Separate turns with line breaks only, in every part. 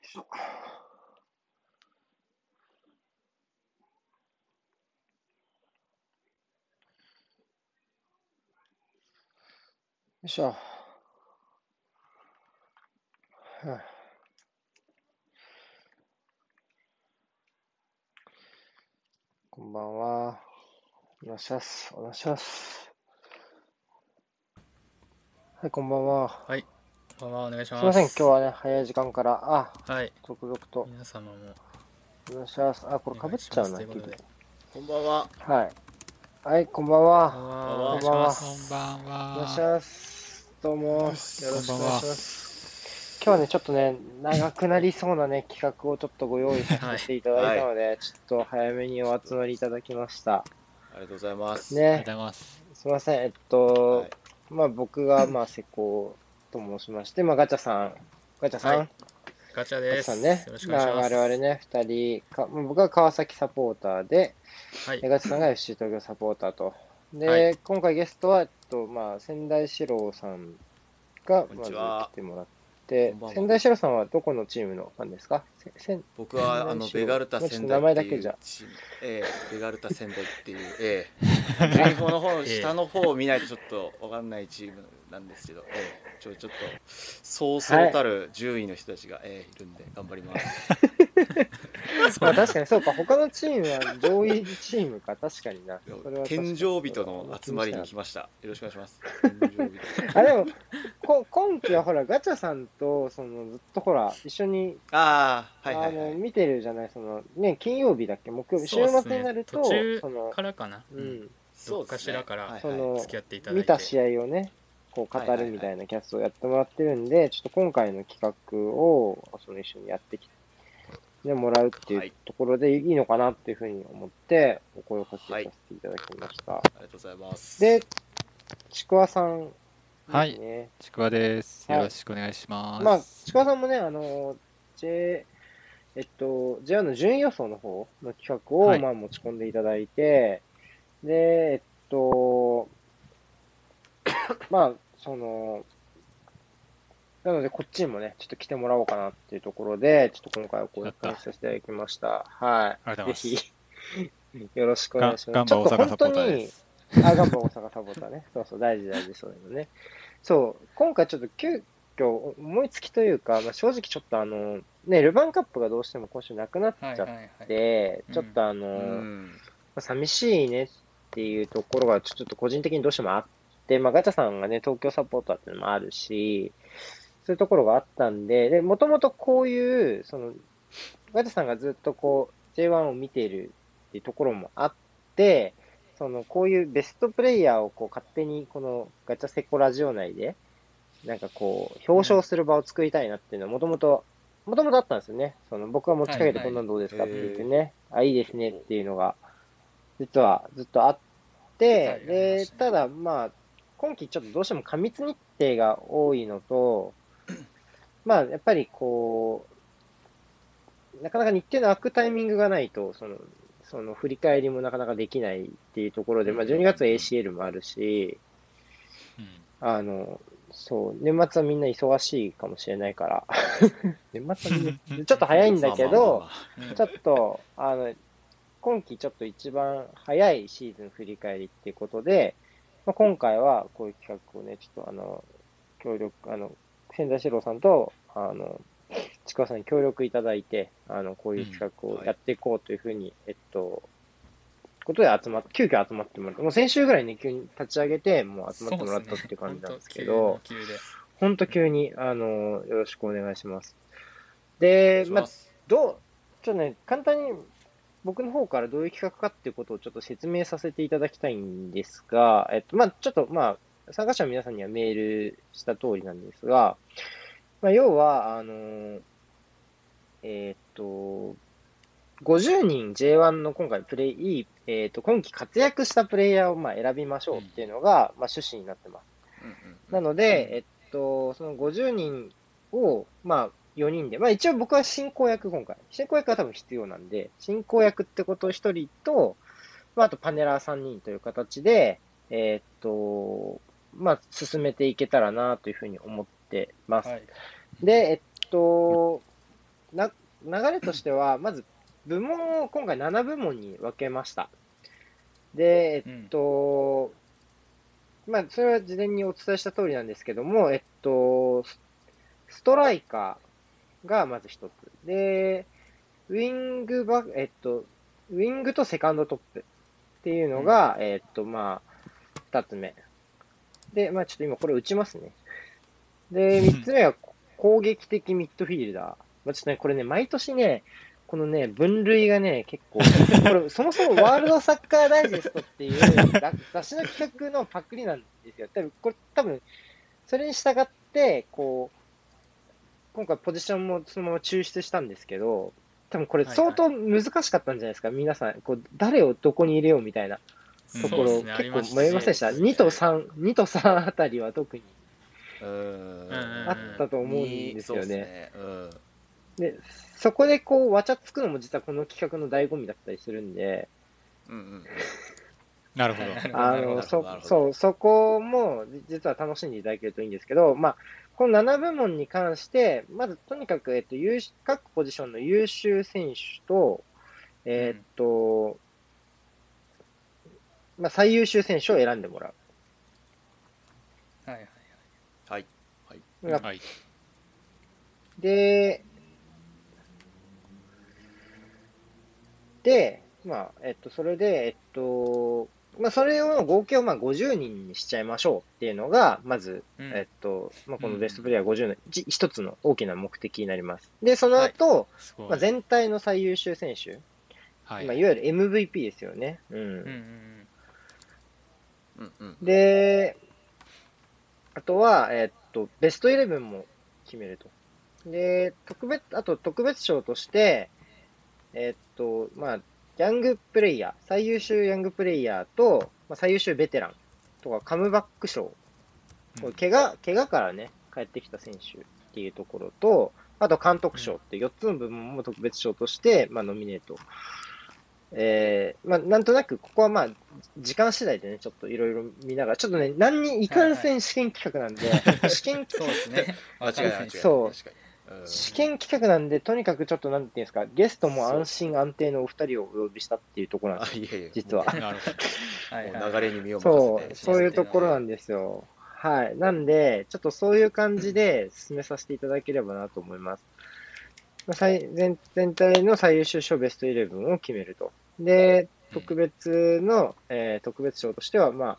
しょよいしょ。はあこんばんは。お願いします。お願いします。はい、こんばんは。
こんばんはお願いしますす。
みません、今日はね、早い時間から、あ、
日は。はい。
続々と。
皆様も。
お願いします。あ、これかぶっちゃうな、
お願いしますということで
切
こんばんは。
りはい。はい、こんばんは。
あ
こんばんは
こん
お
ばん
願い
は
し。ます。どうも、よろしくお願いし
こんばんは
ます。今日はね、ちょっとね、長くなりそうなね、企画をちょっとご用意させていただいたので、ちょっと早めにお集まりいただきました。
ありがとうございます。
ありが
ね、
とうございます。
すみません、えっと、
はい
まあ僕が、まあ、施工と申しまして、まあガチャさん、ガチャさん、
はいガチャ
ガチャ
で
さ
す。
んね
よろし、くお
ま
願い
あ
します。
我々ね、二人か、まあ僕は川崎サポーターで、
はい。
江頭さんが FC 東京サポーターと。で、
はい
今回ゲストは、えっとまあ、仙台四郎さんが
こ
ま
んに
ず
ちは
来てもらって
こんばん、は
仙台四郎さんはどこのチームのファンですかせせん
僕はあ
も
の
う
ベガルタ
ちょっと
仙
名前
台っ
だ
て
け
い
じ
う
ゃ
チーム、ええベガルタ仙台っていう、 ええ前方の方の下の方を見ないとちょっとわかんないチームなんですけど、ええちょちょっとそうそうたる10位の人たちが、ええいるんで頑張ります。
まあ確かにそうか、他のチームは上位チームか、確かにな。それは確か
天
に
井人の集まりに来ました。よろしくお願いします。天井人
あ、でも、こ今期はほら、ガチャさんと、その、ずっとほら、一緒に、
ああはいはいは
あの、
い。
見てるじゃない、その、ね、金曜日だっけ、木曜日、週
そうっすね
末になると、
途中
その、
からかな。
う。ん、
そ
ど
うですね
っかしらから
はい
そ
はい
の、
付き合っていただいて。
見た試合をね、こう語るみたいなキャストをやってもらってるんで、ちょっと今回の企画をその一緒にやってきて、ね、もらうって
は
いう
い
ところでいいのかなっていうふうに思って、お声をかけさせていただきました。
ありがとうございます。
で、ちくわさん、
はい
ですね。
ちくわです。
はい
よろしくお願いします。
まあ、ちくわさんもね、あの、J、えっと、JR の順位予想の方の企画を、
はい
まあ、持ち込んでいただいて、で、えっと、 まあ、その、なので、こっちにもね、ちょっと来てもらおうかなっていうところで、ちょっと今回はこういう感じさせていただきました。は
ありがとう
い。ぜ
ござい
ひ、よろしくお願
ま
いし
す。
ま
ガン
す。ち
バ
ょ
大
っと本
阪サポ
当
ーター
に
です。
あ、ガンバ大阪サポーターね。 そうそう、大事大事、そういうのね。そう、今回ちょっと急遽思いつきというか、まあ、正直ちょっとあの、ね、ルヴァンカップがどうしても今週なくなっちゃ
は
っ
い
て、
はいはい。うん
ちょっとあの、
うん
まあ寂しいねっていうところがちょちょっと個人的にどうしてもあって、まあ、ガチャさんがね、東京サポーターっていうのもあるし、そういうところがあったんで、で、もともとこういう、その、ガチャさんがずっとこう、J1 を見ているっていうところもあって、その、こういうベストプレイヤーをこう、勝手にこのガチャセコラジオ内で、なんかこう、表彰する場を作りたいなっていうのは、もともと、もともとあったんですよね。その、僕が持ちかけてこんなんどうですかって言ってね、あ、いいですねっていうのが、実はずっとあって、
はいありま
で
し、た
た
ね
だ、まあ、今期ちょっとどうしても過密日程が多いの と、まあ、やっぱりこう、なかなか日程の空くタイミングがないと、その、その振り返りもなかなかできないっていうところで、まあ、12月は ACL もあるし、
うん
あの、そう、年末はみんな忙しいかもしれないから、 年末はみん な、ちょっと早いんだけど、
うん
ちょっと、あの、今季ちょっと一番早いシーズン振り返りっていうことで、まあ、今回はこういう企画をね、ちょっとあの、協力、あの、仙台四郎さんと、あの、ちくわさんに協力いただいて、あの、こういう企画をやっていこうというふうに、えっと、ことで集まっ、急遽集まってもらった。もう先週ぐらいね、急に立ち上げて、もう集まってもらったっていう感じなんですけど、
そうっすね、
ほんと急に、あの、よろしくお願いします。で、まあ、どう、ちょっとね、簡単に僕の方からどういう企画かっていうことをちょっと説明させていただきたいんですが、えっと、まあ、ちょっと、まあ、参加者の皆さんにはメールした通りなんですが、まあ、要は、あの、えっと、50人 J1 の今回プレイ、いいえっと、今季活躍したプレイヤーをまあ選びましょうっていうのが、まあ、趣旨になってます。
うんうん
なので、えっと、その50人を、まあ、4人で、まあ一応僕は進行役今回、進行役は多分必要なんで、進行役ってこと1人と、まああとパネラー3人という形で、えっと、まあ進めていけたらなというふうに思ってます。
はい。
で、えっと、な流れとしては、まず部門を今回7部門に分けました。で、えっと、まあ、それは事前にお伝えした通りなんですけども、えっと、スストライカーがまず一つ。で、ウィングバえっと、ウィングとセカンドトップっていうのが、えっと、まあ、二つ目。で、まあ、ちょっと今これ打ちますね。 で、三つ目は攻撃的ミッドフィールダー。まあ、ちょっとね、これね、毎年ね、このね、分類がね、結 構、これ、そもそもワールドサッカーダイジェストっていう だ雑誌の企画のパクリなんですよ。多分、これ、多分、それに従って、こう、今回ポジションもそのまま抽出したんですけど、多分これ
はいは
相
い
当難しかったんじゃないですか、皆さん、こう、誰をどこに入れようみたいなとこ
そ
ろ、
うですねあり
結
ました
構
ね
迷いませんでした。2と3、2と3あたりは特に
うん
あったと思うんですよね。
にそうっすね
で、そこでこう、わちゃつくのも実はこの企画の醍醐味だったりするんで、
うんうんうん
なるほど。
あ
なるほど
の、そ
なる、ほど
そう、そこもじ実は楽しんでいただけるといいんですけど、まあ、この7部門に関して、まずとにかく、えっと、優秀各ポジションの優秀選手と、えーっと、まあ、最優秀選手を選んでもらう。
はいはい
はい
はい。
で、で、まあ、えっと、それで、えっと、まあ、それを合計をまあ50人にしちゃいましょうっていうのが、まず、
うん
えっと、まあ、この
うん
ベストプレイヤー50のじ一つの大きな目的になります。で、その後、
すごい。
まあ、全体の最優秀選手、
はい
まあ、いわゆる MVP ですよね。う
うんうん
ん。
うん
うんうん
で、あとは、えっと、ベストイレブンも決めると。で、特別、あと特別賞として、えっと、まあ、ヤングプレイヤー、最優秀ヤングプレイヤーと、まあ、最優秀ベテランとか、カムバック賞
うん
怪我、怪我からね、帰ってきた選手っていうところと、あと監督賞って4つの部門も特別賞として、まあ、ノミネート。えーまあ、なんとなく、ここはまあ、時間次第でね、ちょっといろいろ見ながら、ちょっとね、何に、いかんせん試験企画なんで、 試験、
そうですね。
あ違う違う違う
そう
確かにうん
試験企画なんで、とにかくちょっとなんていうんですか、ゲストも安心安定のお二人をお呼びしたっていうところなんで
あ
すよ、
いやいや
実は。
なるほど。
はい
も
は
う
い
流れに身を任
そ
せて
う、そういうところなんですよ。はい。なんで、ちょっとそういう感じで進めさせていただければなと思います。まあ最全全体の最優秀賞ベストイレブンを決めると。で、特別の、えー特別賞としては、まあ、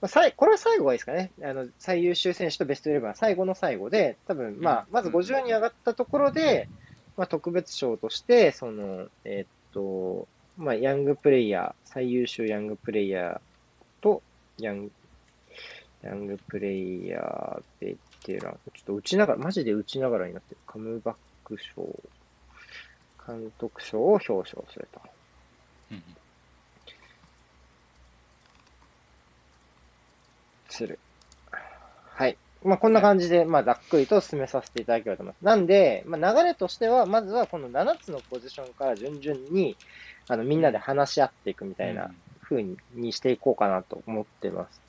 まあ、最これは最後がいいですかね。あの、最優秀選手とベストイレブンは最後の最後で、多分、まあ、まず50に上がったところで、まあ、特別賞として、その、えーっと、まあ、ヤングプレイヤー、最優秀ヤングプレイヤー、と、ヤング、ヤングプレイヤー、ベテラン。ちょっと打ちながら、マジで打ちながらになってる。カムバック賞、監督賞を表彰すると。
うん
する。はい。まあ、こんな感じで、まあ、ざっくりと進めさせていただければと思います。なんで、まあ、流れとしては、まずはこの7つのポジションから順々に、あの、みんなで話し合っていくみたいな。風ににしていこうかなと思ってます。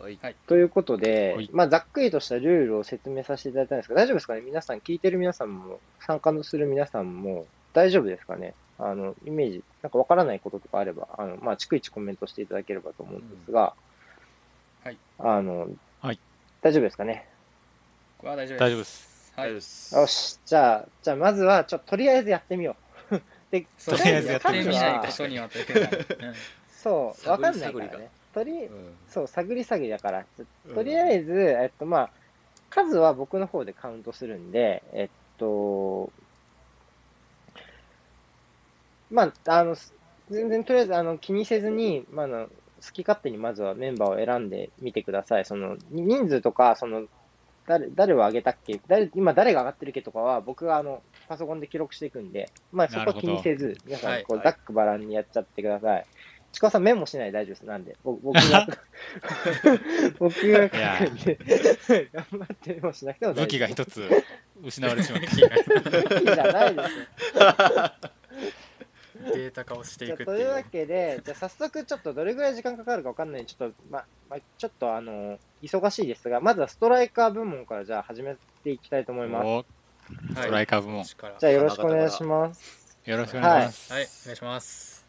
はい
ということで、
はい
まあ、ざっくりとしたルールを説明させていただいたんですが、大丈夫ですかね皆さん、聞いてる皆さんも、参加する皆さんも、大丈夫ですかねあの、イメージ、なんかわからないこととかあれば、あの、まあ、逐一コメントしていただければと思うんですが、
はい
あの、
はい
大丈夫ですかね
これは大丈夫です。。
大丈夫です
はい
大丈夫。で
よ
す
し、じゃあ、じゃあ、まずは、ちょっと、とりあえずやってみよう。 で、
そう
とりあえずやってみ
やっ
る
てみないことにはというか うん
そう、わかんないか
探り
ら
探り
ね。とり、
うん
そう、探り探りだから、
うん
とりあえず、えっと、まあ、数は僕の方でカウントするんで、えっと、まあ、あの、す全然とりあえずあの気にせずに、まあ、あの好き勝手にまずはメンバーを選んでみてください。その、に人数とか、その、誰、誰を上げたっけ誰、今誰が上がってるっけとかは、僕があの、パソコンで記録していくんで、まあ、そ
な
こは
るほ
気
ど
にせず、皆さん、こ
は
う、
い
ざっくばらんにやっちゃってください。ちかわさんメモしないで大丈夫です。なんで。僕僕が、僕が書くんで、頑張ってメモしなくても大丈夫
武器が一つ失われてしまっ
武器じゃないですよ。
データ化をして
じ
い
ゃ
く
あ
って
とい
いう
わ
う。
けで、じゃあ早速ちょっとどれぐらい時間かかるかわかんないんで、ちょっと、ま、ま、ちょっとあの、忙しいですが、まずはストライカー部門からじゃあ始めていきたいと思い
た。
ます。
お
はい
トライカブも
力
じゃあよろしくお願いします。
よろしくお願いします。
はい、お願いします。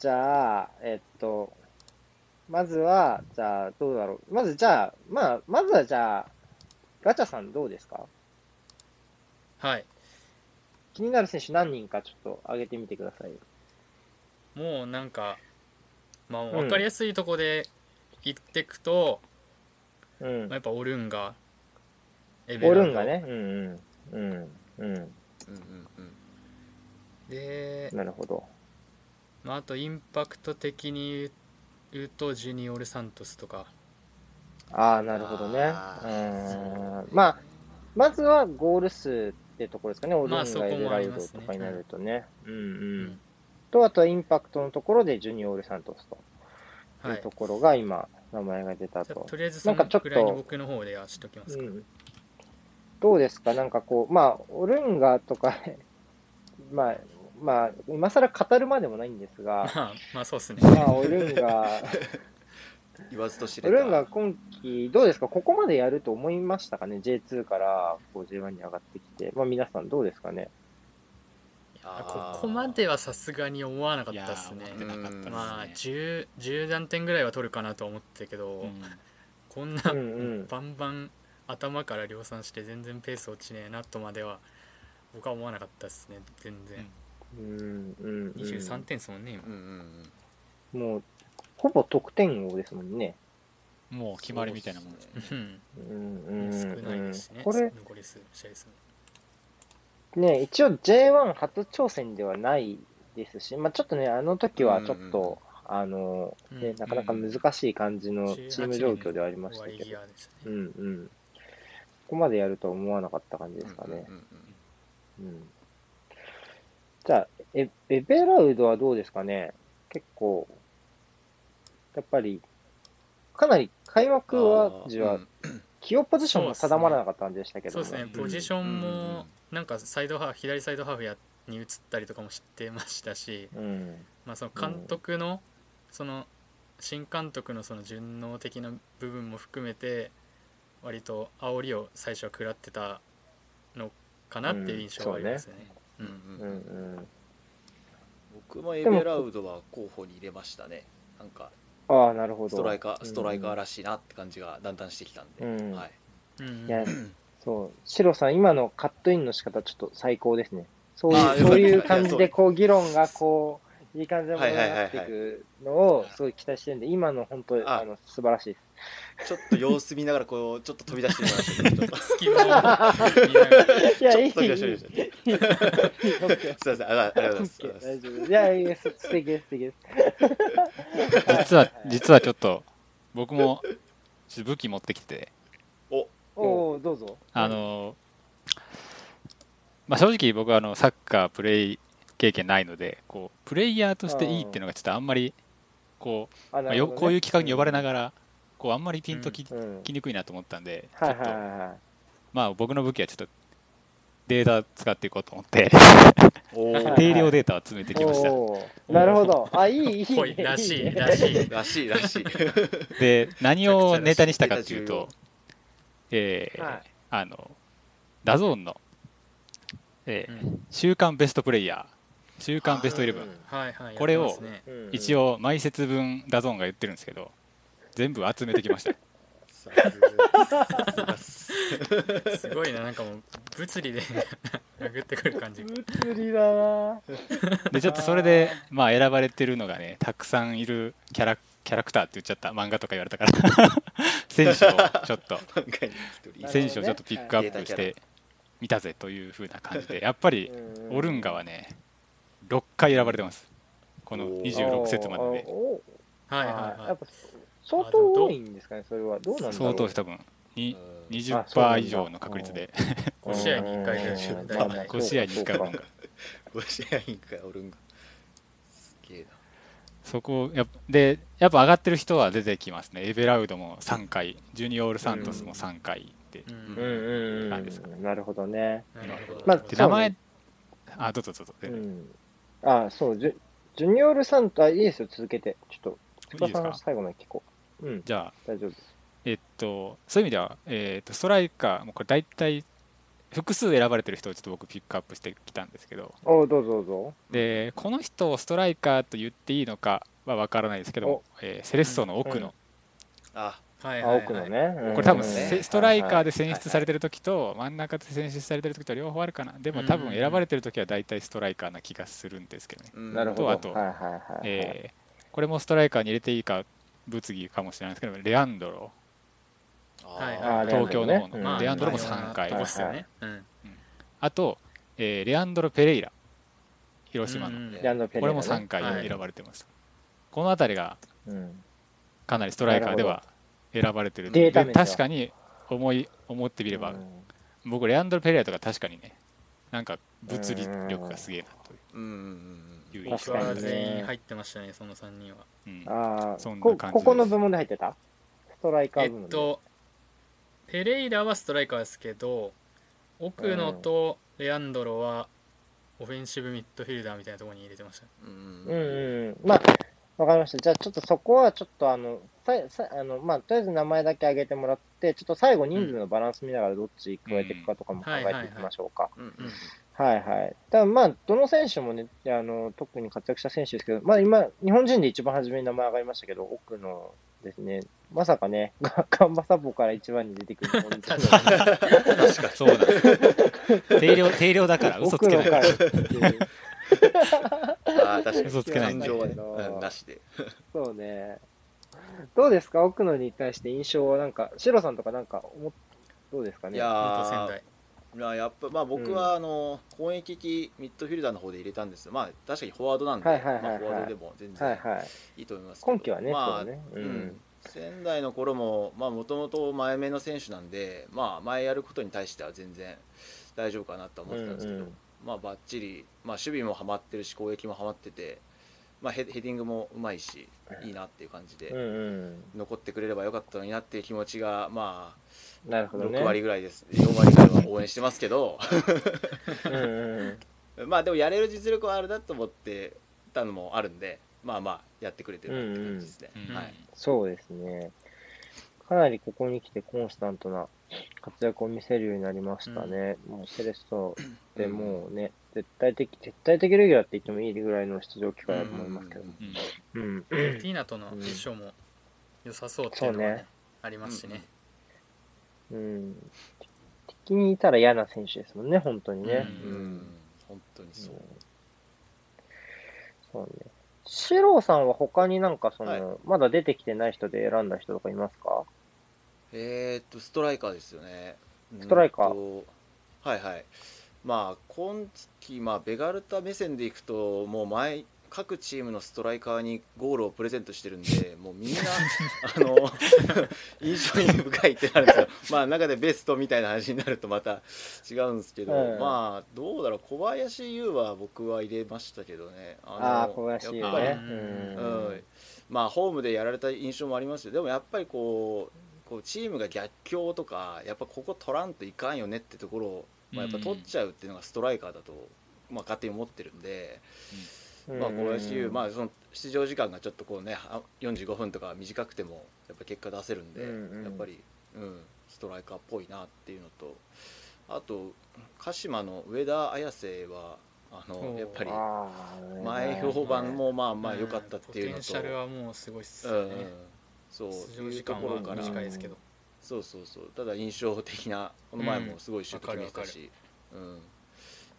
じゃあ、えっと、まずは、じゃあ、どうだろう。まず、じゃあ、まあ、まずはじゃあ、ガチャさんどうですか
はい。
気になる選手何人かちょっと挙げてみてくださいよ。
もうなんか、まあ、
ん
分かりやすいとこで言ってくと、
うん
まあ、。やっぱオルンガ、エ
オ
ランド
ルンが。ね。うんうん。うん。うん。
うんうんうん
で、
なるほど。
まあ、あとインパクト的に言うと、ジュニオル・サントスとか。
ああ、なるほどね。う
あー
ん。まあ、まずはゴール数ってところですかね。オルン
ま
ガ、
あ
エ
そこも
デラ
あ
ル
りま
ド
す
と
ね
かになるとね。うんう。
うん
と、あとはインパクトのところでジュニオール・サントスとい
は
う
い
と。ころが今、名前が出た
じゃ
と
あ。とりあえずそ
な
の
んかちょっと
くらいに僕の方ではしときます
う
か。
ん、どうですか、なんかこう、まあ、オルンガとか、 まあ、まあ、今更語るまでもないんです が、
まあ、まあそうですね。
まあ、オルンガ、
言わずと知
オ
れ
ルンガ
た
今季、どうですか、ここまでやると思いましたかね、J2 からこう J1 に上がってきて、まあ、皆さんどうですかね。
あー
ここまではさすがに思わなかっ
いや
たですね。
ー思ってなかったですね。
まあ 10, 10何点ぐらいは取るかなと思ってたけど、
うん
こんな
うんうん
バンバン頭から量産して全然ペース落ちねえなとまでは僕は思わなかったですね全然、
うんうんうん
23点ですもんね今
うんうん
もう、ほぼ得点王ですもんね。
もう決まりみたいなもんですね。
うん
うんうんうん
少ないですしね、
これ、
残り数試合数も
ね、一応 J1 初挑戦ではないですし、まあ、ちょっとね、あの時はちょっ
うんうんうん
と、あの、ね、
うん
なかなか難しい感じのチ
18
ーム状況ではありまし
終
た
わり
けど、
際でしたね、
うんうん。ここまでやるとは思わなかった感じ
うん
ですかね
う。んうんうん
うん。じゃあ、エエベラウドはどうですかね結構、やっぱり、かなり開幕は時
う
は
ん
起用ポジションが定まらなかった感じでしたけど
そう
も
ですね
うん
ポジション
うんうん
もなんかサイドハーフ左サイドハーフやに移ったりとかもしてましたし、
うん。
まあ、その監督の、その新監督のその順応的な部分も含めて割と煽りを最初は食らってたのかなっていう印象はありますよね。う
うん
ん
う
うん
ん
う
うんん。
僕もエベラウドは候補に入れましたねなんか
ああ、なるほど。
ストライカーストライカ
うん
ーらしいなって感じがだんだんしてきたんで、
うん
はい
うん
いや、そう、シロさん、今のカットインの仕方、ちょっと最高ですね。そう
あ
い
ー
う、そうい
よ
う
かった
感じで、こう、議論が、こう、いい感じのものになってい
はいはい
くのを、すごい期待してるんで、今の本当、
あ
あの、素晴らしい です。
ちょっと様子見ながらこうちょっと飛び出してみましたけどちょっと
隙間を見ながら
いや、いい、いい、いい、いい、
ちょっと飛び出して みましたねすいませんあありがとうございますありがとう
大
ございます
丈夫。いや、いいです、素敵です、素敵です。
実は、実はちょっと、僕もちょっと武器持ってきてて、
お
おお、どうぞ。
あのまあ、正直僕はあのサッカープレイ経験ないのでこうプレイヤーとしていいっていうのがちょっとあんまりこう、
あ、
まあよこういう企画に呼ばれな
が
がらこうあんまりピンとき,、
ら、うん。
きにくいなと思ったんでちょ
はい
っ
はい
と、
はいはい。
まあ、僕の武器はちょっとデータ使っていこうと思って
お
はい
ー
定量 データを集めてきました
おーなるほど。あ、いい、いい
ぽい
ね。
らしい
ね
らしい。
らしいらしい
で何をネタにしたかっていうと、えー
はい
あのダゾーンの、えー
うん
週間ベストプレイヤー週間ベストイレブン
はいはい
これを
やってますね
うん
一応毎節分ダゾーンが言ってるんですけど全部集めてき ました
さすがさすがっす
すごいななんかもう物理で 殴ってくる感じ
物理だな
でちょっとそれでまあ選ばれてるのがねたくさんいるキャラキャラクターって言っちゃった漫画とか言わ れたから選手をちょっ
な
と
んか一人い
な
る
るほどね
選手をちょっとピックアップしてみたぜというふうな感じでやっぱり
うん
オルンガはね6回選ばれてますこの
おー
26節までで
おー
はいは
あー
い
や
は
っぱ相当多いんですかね、それは。どうなんだろう。
相当多分に
うん
あそうなんだ
20%以上の確率で
い5試合に1回ぐらいでしょ
うん
大体
そう
5
か
試合に1回オル
そう
ンガ
か
ご試合員かおるんがすげえな
そこやっぱでやっぱ上がってる人は出てきますねエベラウドも3回ジュニオール・サントスも3回って、
う
う
ん
ん
うん
なんですか
うん。なるほどね。
なるほど
まあ
なるほ
で
ど
そう
名
ね
前、あどうぞどうぞ、
うん。あ、そう、ジュジュニオールさんと、あ、いいですよ、続けて。ちょっと、
い
塚
いです
さんの
か
最後まで聞こう。うん、
じゃあ
大丈夫です。
えっとそういう意味では、えっとストライカーもこれ大体複数選ばれてる人をちょっと僕ピックアップしてきたんですけど
おうどうぞどうぞ。
でこの人をストライカーと言っていいのかは分からないですけども、えーセレッソの奥野、
あ
はいはい、
あ、
はい、
奥のね。うん
これ多分
うん
せ
ね
ストライカーで
はいはい
選出されてる時と真ん中で選出されてる時と両方あるかなでも多分選ばれてる時は大体ストライカーな気がするんですけどね、
うん
なるほど。
あと
はいはいはいはい。
えーこれもストライカーに入れていいか物議かもしれないですけどレアンドロ
はい
あ
あーレアンドロね
東京の方の、
うん
まあ
レアンドロも
まあ
3回
とこっ
す
すよね。うん
あと、えーレアンドロ・ペレイラ広島の、
うん
え
ヤンドペレ
こ
イ
れ
ラ
も
ね
3回
はい
選ばれてます、この辺りが
うん
かなりストライカーでは選ばれてる
データ面
で
では
確かに思い思ってみれば、
うん
僕レアンドロ・ペレイラとか確かにねなんか物理力がすげえな
うんうんうん
という
うん
印
僕
象があ
は
りま
確か
す
全員入ってましたね、その3人は。
うん
ああ、
そんな
こ
感じ
ここの
です
部門で入ってたストライカ
え
ー部門
っ
で。
と、ペレイラはストライカーですけど、奥野とレアンドロはオフェンシブミッドフィルダーみたいなところに入れてましたね。
うん
う
うんん
うん。まあ、わかりました。じゃあ、ちょっとそこは、ちょっとあの、ささあのまあ、とりあえず名前だけ挙げてもらって、ちょっと最後人数のバランス見ながらどっち加えていくかとかも考えていきましょうか。
うんうん
はいはい。ただまあ、どの選手もね、あの、特に活躍した選手ですけど、まあ今、日本人で一番初めに名前上がりましたけど、奥のですね、まさかね、 がガンバサポから一番に出てくると思うんですけど
そうなんです定量定量だから 嘘つ
奥
け
の
ない
会っていう。
ああ、確かに。
嘘つけない
んだ
感情はね、うんなしで。
そうね。どうですか、奥野に対して印象は、なんか、シロさんとかなんか思っ、どうですかね。
いや
元仙
ー
台。
まあやっぱまあ僕はあの攻撃的ミッドフィルダーの方で入れたんですよまあ確かにフォワードなんで、
はいはいはい
まあ、フォワード
はい
でも全
はい
然
はい。
いいと思いますけど
今季はね、
まあ、
そうね。う
うんん。仙台の頃ももともと前目の選手なんで、まあ、前やることに対しては全然大丈夫かなとは
う
思っ
ん
てたんですけど、
うん
まあ、ばっちり、まあ、守備もはまってるし攻撃もはまってて、まあ、ヘヘディングもうまいしいいなっていう感じで、
うんうん
残ってくれればよかったのになっていう気持ちが、ま
なる
あ、
ほどね。
6割ぐらいです、4割ぐらいは応援してますけど
うんうん
まあでもやれる実力はあるなと思ってたのもあるんでまあまあやってくれてるなって感じですね。
うん
はい
そうですね。かなりここに来てコンスタントな活躍を見せるようになりましたね。もうセレッソでもうね、絶対的、絶対的レギュラーって言ってもいいぐらいの出場機会だと思いますけど。
うん
うん。
ティーナとの相性も良さそうってい
そう
うのは、
ね
ね。ありますしね。
うん。敵にいたら嫌な選手ですもんね、本当にね。う
う
んん。
本当にそう、
そうね。シローさんは他になんかその、
はい
まだ出てきてない人で選んだ人とかいますか
えー、っと、ストライカーですよね。
ストライカー
うんとはいはい。まあ、今月、まあ、ベガルタ目線でいくと、もう前、各チームのストライカーにゴールをプレゼントしてる んで、もうみんな、あの、 印象に深いってなるんですよ。まあ、中でベストみたいな話になるとまた違うんですけど、
うん
まあ、どうだろう、小林優は僕は入れましたけどね。あの
ああー、小林
や
よ
っぱり
ね。
う
うんまあ、ホームでやられた印象もありますけどでもやっぱりこうこうチームが逆境とかやっぱここ取らんといかんよねってところを、まあ、やっぱ取っちゃうっていうのがストライカーだと、まあ、勝手に思ってるんで、
うん
まあ、小林優、ま
あ、
あ、その出場時間がちょっとこう、ね、あ45分とか短くてもやっぱ結果出せるんで、
うんうん
やっぱり、うん、ストライカーっぽいなっていうのとあと鹿島の上田綺世はあ
お
の
ー
やっぱり
あー
前評判もまあまあ良かったっていうの
ポテ
と。
ンシャルはもうすごいっす
う
よ
ん
ね。
そう
出場時間
いう
は
ところから
短いですけど。
そうそうそうただ印象的なこの前もすごいシュート決めてたし、うんやっ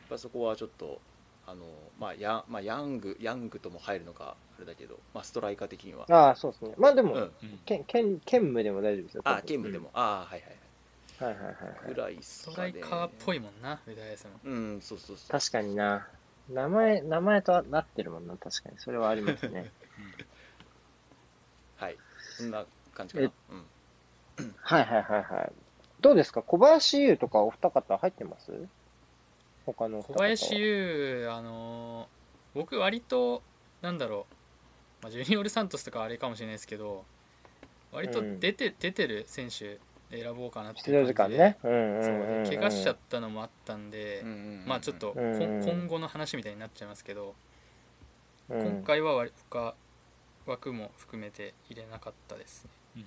ぱそこはちょっとあの、まあ、やまあヤングヤングとも入るのかあれだけど、まあ、ストライカー的には
ああ、そうですね。まあでも、
うん、
うん
けんけん兼務でも大丈夫ですよ。多
あ
分
ゲームでも、ああはいはい
はいはいはい
はい
はい。
ぐらいっす
スト
か
ラ
ね
イカーっぽいもんな、上田綺世も。
うんそうそうそう
確かにな。名前、名前となってるもんな、確かに。それはありますね。
はいそんな感じかな、
えはいはいはいはい。どうですか小林優とかお二方入ってます他のお二
小
方は
林優、あのー僕割となんだろう、まあ、ジュニオル・サントスとかあれかもしれないですけど割と出て,、出てる選手選ぼうかなって
出
い
場
う
時
感
間
じで、
ね。うんうん
そう
うん、うん。
で怪我しちゃったのもあったんで、
うんうんうん
まあちょっと、こ
うんうん
今後の話みたいになっちゃいますけど、
うん
今回は割他枠も含めて入れなかったですね。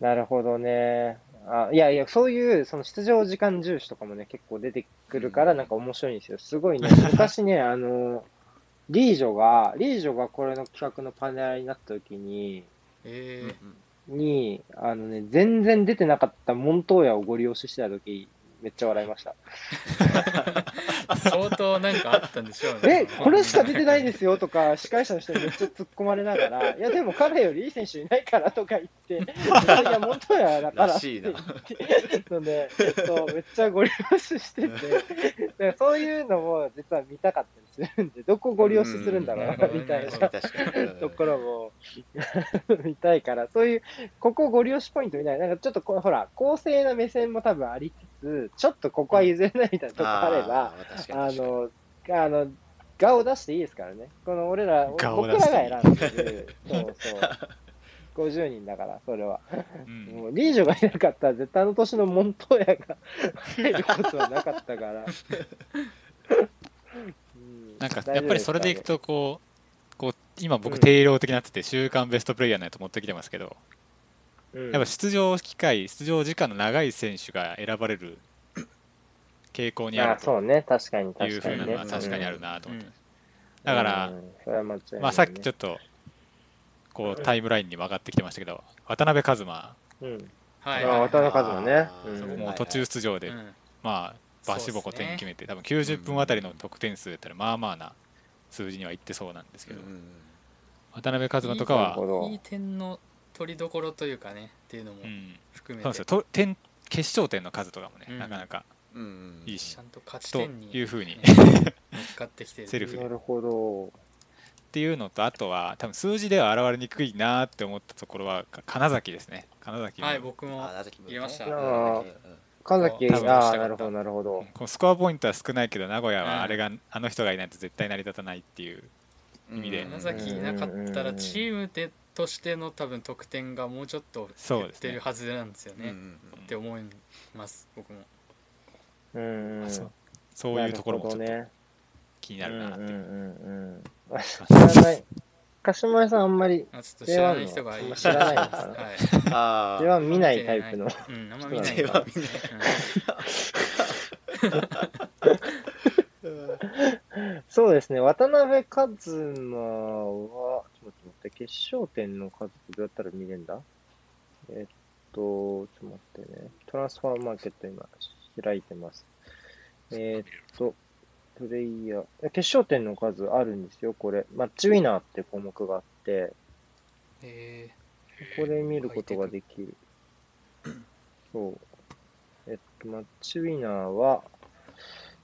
なるほどね。あ、いやいや、そういう、その出場時間重視とかもね、結構出てくるから、なんか面白いんですよ。すごいね、昔ね、あの、リージョが、リージョがこれの企画のパネラーになった時に、
えー
に、あのね、全然出てなかったモントーヤをご利用ししてた時、めっちゃ笑いました。
相当なんかあったんでしょうね
え、これしか出てないですよとか、司会者の人にめっちゃ突っ込まれながら、いや、でも彼よりいい選手いないからとか言って、いやいや、本当やだから
ら
って
しい
言
な
っ。てので、えっと、めっちゃご利用ししてて、だからそういうのも実は見たかったりするんで、どこご利用しするんだろうなみたい
うん
な
確。かに。
ところも見たいから、そういう、ここご利用しポイントみたいな、なんかちょっとこうほら、公正な目線も多分ありつつ、ちょっとここは譲れないみたいなとこあれば、あ
ー、確かに確かに
の、あの、画を出していいですからね。この俺ら、僕
我を
ら
出
が
して
選んでる。そうそう。50人だから、それは。
うん
もう、リージョがいなかったら、絶対あの年のモントーヤが 入ることはなかったから。う
なんかやっぱりそれでいく、とこうこう今
うん
僕定量的になってて週間ベストプレイヤーのやつ持ってきてますけど
大丈夫
やっ
で
ぱ
す
出場機会出場時間の長い選手が選ばれる傾向
かね
にあ
あ
る
そうね、確かに
という
確
ふ
かに
うな
ね。
のは確かにあるなと思って
うん
だから
うん、それは間違いないね
まあさっきちょっとこうタイムラインにも上がってきてましたけど渡辺一馬
うん
は
あ
いはい
渡辺和馬ね
あ。ー
うん
もう途中出場で
うん
まあバシボコ
そうっすね
点決めて多分90分あたりの得点数だったらまあまあな数字にはいってそうなんですけど
うんうん
渡辺一馬とかは
なるほど
いい点の取りどころというかねっていうのも
うん
含め
そうなんです
て
よと点決勝点の数とかもね、
うん
なかなか
うんうん
いい
ち
し
ゃんと勝ち
と
点に
いうふうにっ
ね乗っかってきてる
セルフ
なるほど。
ていうのとあとは多分数字では現れにくいなって思ったところはか金崎ですね金崎も
はい僕も
あー
入れました
うん
神崎、
多分
ああ、なるほど、なるほど。
このスコアポイントは少ないけど名古屋
うん
はあれが、あの人がいないと絶対成り立たないっていう意味で
山崎いなかったらチームでとしての多分得点がもうちょっと
そう
減っ
です
て
ね
るはずなんですよ
うんう
ね
ん
って思います僕も
うんうん。
そうそういうところもちょっと気になるなっていう、
うんうんう んうん。知らない。鹿島屋さんあんまり、
あちょっと知らない人がいる
知らないのかな
はい
あ
そ
ー
れは見ないタイプの。
うんあんま見ない
では見ない
そうですね、渡辺一馬は、ちょっと待って、決勝点の数どうやったら見れるんだえっと、ちょっと待ってね、トランスファーマーケット今開いてます。えっと、プレイヤー、え決勝点の数あるんですよ、これ。マッチウィナーって項目があって、
え
ここで見ることができる。そう。えっと、マッチウィナーは、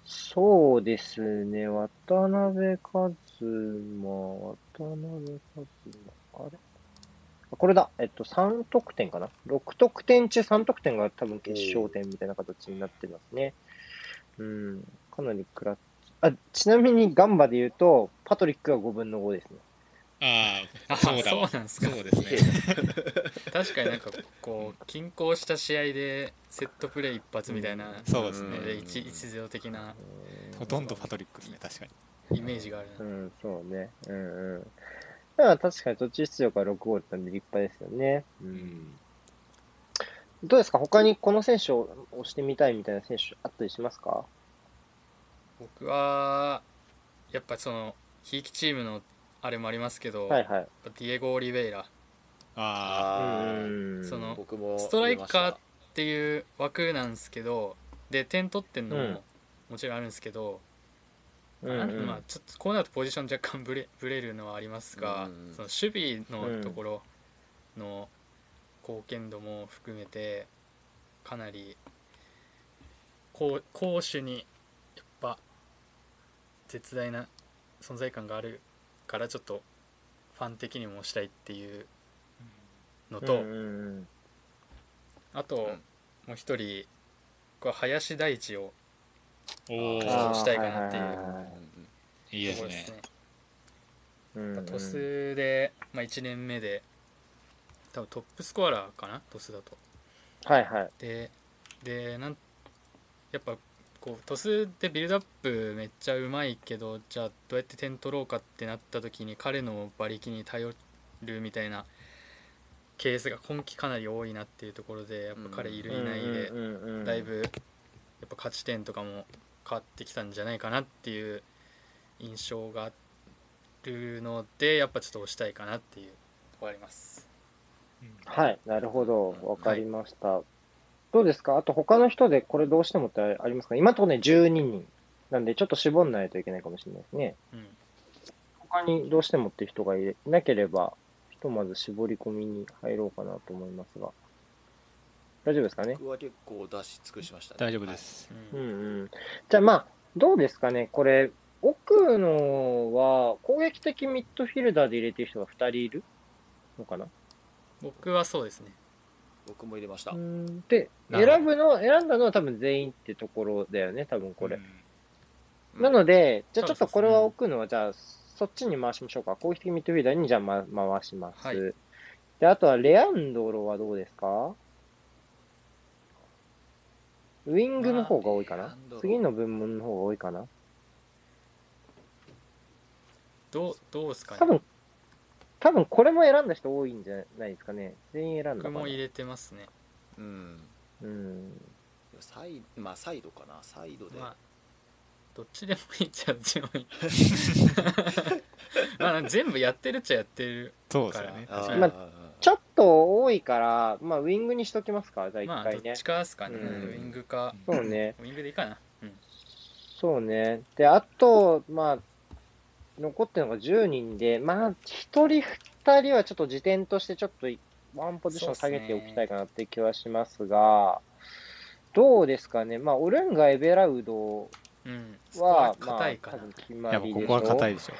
そうですね、渡辺一馬、渡辺一馬、あれあこれだ、えっと、3得点かな ?6 得点中3得点が多分決勝点みたいな形になってますね。うん、かなり食らっあ、ちなみにガンバで言うと、パトリックが5分の5ですね。
あ
ーあそうだわそうなんですかそう
です ね
ー確かになんかこう均衡した試合でセットプレー一発みたいな
そうです
の
ね
で一一ゼロ的な
ほとんどパトリックですね確かに
イメージがある
う、
なん
そうね。うんうん。だから確かに途中出場から6ゴールなんで立派ですよね。うん。どうですか他にこの選手を押してみたいみたいな選手あったりしますか
僕はやっぱそのひいきチームのあれもありますけど、
はいはい。
やっぱディエゴ・オリベイラっ
あ
う
あー
ん。
その
僕も
ストライカーていう枠なんですけどで点取ってんの
う
も
ん
もちろんあるんですけど、
うん
あ
うん、
まあ、ちょっとこうなるとポジション若干ブレブレるのはありますが、
うん
その守備のところの貢献度も含めてかなり攻攻守にやっぱ絶大な存在感があるからちょっとファン的にもしたいっていうのと、
うんうん
あと、
ん
もう一人これ林大地を
ー
お
うん、
ー
あ
そ
あ
うしたいかなっていう
は
うん
は
う
は
ん
い
いいで
とこ
す
ろ
ね
ですね。
うんうん
トスで、まあ、1年目で多分トップスコアラーかなトスだと
はいはい。
ででなんやっぱこうトスでビルドアップめっちゃうまいけどじゃあどうやって点取ろうかってなった時に彼の馬力に頼るみたいなケースが今季かなり多いなっていうところでやっぱ彼いるいないで
うんうんうんうん
だいぶやっぱ勝ち点とかも変わってきたんじゃないかなっていう印象があるのでやっぱちょっと押したいかなっていうところあります。
はい、なるほど、わかりました。どうですかあと他の人でこれどうしてもってありますか今のところね、12人。なんで、ちょっと絞んないといけないかもしれないですね。
うん
他にどうしてもって人がいなければ、ひとまず絞り込みに入ろうかなと思いますが。大丈夫ですかね
僕は結構出し尽くしましたね
大丈夫で、す。
う
うんん
うん。じゃあまあ、どうですかねこれ、奥のは攻撃的ミッドフィルダーで入れてる人が2人いるのかな
僕はそうですね。
はい僕も入れました、
うんで、
なる
選
ほど
ぶの、選んだのは多分全員ってところだよね、多分これ
う。ん
なので、じゃあちょっ
そうです
と
ね
これは置くのは、じゃあ、そっちに回しましょうか。攻撃的ミッドフィルダーにじゃあ、ま、回します、
はい
で、あとはレアンドロはどうですかウィングの方が多いか
まあレ
な
アンドロ
次の部門の方が多いかな
どうどうですか
多
ね
分。、多分これも選んだ人多いんじゃないですかね。全員選んだ
僕
かな
も。入れてますね。
うん
うん。
サイまあサイドかなサイドで、
まあどっちでもいいっちゃどっちでも いい。まあ全部やってるっちゃやってる。
そうですよね。
あー
確か
にまちょっと多いから、まあ、ウィングにしときますか、じゃあ一
まあど
回
っ
ね
ち。かですかね。
うん
ウイングか
うん
そうね。
ウイングでいいかな。うん
そうね。で、あと、まあ、残ってるのが10人で、まあ、1人、2人はちょっと時点としてちょっとワンポジション下げておきたいかなって気はしますが、どうですかね。まあ、オルンガ・エベラウド
うん。そこは
は、ま
硬
あ
い、か
多
な。
分決
い
ま
や、も
り
う
でしょ。
ここは硬いでしょ。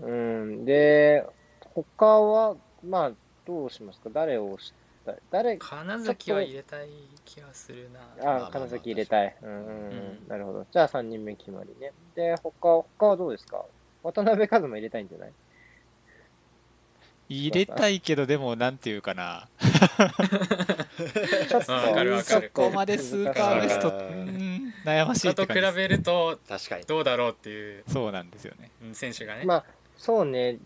うん
うん。で、他は、まあ、どうしますか誰を押したい誰、
金崎は入れたい気がするな。
あ、金崎入れたい。うんうんうん。なるほど。じゃあ3人目決まりね。で、他、他はどうですか渡辺和馬入れたいんじゃない
入れたいけど、でも、なんていうかな。
ちょっと、
わかるわ
ち
か
ょっ
る
と
ここまですーパーベスト、う
わかる
ん、悩ましい
人
って
と比
感じです。
べると
確かに
どうだろうっていう
そうなんですよね。
うん選手がね。
まあ、そうね。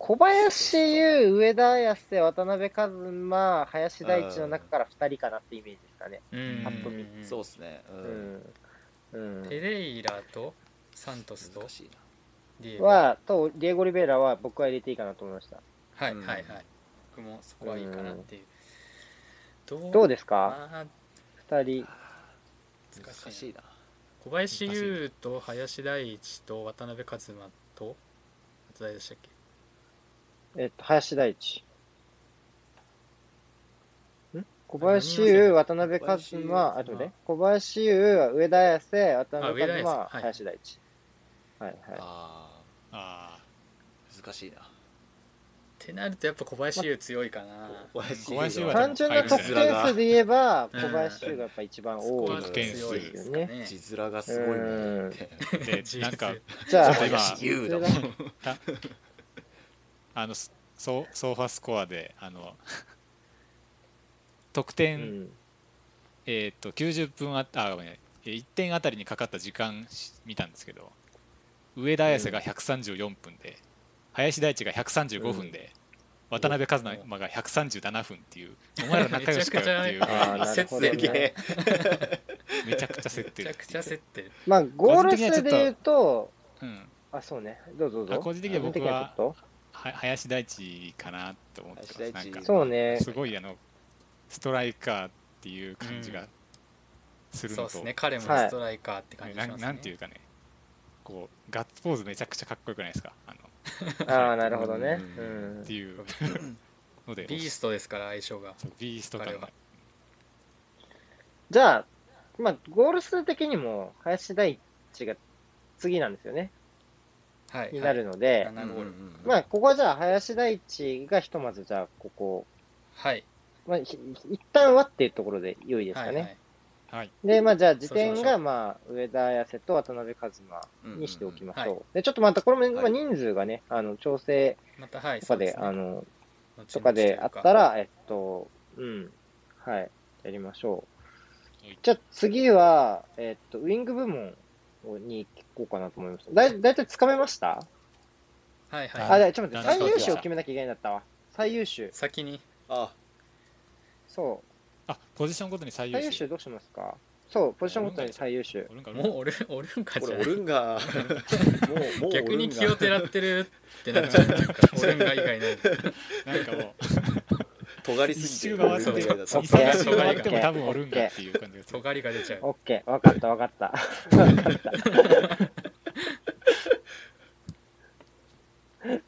小林優、上田綺世、渡辺和馬、林大地の中から2人かなってイメージですかね。
うん
ぱっと見
ん
そうですねう
うんん。うん。
ペレイラとサントスと
難しいな
ディエゴ。はい
は、と、ディエゴ・リベイラは僕は入れていいかなと思いました。
はい
うん
はい。僕もそこはいいかなっていう。ど
どう
で
ですか
か
?2 人。
難しいな
小林優と林大地と渡辺和馬とあと誰でしたっけ
えっと、林大地。ん小林優、渡辺和
小林優
馬、あとね、小林優、上田綺世、渡
あ上
辺
田
和
綺
馬、
世はい
林大地。はいはい。
あ
あ
ー難しいな
ってなるとやっぱ小林優強いかな。
小林
小林優は
単純な得点数で言えば、
うん
小林優がやっぱ一番
そこ
多い
は
です
強いです
よ
かね、
ね。。
字面がすごいなって
あ。 でなんか、
じゃあ、
ちょっと今
それだ
だもん
あの、ソソーファスコアで、あの、得
う
点、
ん
えーっと、90分あった、あ、ごめん、えー1点あたりにかかった時間し見たんですけど、上田綺世が134分で、林大地が135分で、渡辺和馬が137分っていう、お前ら仲良しかよっていう
め、
あーなるほど
すげ
ね
え
めちゃくちゃ競っ
め
て
ち
る
ゃくちゃ競ってる。
まあ、ゴール数で言うと、
うん、
あ、そうね、どうぞどう
あ
ぞ。
個人的には僕は
個人的にはちょっ
は林大地かなと思ってます
林
な
大
ん
地
か
とそうね、
すごいあのストライカーっていう感じ
う
が
ん
する
そう
の
で
と、
すね。彼もストライカーって感じが
な
しま
ん
すね。
なんていうかねこうガッツポーズめちゃくちゃかっこよくないですかあの
ああ、なるほどね。う
うん
っ。ていうので
ビーストですから相性が。
そうビースト感
彼
が
は
じゃあ、まあ、ゴール数的にも、林大地が次なんですよね、
はい。
になるので、
はい。7ゴール。
まあ、ここはじゃあ、林大地がひとまず、じゃあ、ここ、
はい。
まあ、ひ一旦はっていうところで良いですかね。
はいはい
はい
で、まあ、じゃあ、時
そう
点
しましょ
が、
う
まあ、上田綾瀬と渡辺和馬にしておきましょう。
うんうん
で、ちょっとまた、これも、まあ、
はい
人数がね、あの、調整
またはい。
とかで、
そうすね
あの、
後々
とかであった、
というから
えっと、うん、はい、やりましょう
はい。
じゃあ次は、えっと、ウィング部門に行こうかなと思いました。だいだいたいつかめました、
はい
あ、
はい。
だいちょっと待って、
な
最
んか
優秀を決めなきゃいけないんだったわ。最優秀。
先に
あ
そ
あポジションごとに
う。
最優
最優
秀
秀どうしますかそう、ポジションごとに最優秀。
おるんか
もうおるおるんか
こ
じゃ
れ
な
オ
い
ルンガもうもう
逆に気を
て
てらってるってなっちゃうなんかオルンガ以外ない
なんかもう
尖り
一
すぎ
周
て
回って
オルンガ以外だと
そう
一周
そう
回っても多分おるんかっていう感じがする
尖りが出ちゃう
オッケー、わかったわかった。わかった。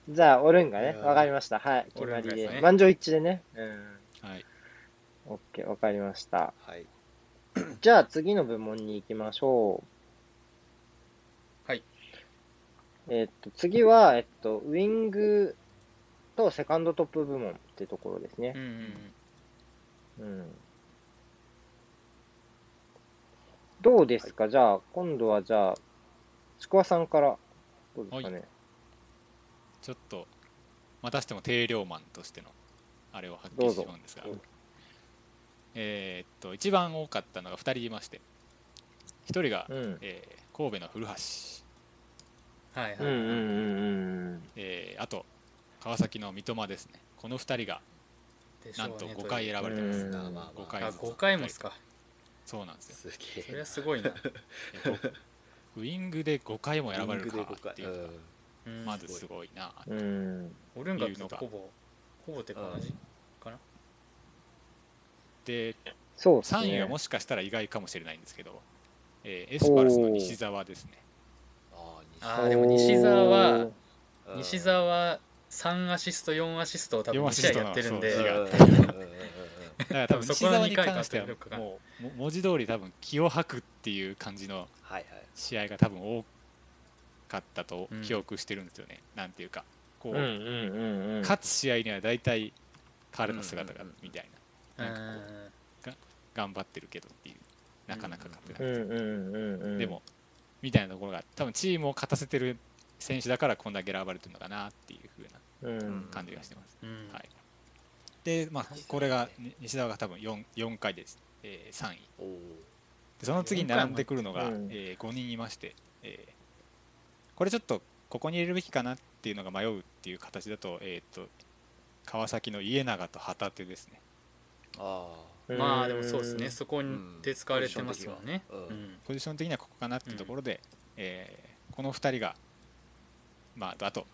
じゃあ、オルンがね、わかりました。はい、決まり
オルンガです
で。
ね
満場一致でね。うん。
はい
オッケー、わかりました。
はい
じゃあ次の部門に行きましょう。
はい。
えっと、次は、えっと、ウィングとセカンドトップ部門ってところですね
う。んうんうん
うん。どうですか、じゃあ、今度はじゃあ、ちくわさんから、どうですかね。
ちょっとまたしても定量マンとしてのあれを発
どう
揮し
ぞ
ようんですが
うん
えーっと一番多かったのが2人いまして1人が、
うん。
えー神戸の古橋、
はい
うんう
は
ん
い
うんうんうん。
えーあと川崎の三笘ですねこの2人が
でしょ
な
うんね
と5回選ばれて
う
ま
ん
す、
まあまあ
五
ま
回
あ
あ5回もっすか
そうなんです
す
よ
そ
げ
れ
え
はすごいな
えっとウイングで5回も選ばれる
リングで5
かって
回
いううのが
ん
うん
まずすごいな
うん。
オルンガとほぼほぼてか同じかな
で
そうですね。
3位はもしかしたら意外かもしれないんですけど、えーエスパルスの西澤ですね
あーでも西澤は
あー
西澤は3アシスト4アシストを多分2試合やってるん
四アシスト
で
がだから多分西澤に関しては
多分そこの
もうも文字通り多分気を吐くっていう感じの
はいはい
試合が多分多かったと
うん
記憶してるんですよね、なんていうかこ
う
う、
んうんうんうん。
勝つ試合には大体彼の姿がみたいな、
うん
なんかこう頑張ってるけどっていうなかなか勝てな
う
く
ん
て、
うんうんうん。
でもみたいなところが多分チームを勝たせてる選手だからこんだけ選ばれてるのかなっていう風な
うん。
感じがしてます、
うん
はいでまあ
確かにね
これがに西澤が多分 4, 4回です、えー、3位
おー
でその次に並んでくるのが、
うん
え5人いまして、えーこれちょっとここに入れるべきかなっていうのが迷うっていう形だと,、えー、と川崎の家長と旗手ですね
あ
うん
まあでもそうです
う
ね
ん
そこで使われてますもんね
うん
うん
ポジション的にはここかなっていうところで、えーこの2人が、まあ、あと,、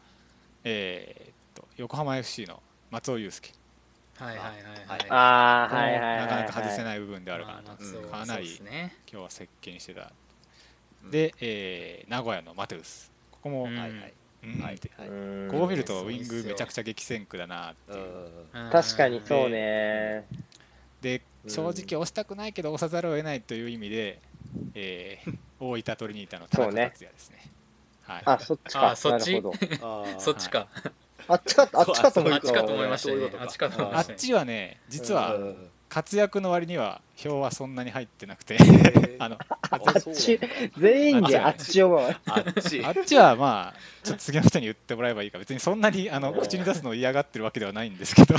えーっと横浜 FC の松尾雄介
はいはいはいはい
ああ、
これ
は
も
いはいはいはい。
なかなか外せ
い。
ない部分であるかなと、
まあ松尾
かなり
そうっすね
今日は接見してた、
うん
で、えー名古屋のマテウスここも、
うん
あはいはい
うん
はい
って
はい
こう見る
そ
と
う
ウ
ですよ
ィングめちゃくちゃ激戦区だなって
う
い
ん
う、
うん
確かにそうね。
で
うん
正直押したくないけど押さざるを得ないという意味で、えー大分トリニータの田
そ
中
うね
達也ですねはい
あ、そっちか。
あそっち
なるほど。
あー
そっちか
あっちか、あっちかと思
あ
っ
っちかと思いま
し
した
そういう
ね
ことか
あっちかと思い
あ
ま
っ
したね
ちはね実は
うん
活躍の割には票はそんなに入ってなくて あの
あ
あっち、全員であっちを思う。
あっち
あっちはまあちょっと次の人に言ってもらえばいいか別にそんなにあの
うん
口に出すのを嫌がってるわけではないんですけど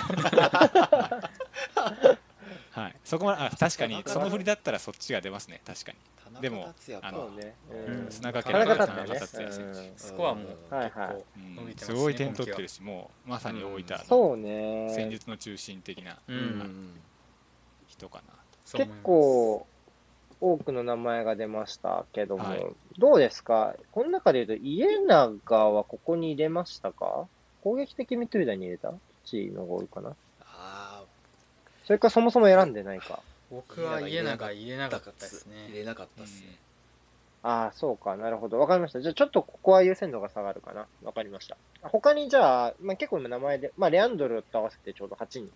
はいそこまであ確かにその振りだったらそっちが出ますね確かに
田中
でも
達也か
あ
そ
の
うね。
うん
砂掛
田
け
中
の田
達也ね
中達也選手
スコアも結
はいはい
構伸
う
びて
ん
ますね
すごい点取ってる
し
しもうまさに大分
うん
の
そうね。
戦術の中心的な
う
うんん
人かな
結構多くの名前が出ましたけども、
はい
どうですかこの中で言うと、家長はここに入れましたか攻撃的ミッドフィルダーに入れたチーのが多いかな
あ
それかそもそも選んでないか。
僕は家長入れな
あ
かったですね
入れなかった
と
ですね
ああ、そうか。なるほど。わかりました。じゃあ、ちょっとここは優先度が下がるかな。わかりました。他に、じゃあ、まあ、結構今名前で、まあ、レアンドルと合わせてちょうど8人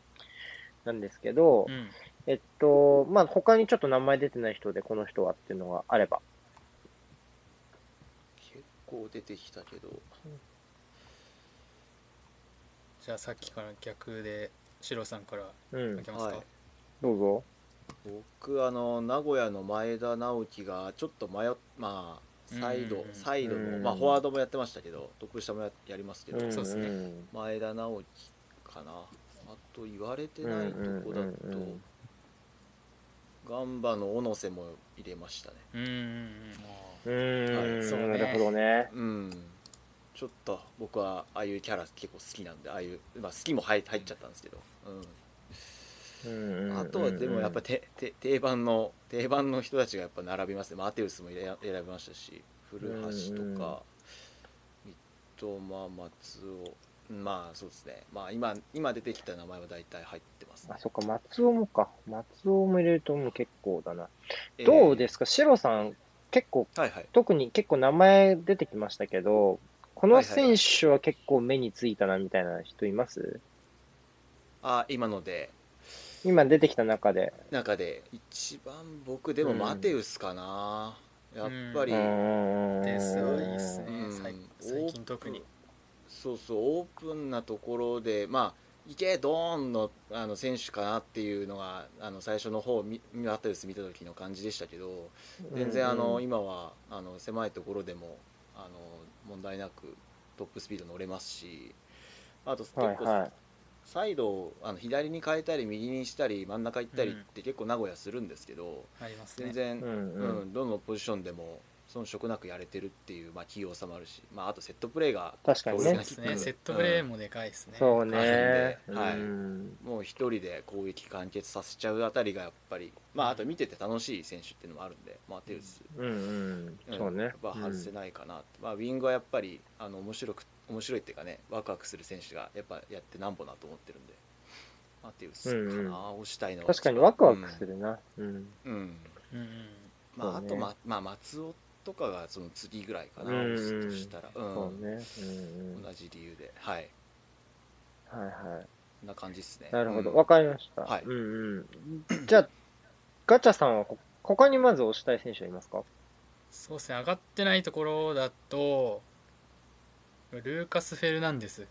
なんですけど、
うん
えっと、まあ、他にちょっと名前出てない人で、この人はっていうのがあれば。
結構出てきたけど
じゃあさっきから逆でシロさんから
うん
い。けますか
はい
どうぞ。
僕あの名古屋の前田直樹がちょっと迷っまあサイ
うん
ド
うんうん
サイド
う
の
ん
まあフォワードもやってましたけど得下もややりますけど
ん
そうですね
ん
前田直樹かなあと言われてないとこだと
うんうんうんうん
ガンバの小野瀬も入れましたね
うんうんうん
うーん、
はいそうね
なるほどね。
うんちちょっと僕はああいうキャラ結構好きなんでああいう、まあ、好きも入入っちゃったんですけど、うん、あとはでもやっぱて、て定番の定番の人たちがやっぱ並びますねマテウスも選選びましたし古橋とか三笘松尾うんまあそうですねまあ今今出てきた名前は大体入ってますね
あ、そっか、松尾もか。松尾も入れるともう結構だな。どうですか、シロさん、結構、
すはいはい
特に結構名前出てきましたけど、この
はいはいは
選
い
手は結構目についたなみたいな人います
あ今ので
今出てきた中で。
中で一番僕でも
うん
マテウスかな、やっぱり、
うーん
デスはいいっす
う
ね、
ん
さい
オープン
最近特に
そうそうオープンなところでまあいけドーンのあの選手かなっていうのがあの最初の方みマテウス見た時の感じでしたけど全然あの、
うん
今はあの狭いところでもあの問題なくトップスピード乗れますしあと結構、
はいはい。
サイドをあの左に変えたり右にしたり真ん中行ったりって結構名古屋するんですけど、
あります
全
ね
然、
うんう
うん
ん。
どのポジションでも遜色なくやれてるっていう、まあ、器用さもあるし、まあ、あとセットプレーが
確か
そ
に
う
ね
で。すねセットプレーもでかいですね、
そうね。
大変ではい
うん
もう一人で攻撃完結させちゃうあたりがやっぱり、まあ、あと見てて楽しい選手っていうのもあるんで、まあ、テウス、
うんうん。
ん
そうね。
やっぱ外せないかなって、まあ、ウィングはやっぱりあの面白く面白いっていうかねワクワクする選手がやっぱやってなんぼなと思ってるんで、まあ、テウスか
うんう
な、
ん
押したいの
う
は
ん確かにワクワクするな。うん。
うん、うん
うんうん
まあ、
そう
あ
ね
と、ままあ、松尾とかがその次ぐらいかな、
うんうん
押すとしたら、うん
そうね。うんうん。
同じ理由ではい
はいはい。
こんな感じですね
なるほ
う
ど、
ん
わかりました。
はい
うんうん。じゃあ、ガチャさんはこ、他にまず推したい選手はいますか
そうですね上がってないところだとルーカス・フェルナンデス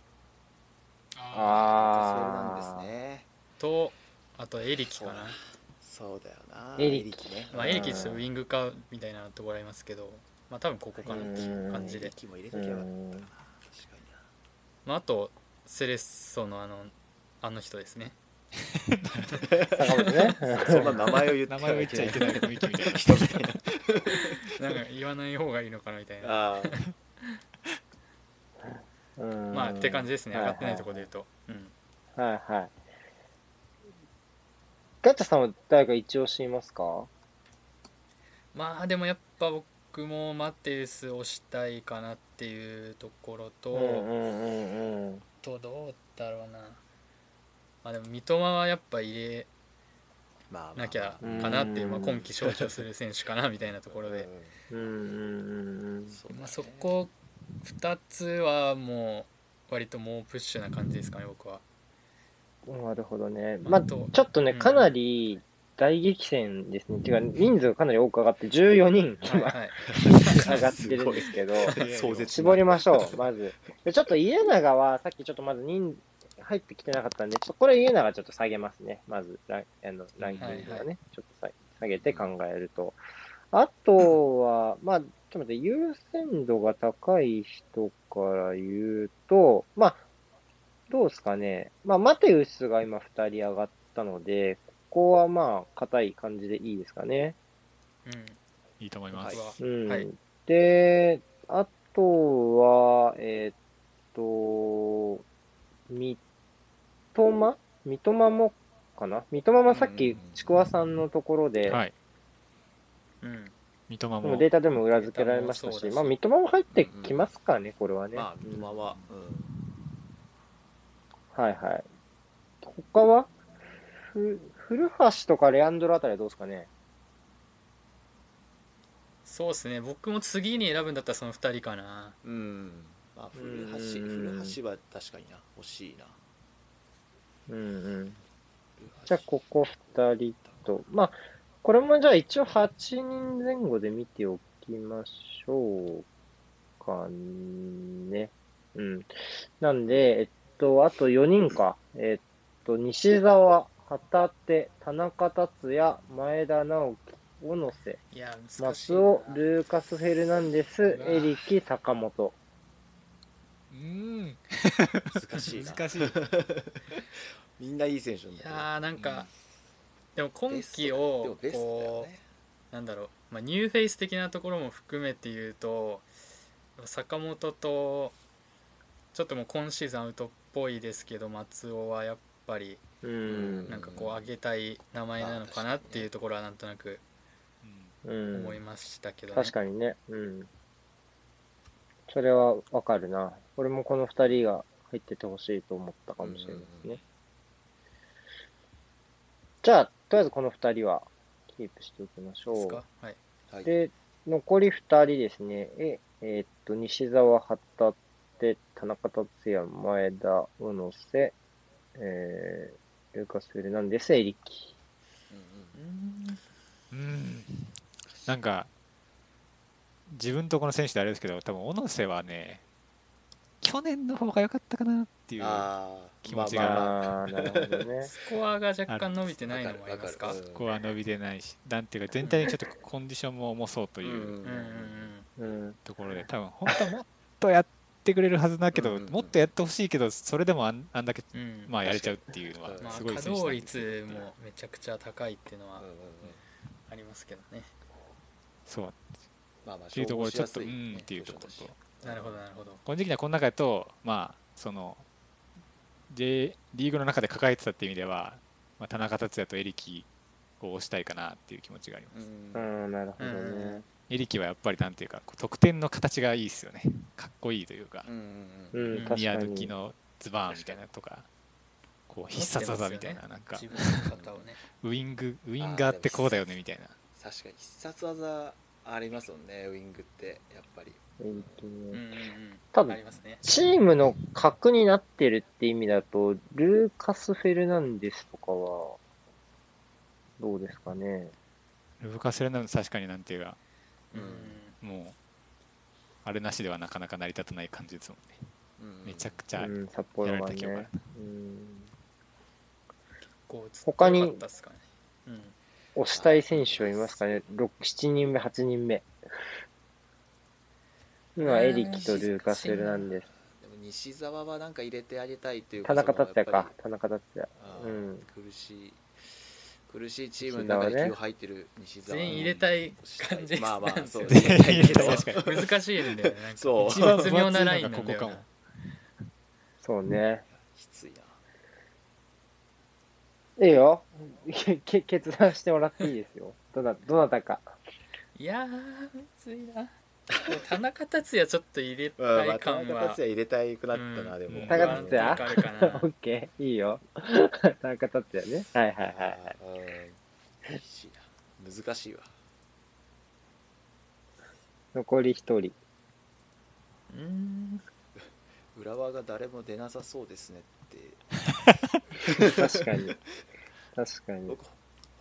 あ
それなんですね
とあとエリキかな
そうそうだよな
エリキ
ね
まあ、エリキちょっと
う
ウ
ん
ィングかみたいなところありますけど、まあ、多分ここかなっていう感じ
エ
で
リ、キも入れとけばよかったな
うん
確か
まあ、あとセレッソのあのあの人で すね
高本ね。
になそんな名前を言って
名前を言っちゃいけない雰囲気みたいな
人みたい
なんか言わない方がいいのかなみたいな
な あー
うん
まあって感じですね上
はいは
が
い
ってないところで言うと、うん
はいはい。ガチャさんは誰か一応しますか
まあでもやっぱ僕もマテウスをしたいかなっていうところと、
うんうんうんうん。
とどうだろうなまあでも三笘はやっぱ入れ
まあまあ
なきゃ
うん
かなっていう、まあ、
うん
今季象徴する選手かなみたいなところで
うんうん
そうだね
まあ、そこ2つはもう割と猛プッシュな感じですかね僕は
うんうん。なるほどね。
あ
まあ、ち
と
ょっとね、
うん
かなり大激戦ですね。ていうか、人数がかなり多く上がって、14人
はい、
今
はい、
上がってるんですけど。
壮絶な
絞りましょう、まず。でちょっと家長は、さっきちょっとまず人入ってきてなかったんで、ちょっとこれ家長ちょっと下げますね。まずランあのランキングはね、
はいは
ちょっと下下げて考えると。あとは、まあ、ちょっと待って、優先度が高い人から言うと、まあ、どうですかね。まあ、マテウスが今2人上がったので、ここはまあ、硬い感じでいいですかね。
うん
いいと思います、
僕は
うん
はい
で、あとは、えーっと、三笘三笘もかな三笘もさっ
う
き
ん、
ちくわさんのところで、
はい
うん
三笘も
でもデータでも裏付けられました
三
し
笘もそう、だし
まあ、三笘も入ってきますかね、これはね。
まあ三笘は
うんはいはい。他はふ古橋とかレアンドロあたりはどうですかね
そうですね僕も次に選ぶんだったらその2人かな
うんうんまあ古橋
うん
古橋は確かにな欲しいな
うんうん。
古橋
じゃあ、ここ2人と、まあ、これもじゃあ一応8人前後で見ておきましょうかね。うん。なんで、えっと、あと4人か。えっと、西澤、旗手、田中達也、前田直樹、小野瀬、
いや難し
松
いな
尾、ルーカス・フェルナンデス、
うわ
エリキ、坂本。
うーん
難しいな
難しい
みんないい選手なん
い
だけど
やーなんか、でも今
ベスト
季
でも
を
ベストだよ
こ
ね
うなんだろう、まあ、ニューフェイス的なところも含めて言うと坂本とちょっともう今シーズンアウトっぽいですけど松尾はやっぱり
うん
なんかこう上げたい名前なのかなっていうところはなんとなく
うん
思いましたけど、ね
確かにね。うん。それはわかるな。俺もこの二人が入っててほしいと思ったかもしれないです
うんうん
ね
うん。
じゃあ、とりあえずこの二人はキープしておきまし
です
ょ
かはい、
は
う。
い、
で、残り二人ですね。え、えーっと、西澤、旗手、田中達也、前田、宇野瀬、えー、ルーカス・フェルナンデス、エリキ。
うんうん
うんなんか自分とこの選手であれですけど多分小野瀬はね去年の方が良かったかなっていう
あー
気持ちが
まあまあまあ
あー、なるほどね。
スコアが若干伸びてないのもありますか
わ
う
る
ここは伸びてないしなんていうか全体にちょっとコンディションも重そうと
う
いうん
んうんうん
うん。
ところで多分本当はもっとやってくれるはずだけど、
うん
もっとやってほしいけどそれでもあんあんだけ、
うん
まあ、やれちゃうっていうのは
確かに
まあ
す
稼
ごい選手
働
な
率
んです
もめちゃくちゃ高いっていうのは
うんうんうん
ありますけどね、
そうっ
まあまあ
ていうところちょっとう
勝負しやすね
んっていうところと
なるほどなるほど
個人的にはこの中だとまあその J リーグの中で抱えてたっていう意味では、まあ、田中達也とエリキを推したいかなっていう気持ちがあります、
うん
うん、なるほど
うんうんう
ね
ん。
エリキはやっぱりなんていうかこう得点の形がいいですよねかっこいいというか
うんうんうん
うん、
うん
確かに。
宮抜きのズバーンみたいなのとかこう必殺技みたいななんか
自分の方をね
ウイングウインガーってこうだよねみたいな
確かに必殺技ありますもんねウイングってやっぱり
うんと
うんうん
ね
うん
多分
ありますね
チームの核になってるって意味だと、ルーカス・フェルナンデスとかは、どうですかね。
ルブカスレナの確かになんていうか
うん
もうあれなしではなかなか成り立たない感じですもんねめちゃく
ち
ちゃ
うん、札
やら
幌
れ
は
た記憶があ
ね
る。
うん。
こう
他に
ずっと良かったっすかねうん
推したい選手はいますかね。6、7人目、8人目。今はエリキとルーカス・フェルナンデス。
でも西澤はなんか入れてあげたいという
田中達也
そのやっ
か
ぱり。
田中達也。
あ
う
ー
ん
苦しい苦しいチームの中
西澤
で
ね
気を入ってる西澤
全員入れたい感じ
まあまあそう
ですね
全員入れたい 確 か
難しいんだよねなんか
そう
一番絶妙なラインなんだよ
一番分厚いのがここか
な
も
そうね。
きついない
いいよ。 け決断してもらっていいですよ。どな、どなたか。
いやーむずいな田中達也ちょっと入れ
まあま
た
あ
い
田
感
中
は
達也入れたくなった
う
なんでも
田中達也
なんとな くあるか
オ
な
ッケー、いいよ。田中達也ね。はいはいはい。
うん厳しいな難しいわ
残り一人。
うーん
浦和が誰も出なさそうですねって
確かに。確 かに。
僕フ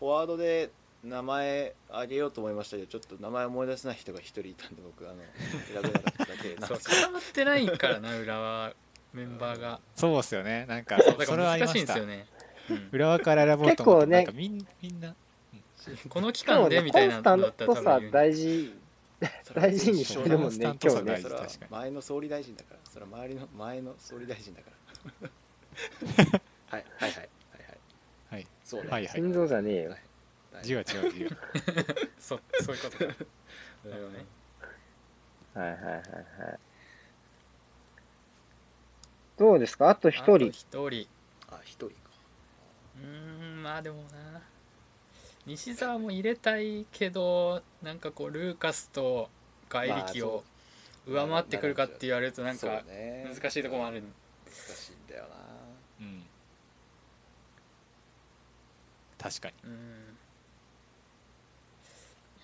ォワードで名前あげようと思いましたけどちょっと名前思い出せない人が一人いたんで僕あの選べなかっただけなん
そう
です
固まってないからな浦和メンバーが
そうっすよねなんか
そうだ
そ
か
れはあ
ら
り
難
ま
しいんで
し
す
た
よねうん
裏側から選ぼうと思
結構
って、
ね
なんかみんみんな
この期
でも
間で
ね
み
コ
たい
ン
な
ス
の
タ
だ
ン
った
ト
ら多
さ
分
大事、
それは
大事にしてるもんね
コン、スタント
今
さ
日ね
そ
大事。
れは
確かに
前の総理大臣だからそれは周りの前の総理大臣だからはいはいはいはいはい
はい
そうね
はいはい
心臓じゃねえよ
は。いはい
字は違う字が
そそういうことかなるほどね
はいはいはいはい。どうですかあと一
あと
人。
一人う
あ一人か
ーんまあでもな西澤も入れたいけどなんかこうルーカスと外力を上回ってくるかって言われるとなんか難しいとこもあ
る
る
難しいんだよな
うん確かに
うんや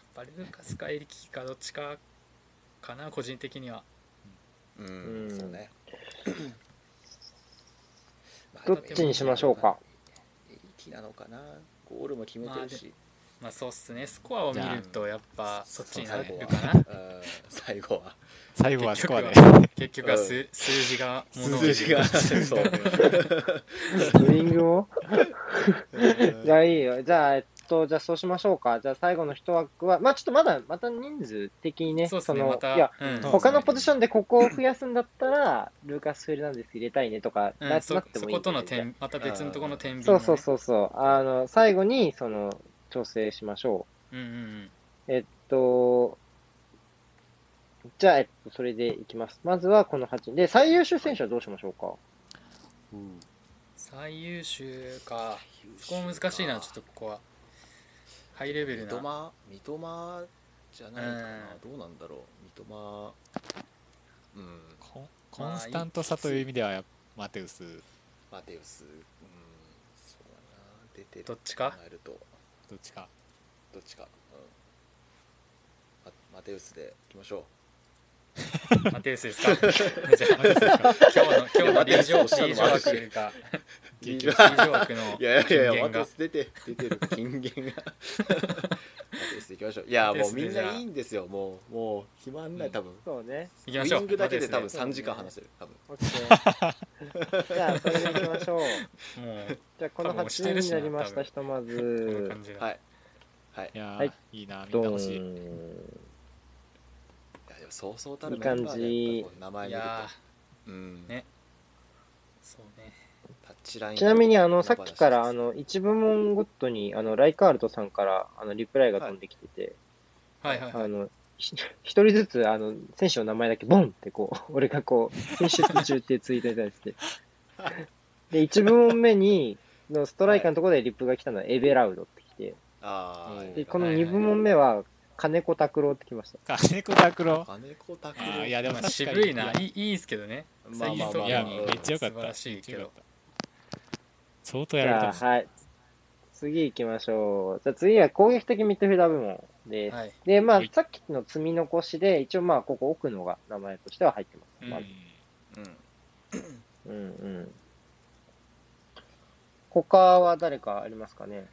っぱルーカスかエリキかどっちかかな個人的には
うん、
うん
そうねまあ
どっちにしましょう か
エリキなのかなゴールも決めてるし、
まあそうっすねスコアを見るとやっぱそっちになる
そう
かな
うん最後 は
最後はスコアで
結局は結局は
う
数数字が物を
数字が そう
ウイングを じゃあいいよ。じゃあ、えっと、じゃあそうしましょうか。じゃあ最後の一枠は、まあちょっとまだ、また人数的にね、
そうっすね
の
また
いや、
うん
そう
他のポジションでここを増やすんだったら、ルーカス・フェルナンデス入れたいねとか、
うん
な
そ
なって
そ
もいい
こ
んだ
と
よ
の
ね
点また別のところの点
そうそうそうそう。あの、最後に、その、調整しましょ
ううんうんうん
う。えっと、じゃあ、えっと、それでいきます。まずはこの8人。で、最優秀選手はどうしましょうか、
うん
最優秀かそこも難しいなちょっとここはハイレベル
三
な
笘三笘じゃないかな、どうなんだろう三笘うん
コンコンスタントさという意味ではマテウス
マテウスうんそうだな出てる
どっちか
考えると
どっちか
どっちか、うん、ママテウスでいきましょう
マテウスですか じゃあ今日の今日の臨場
マテウスをしたの
臨
も
場
ある
枠か臨
し
場枠の
いやいやいや、
金言
マテウ
が
ス出て、出てる金言が。マテウスでいきましょう。いや、
マテウ
もう
スで
みん
じゃ
な
あ
いいんですよ。もう、もう、暇んな
う
い、
ん
多分。
そう ね。
いき
ウ
ましょ
ィ
う
ングだけで多
マ
分
テウス
3時間話せる。多分。
オッケー。じゃあ、それでいきましょう。
でもう
じゃあ、この
多分
8
押し
人
てる
に
し
な
な
りました、
多分
ひとま
こんな
ず。
感じだ、
はい。はい。
い
い
やー、
はい
い、いなみん
ド
な欲しい
ーン。
や、でもそうそうたるメンバーだ
いい感じ
やっぱこう名前
い
見る
や
と。うん。
ねそうね
タッチライン。
ちなみに、あの、さっきから、あ、の、1部門ごとに、あの、ライカールトさんから、あの、リプライが飛んできてて、
はいはい
あの、ひ一人ずつ、あの、選手の名前だけ、ボンってこう、 俺がこう、選出中っていうツイートに対 して。で、1部門目に、のストライカーのところでリップが来たのは、エベラウドってきて、
あ
うん
ー
で、この
はいはい
2部門目は、金子拓郎ってきました。
金子拓郎
金子拓
あーいやでも
まあ
確かに
渋いないいいいいですけどね
まあまあまあ
やい
最近
や
そう
めっちゃ良か
素晴
った
らしいけど
めっちゃ良かった相当
じ
やられ
ゃあ、
たし
はい。次行きましょう。じゃあ次は攻撃的ミッドフィルダー部門です。
はい
で、まあ
はい、
さっきの積み残しで、一応まあ、ここ奥野が名前としては入ってます。
うん
まず
う
う
ん
んうん。他は誰かありますかね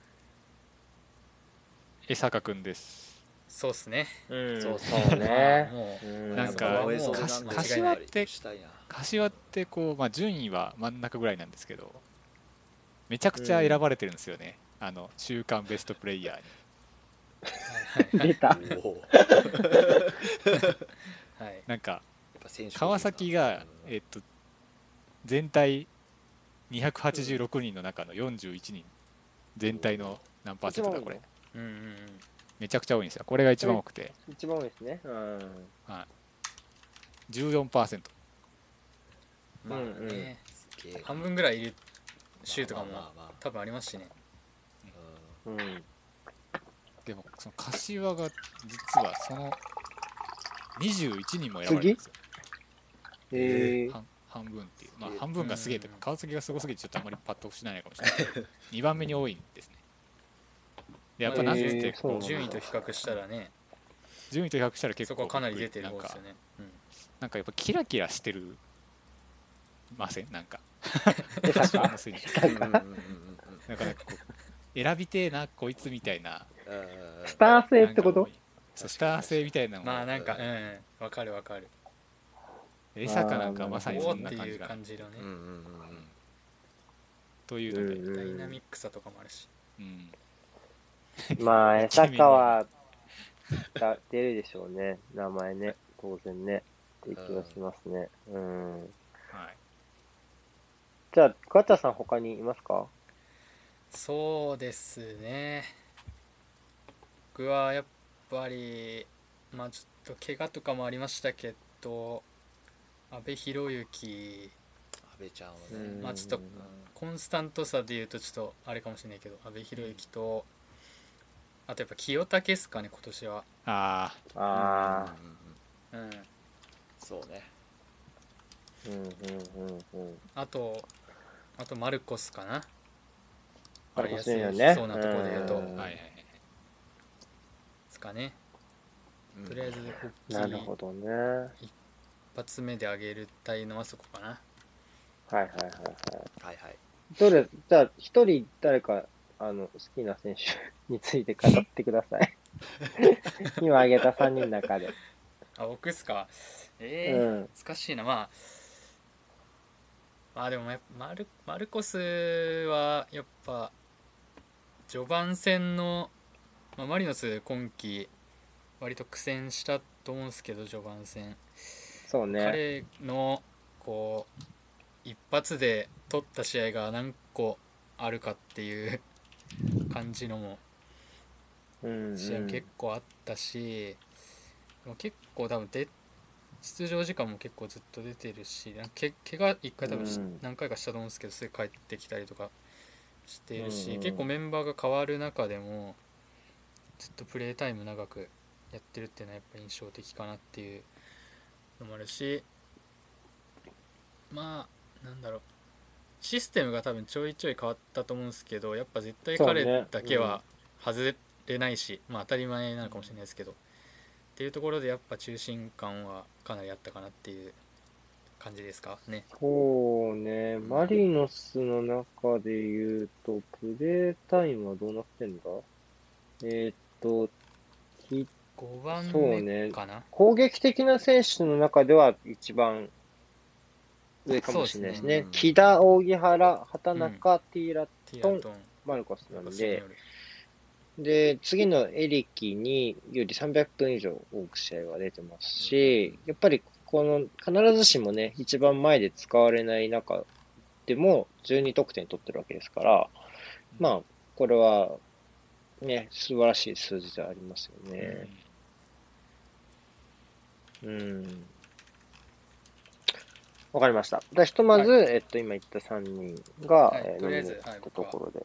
江坂君です
そうっすね
うん
そう
そうね。
も
う
う
なんか
やっぱ
もう
燃えそうだ な
かし
間違いない
柏って
したいな
柏ってこう、まあ、順位は真ん中ぐらいなんですけどめちゃくちゃ選ばれてるんですよね、あの週間ベストプレイヤーに
出た。
おおや
はい
なんか
っぱ選手
川崎が、えっと、全体286人の中の41人全体の何パーセントだこれ
うんうんうん
めちゃくちゃ多いんですよこれが一番多くて
一番多いですね。うん。
14%
まあね、
うんうん
すげえ
半分ぐらいいる州とか
まあま
も
あまあまあ
多分ありますしね
う
うん。
でもその柏が実はその21人も選ばれてるんですよ
えー、
半半分っていう、
げ
ま
え
あ、半分がすげえという
う
か
ん
川崎がすごすぎてちょっとあんまりパッとしないのかもしれない 2番目に多いんですねでやっぱなん
へ
て
えそうなんだ
こう
順位と比較したらね
順位と比較したら結
そ
構
こかなり出てる
なん
方で
か
すよね、
なんかやっぱキラキラしてるませんなんか
江
柏
坂
の 選手
んうんうんうんうん
なかなかこう選びてえなこいつみたいな
うん
スター性
な
っ
ん
て
か
こと
思いそうスター性みたいなの
まあ
も
なんかうんわかるわかる
江坂なんかまさに
お
そ
おっ
んな
て
感
い
じ
う
かな
感じのね、
うんうんうんうん
というので、
うん
ダイナミックさとかもあるし
うん
まあ、江坂は、だ出るでしょうね。名前ね。当然ね。っていう気がしますね。うん。
はい、
じゃあ、ガチャさん他にいますか
そうですね僕はやっぱりまあちょっと怪我とかもありましたけど阿部寛之
安倍ちゃんはね
うん
まあちょっとコンスタントさで言うとちょっとあれかもしれないけど阿部寛之とあとやっぱ清武ですかね今年は
あ
ああ。
うんうんうん
うん
そうね
うんうんうんうん。
あとあとマルコスかな
マルコスジュニアね
わかりやすいそうなところで言うと
う
あ
ん
はいはいはい
ですかね
うん
とりあえず
な
大き
る
い
ほどね。は
一発目で上げるたいのはそこかない
はいはいはい。
はいはい
どれ、じゃあ、一人誰か、あの、好きな選手 について語ってくださ い。今挙げた3人の中で。
あ僕っすかええ
うん。
難しいなまあまあでもやっぱマルマルコスはやっぱ序盤戦の、まあ、マリノス今季割と苦戦したと思うんですけど序盤戦、
そうね。
彼のこう一発で取った試合が何個あるかっていう感じのも
うん、うん。
試合も結構あったし、でも結構多分出出場時間も結構ずっと出てるしなんかけ怪我一回多分し
うん
何回かしたと思うんですけどすぐ帰ってきたりとかしてるし、
うんうん
結構メンバーが変わる中でもずっとプレータイム長くやってるっていうのはやっぱ印象的かなっていうのもあるしまあなんだろうシステムが多分ちょいちょい変わったと思うんですけどやっぱ絶対
そうね
彼だけは外れないし、まあ当たり前なのかもしれないですけど、っていうところでやっぱ中心感はかなりあったかなっていう感じですかね。
そうね、マリノスの中で言うと、プレータイムはどうなってんだえーっと、き
5番
そうね
目かな、
攻撃的な選手の中では一番上かもしれないですね。
そうですねうん
木田、扇原、畑中、ティーラ、
ティアトン、
マルコスなん
ロスに
で
よ、る
で、次のエリキにより300分以上多く試合が出てますし、やっぱりこの必ずしもね、一番前で使われない中でも12得点取ってるわけですから、まあ、これはね、素晴らしい数字ではありますよね。うん。わかりました。じゃあひとまず、えっと、今言った3人が、
はい
えー
とりあえず
ノミネート
はい
ったところで。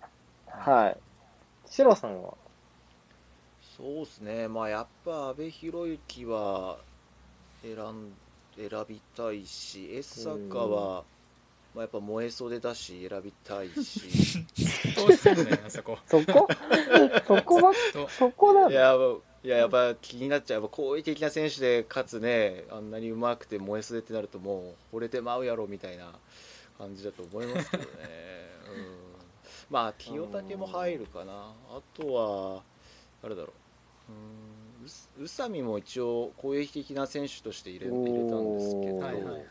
はい。シロさんは
そうですね、まあやっぱ阿部寛之は選ん選びたいし、江坂は、まあ、やっぱ燃え袖だし、選びたいし、
どうしたんだよな、そこ。
そこそこは
と
そこないの
やもういややっぱ気になっちゃう、やっぱ好意的な選手で、かつね、あんなにうまくて燃え袖ってなると、もう惚れてまうやろみたいな感じだと思います けどね。うんまあ清武も入るかなあとはあれだろううーんうす宇佐美も一応攻撃的な選手として入れ
おー
入れたんですけど、
はいはいはい。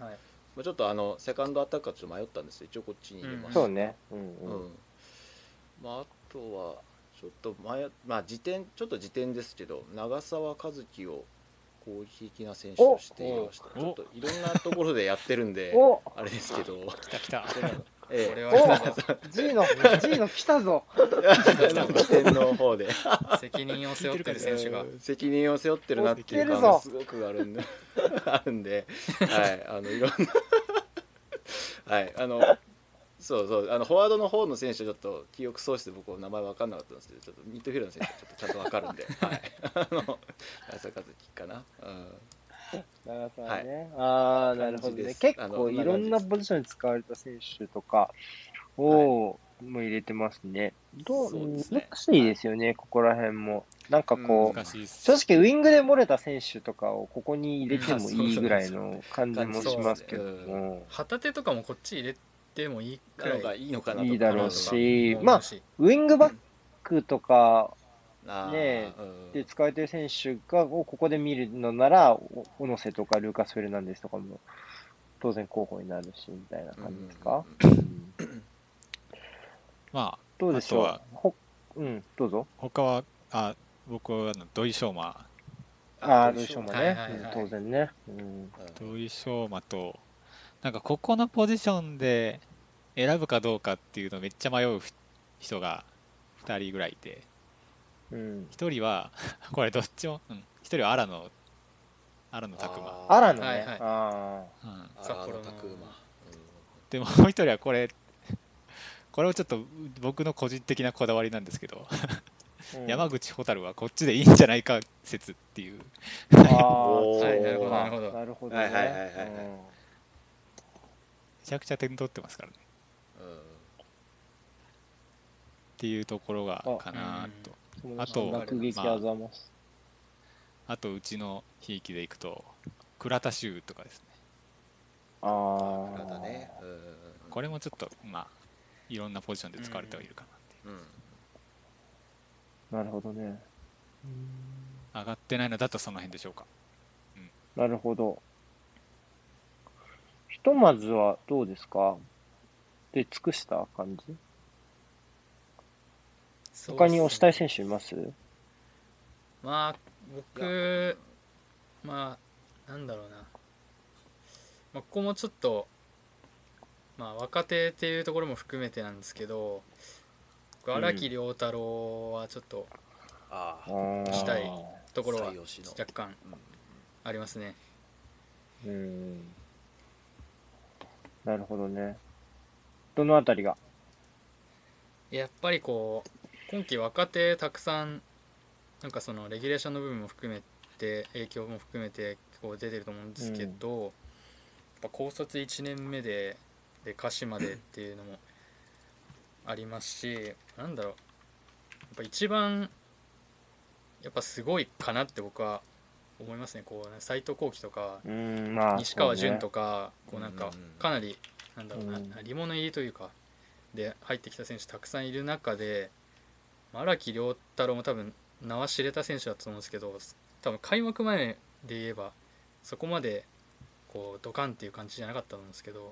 まあ、ちょっとあのセカンドアタッカーちょっと迷ったんですけど一応こっちに入れました、
そうね。うん
う
うんん。
まあ、あとはちょっと前、まあ、時点ちょっと時点ですけど長澤和樹を攻撃的な選手として入れました
お
ちょっといろんなところでやってるんで
お
あれですけど、
来た来た
え
これ
え、
は
お !G の、G の来たぞ
なんか点の方で
責任を背負ってる選手が。
うん責任を背負ってるなっていう感
持
が
って
すごくあるんであるんで、はい、あのいろんなはいあのそうそうあのフォワードの方の選手はちょっと記憶喪失で僕は名前分かんなかったんですけどちょっとミッドフィルダーの選手はちょっとちゃんと分かるんで、はい、あの朝和樹かな、うん、
長澤ね。ああ、なるほど
感じで
ね。
す
結
あ
構
の
いろんなポジションに使われた選手とかを、もう入れてますね。どう、
そうです
難
ね
しいですよね、ここら辺も。なんかこう、
難しいっす
正直ウィングで漏れた選手とかをここに入れてもいいぐらいの感じもしますけども。
旗手とかもこっち入れてもいいく
な
ら
のが
い。
いいのかなと
いいだろうし
思うし
ウィングバックとか
あー
ね
う
で
ん
使われてる選手がをここで見るのなら、お小野瀬とかルーカス・フェルナンデスとかも当然候補になるし、みたいな感じですか、
うん
うん
まあ
どうでしょ
あと
う
は
ほうん、どうぞ。
他はあ僕はあの土井翔馬
あー、ルーショーも
はいはい
ね
は、い
うん当然ね。うん
うん
土井翔馬となんかここのポジションで選ぶかどうかっていうのめっちゃ迷うふ人が2人ぐらいいて
うん、
1人は これどっちも、うん、1人は荒野荒野拓馬、
あー
アラのね、
はいはい
あ
うん、
あー
札幌の
拓馬
でもう1人はこれこれはちょっと僕の個人的なこだわりなんですけど、
ーうん
山口蛍はこっちでいいんじゃないか説っていう
あー
おー
そうか
なる
なるほ
ほど
ど
なるほど
はいはいはいはい
ね。うん
めちゃくちゃ点取ってますからね
うんうん
っていうところがかなと
友
あ
達
と
の爆撃あざます。
あとうちのひいきでいくと倉田修とかですね
あー
体ね、うんうんうん
これもちょっとまあいろんなポジションで使われてはいるかなっていう
うん
なるほどね。
上がってないのだとその辺でしょうか
なるほど。ひとまずはどうですかで、尽くした感じ他に推したい選手います
まあ僕まあなんだろうな、まあ、ここもちょっとまあ若手っていうところも含めてなんですけど僕
うん
荒木遼太郎はちょっと
ああ
あー
したいと
と
ころは
の
若干
うん
ありますね
うん。なるほどね。どのあたりが
やっぱりこう今季若手たくさんなんかそのレギュレーションの部分も含めて影響も含めてこう出てると思うんですけど、やっぱ高卒1年目でで歌手までっていうのもありますしなんだろうやっぱ一番やっぱすごいかなって僕は思いますねこうね斎藤浩輝とか
うん、まあ。
西川潤と
か。
かこうなんか
うんうん
かなりなんだろうな
うん
入り物入りというかで入ってきた選手たくさんいる中でまあ荒木遼太郎も多分名は知れた選手だと思うんですけど多分開幕前で言えばそこまでこうドカンっていう感じじゃなかったと思うんですけどっ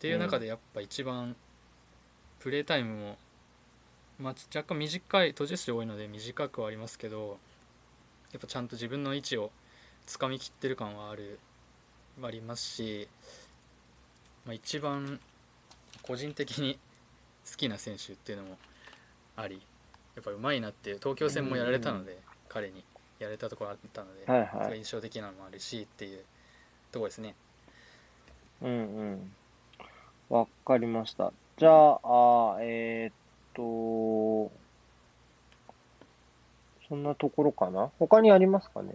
ていう中でやっぱ一番プレータイムも、まあ、若干短い途中出場多いので短くはありますけどやっぱちゃんと自分の位置をつかみきってる感はあるありますし、まあ、一番個人的に 好きな選手っていうのもありやっぱうまいなっていう東京戦もやられたので彼にやれたところあったの
はい
で、それ
は
が
い。
印象的なのもあるしっていうところですね。
うんうん。わかりました。じゃあ、あーえーっと、そんなところかな他にありますかね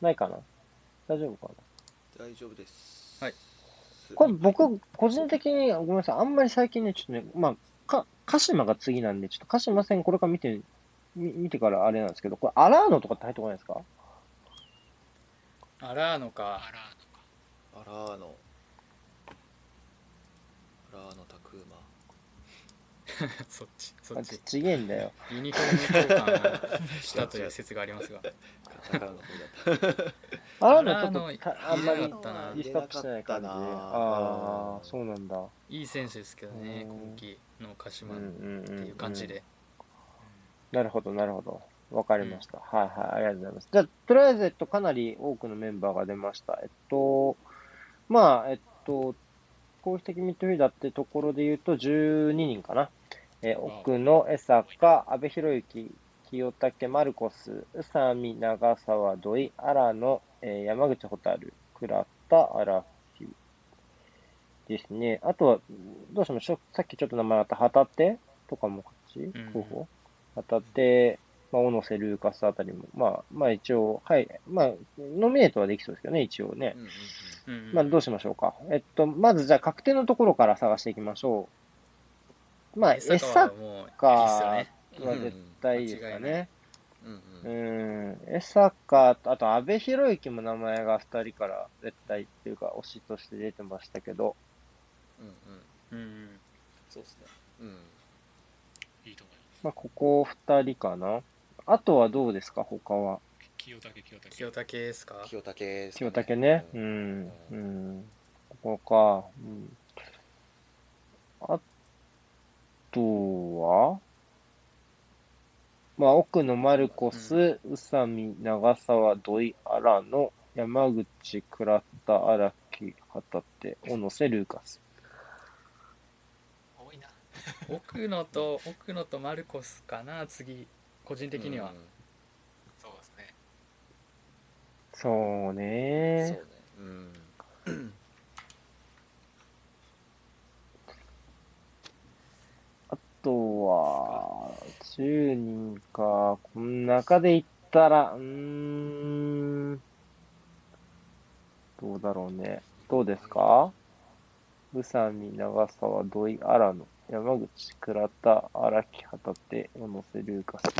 ないかな大丈夫かな
大丈夫です
はい
これ僕、個人的に、ごめんなさい、あんまり最近ね、ちょっとね、まあ、か、鹿島が次なんで、ちょっと鹿島戦これから見て、み見てからあれなんですけど、これ、アラーノとかって入ってこないですか
アラーノか
あら
アラーノアラーノ拓馬
そっち、そ
あ
っ
ち
ち。
ちげえんだよ。
ユニフォーム交換したという説があ りますが。
カタカナの方だった
アラー
アラー
ノ
ノ
ちょっとた、あんまり
入れなかったな
リストアップしてない感じで。
入れなかったな
ああ
う、ん
そうなんだ。
いい選手ですけどね、
うん
今季の鹿
う
島っ
ん
て
ん
いう感じ
ん
で。
なるほど、なるほど。わかりました。はいはい、ありがとうございます。じゃあ、とりあえず、えっと、かなり多くのメンバーが出ました。えっと、まあ、えっと、攻撃的ミッドフィルダーってところで言うと、12人かな。えー、
わお
奥野、江坂、阿部博之、清武、マルコス、宇佐美、長沢、土井、荒野、えー山口蛍、倉田、荒木ですね。あとは、どうしてもしょさっきちょっと名前あった旗手とかもこっち
ん
候補、旗手、まあ、小野瀬、ルーカスあたりも、まあ、まあ一応、はい、まあ、ノミネートはできそうですけどね、一応ね。
うんうんうん
うん
まあ、どうしましょうか。えっと、まずじゃあ確定のところから探していきましょう。まあ、エサ
江坂はもういいっすよね。
は絶対いいですかね。
うん
う
うん
ん、江坂と、あと安倍博之も名前が2人から絶対っていうか、推しとして出てましたけど、
うんう
う
ん
ん。
そうですねうん
いいと思いま
まあ、ここ2人かな。あとはどうですか、他は。
す清武清武
清武ですか
清武ですか
清武ね。うん、うん、ここか。うん、あとはまあ、奥のマルコス、宇佐美、長沢、土井、荒野、山口、倉田、荒木、旗手、小野瀬、ルーカス。
多いな
奥野と、奥野とマルコスかな、次。個人的には。
そうですね
そう
うんそう
ね
ね。うん
あとは、10人か。この中で言ったら、うーん、どうだろうね。どうですか宇佐美、長沢、土井、荒野、山口、倉田、荒木、旗手、小野瀬、龍カス。
うん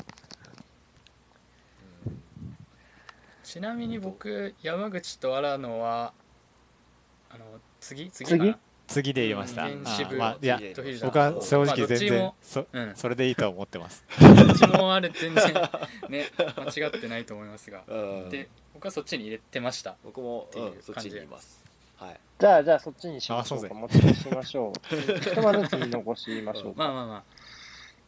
ちなみに僕、山口と荒野は、あの、次次
次
かな
次で入れましたあ
うん原子
ー
部
まあいや
ミッドフィルダー
僕は正
まあど
直
っち
全然
も
そ
うん。
それでいいと思ってます
どっちもあれ全然ね間違ってないと思いますが、
うん
で僕はそっちに入れてました
僕も
ていう
うんそっ
感
ち
じ
に
で
いますはい
じゃあ、じゃあそっちにしましょうか。
あ
持ち越しましょ う。ひとまずつ見残しましょうか。
まあまあま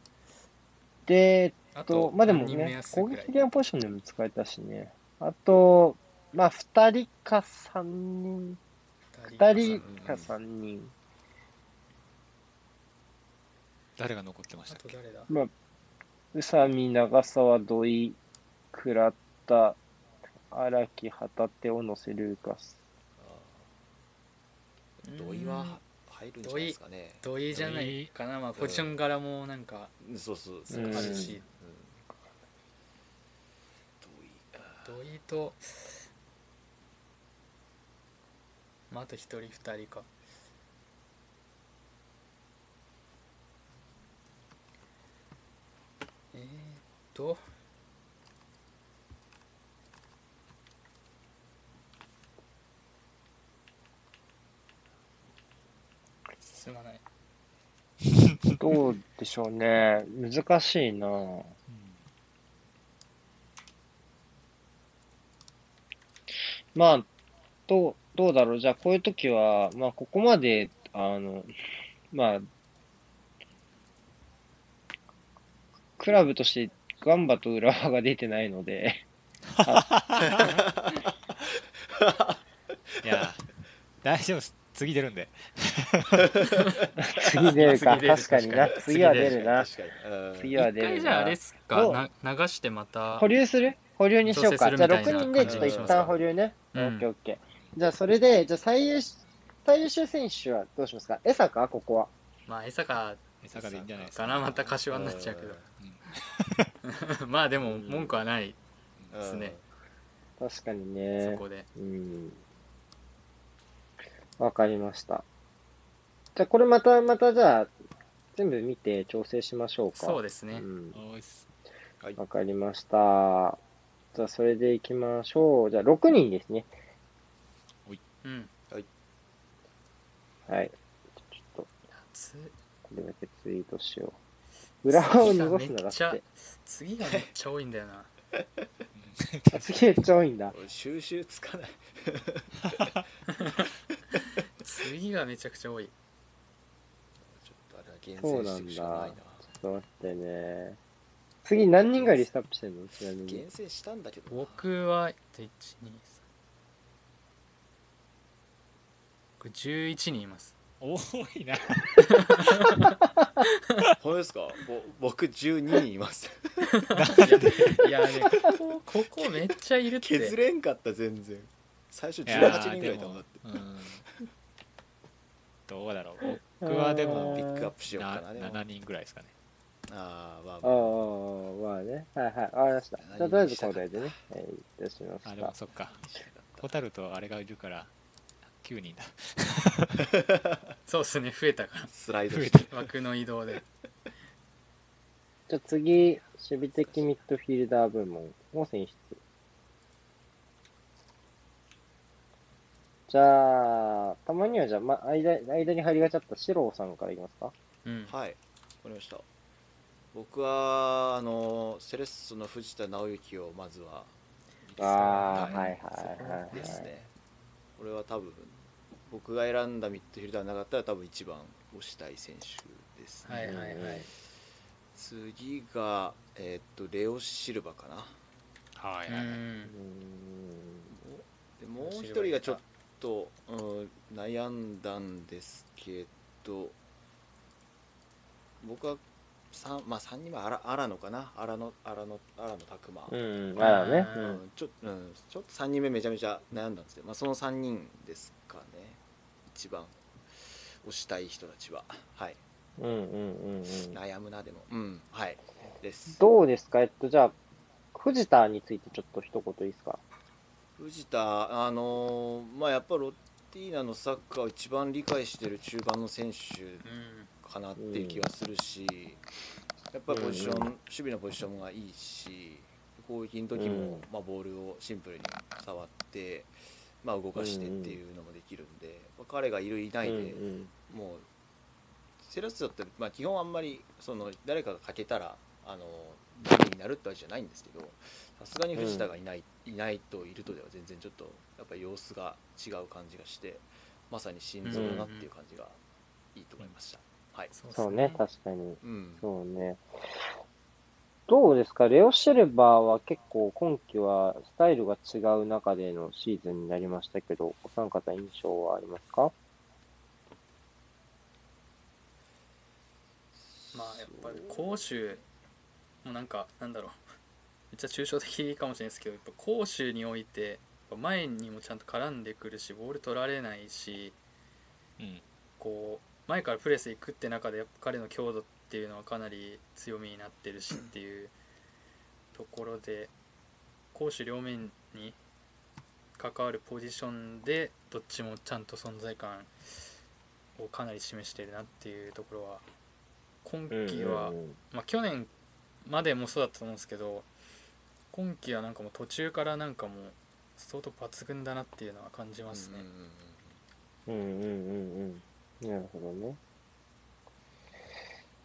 で、
ああ
と
と、
まあでも
何人目
ね
安、
攻
ぐら
撃
い
的なポジションでも使えたしね。あと、まあ2人か3人二人か三人。
誰が残ってまし
あ
たっ
と
け
誰だ
まあ、宇佐美、長沢、土井、倉田、荒木、旗手、小野瀬、ルーカス。
あー土井は入るんじゃないですかね。
土井じゃないかな、まあ、ポジション柄もなんか
そうそう。
あ
うん
る
ある
し
し。うん土井あ
土井と、まあ、あと一人二人かえー、っと進まない
どうでしょうね。難しいなぁまあ、どう、どうだろう。じゃあ、こういう時は、まあ、ここまで、あの、まあ、クラブとしてガンバと浦和が出てないので、
いや大丈夫です次出るんで
次出るか、確か
次出る
にな。
確かに
次は出る
ー
な。
確かにうん
次は
一
出るな。
回じゃああれっす
どう
かな流してまた
保留する保留にしようか。
調整
じゃ
す
あ
るみた
6
いな
人でちょっと一
感
旦
じ
保留ね。
う
オ
ん
ッケーオッケー。じゃあそれで、じゃあ最優秀、最優秀選手はどうしますか江坂ここは。
まあ江坂
江坂でいいんじゃないです
か
か
なまた柏になっちゃうけど まあでも文句はない
うん
ですね
確かに
そ
ね。
こで
うん。わかりました。じゃあこれまた、またじゃあ、全部見て調整しましょうか。
そうですね
うん
おーいっす
わかりました。じゃあそれでいきましょう。じゃあ6人ですね。
うん
はい。ちょっと、
つ
これだけツイートしよう。裏側を濁すならっ
次がめ
て
っ。次がめっちゃ多いんだよな
次めっちゃ多いんだ。
俺収集つかない
次がめちゃくちゃ多い
ちょっとあれは厳選していくしかないな
ちょっと待ってね。次何人ぐらいリストアップしてんのちなみに。
厳選したんだけどな
僕は1 2 3これ11人います
多いな
本当ですかぼ僕12人います
いやねここここめっちゃいるって
削れんかった全然最初
いやー
18人ぐらいいたもんだって
でもうんどうだろう僕はで
あ
も
ピ
ー
ックアップしようかなでも
7人ぐらいですかね
あーまあ
あ
ま
あ、
あ
まあね。はいはい。わかりました。じゃあ、とりあえずこれでね。はい、いたしま
あ
し
でも
た。
そっか蛍とあれがいるから9人だ
そうっすね増えたか
スライド
増え
した
ら枠の移動で
じゃあ次、守備的ミッドフィルダー部門を選出。じゃあ、たまにはじゃあ、ま、間間に入りがちだった四郎さんからいきますか。
うん
はい、わかりました。僕は、あの、セレッソの藤田直之をまずは。
ああ、
は
はいいはいはい、はい。
ですね。これは多分、僕が選んだミッドフィルダーの中だったら、多分一番推したい選手ですね。
はいはいはい
次が、えーっと、レオシルバかな。
は
う
はい
うんん
でもう一人がちょっと、うん、悩んだんですけど僕は三まあ、3人は荒荒野かな荒野荒野荒野拓磨、
うん、まだね。
う
うんん
うんちょうん、ちょっと3人目めちゃめちゃ悩んだんですけど、まあ、その3人ですかね一番推したい人たちははい
うんうんうんうん。
悩むなでもうんはいです
どうですかえっと、じゃあ、藤田についてちょっと一言いいですか
藤田、あのーまあ、やっぱロッティーナのサッカーを一番理解している中盤の選手
うん
かなっていう気がするし、やっぱりポジション、
うん
守備のポジションがいいし攻撃の時も、
うん
まあ、ボールをシンプルに触って、まあ、動かしてっていうのもできるんで、まあ彼がいるいないで、
うん
もうセレッソって、まあ、基本あんまりその誰かが欠けたらあのダメになるってわけじゃないんですけどさすがに藤田がいない,、いないといるとでは全然ちょっとやっぱり様子が違う感じがしてまさに心臓だなっていう感じがいいと思いました。はい、
そ
うん
っす
そうね、確かに。
うん
そうね。どうですかレオ・シェルバーは結構今季はスタイルが違う中でのシーズンになりましたけど、お三方印象はありますか
まあやっぱり攻守もなんかなんだろう めっちゃ抽象的かもしれないですけどやっぱ攻守においてやっぱ前にもちゃんと絡んでくるしボール取られないし
うん
こう前からプレス行くって中でやっぱ彼の強度っていうのはかなり強みになってるしっていうところで攻守両面に関わるポジションでどっちもちゃんと存在感をかなり示してるなっていうところは今季は
うんうんうん
まあ、去年までもそうだったと思うんですけど今季はなんかもう途中からなんかもう相当抜群だなっていうのは感じますね。
うんうんうんうん。なるほどね。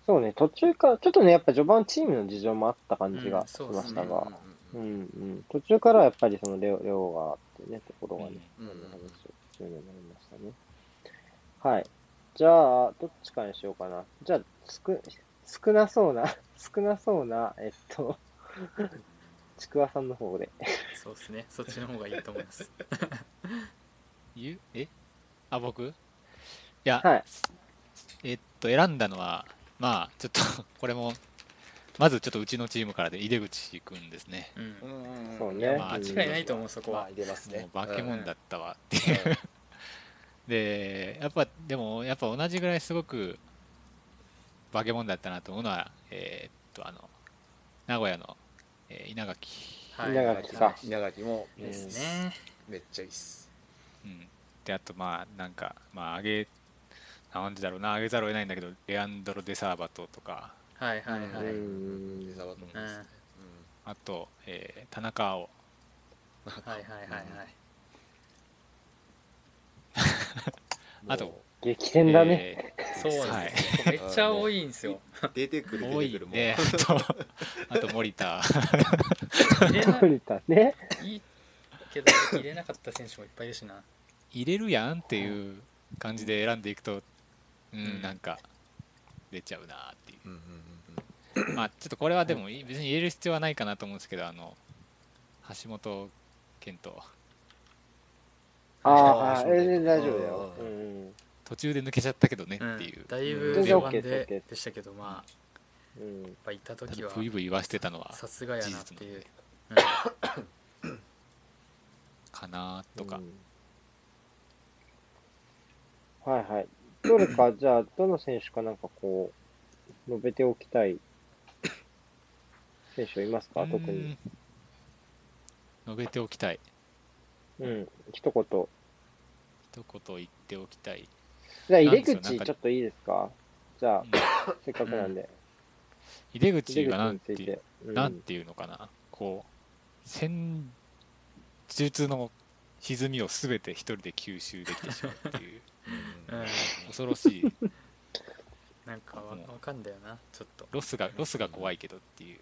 そうね、途中から、ちょっとね、やっぱ序盤チームの事情もあった感じ
う
が
ん
し
そう
ま
で
し
す
た
ね
が、うんうん。途中からやっぱりその量量があってね、ところがね、
うんうんうん
あの話をするようになりましたね。はい。じゃあ、どっちからにしようかな。じゃあ、少、少なそうな、 少なそうな、えっと、ちくわさんの方で。
そうですね。そっちの方がいいと思います。
ゆえあ僕いや、
はい
えっと選んだのはまあちょっと これもまずちょっとうちのチームからで井出口くんですね
うん
う、んうんうん
そう
うん
ね。
まあ
うん
間違いないと思うそこ
ま
は
あ、入れますね
もう化け物だ
っ
ったわっていう、でやっぱでもやっぱ同じぐらいすごく化け物だったなと思うのはえーっとあの名古屋の、えー稲垣、
はい。
稲垣さん
稲垣も
ん
ですね。
めっちゃいいっす
うん、であとまあなんかまあ上げなんでだろうな上げざるを得ないんだけどレアンドロ・デサーバトとか
はいはいは
う
い。
ん
レザーバトンですね
あと、えー田中碧
はいはいはいはい。
うん
あと
も
激戦だね。
え
そうです
はい
ね。めっちゃ多いんですよ。
う出てくる出
ー多
てく
い
るもう
で、あと、あと 森田、
入れな
取れたね。
いいけど入れなかった選手もいっぱいいるしな。
入れるやんっていう感じで選んでいくと、う
うん
ん、なんか、出ちゃうなってい
うんうんうん
う。まあ、ちょっとこれはでも、い別に入れる必要はないかなと思うんですけど、あの、橋本健人、
あーあ
そ
ー、
う
えー大丈夫だよ。
う
うんん
途中で抜けちゃったけどね
うん
っていう。
だい
うん
ぶ
全然
序
OK
盤で
OK
でしたけどまあやっ
うん。うん。
ぱいた時は
ブイブイ言わせてたのは
さすがや
事
なって
実な
い
ん
う
で。、
うん
かなとか。
うんはいはい。どれ か、じゃあ、どの選手かなんかこう、述べておきたい選手はいますか特
う
に
ん。述べておきたい。
うん。一言。
一言言っておきたい。
じゃあ、入
なん
り
ですよなん
口、
か
ちょっといいですかじゃあ
うん、
せっかくなんで。
入れ
入
口がな
り
ん
口
て
につい
いう
て。う
なんていうのかな、こう、戦術の歪みをすべて一人で吸収できてしまうっていう、
うんうん
うん
恐ろしい、
なんかわわかんだよなちょっと
ロスが、ロスが怖いけどっていう。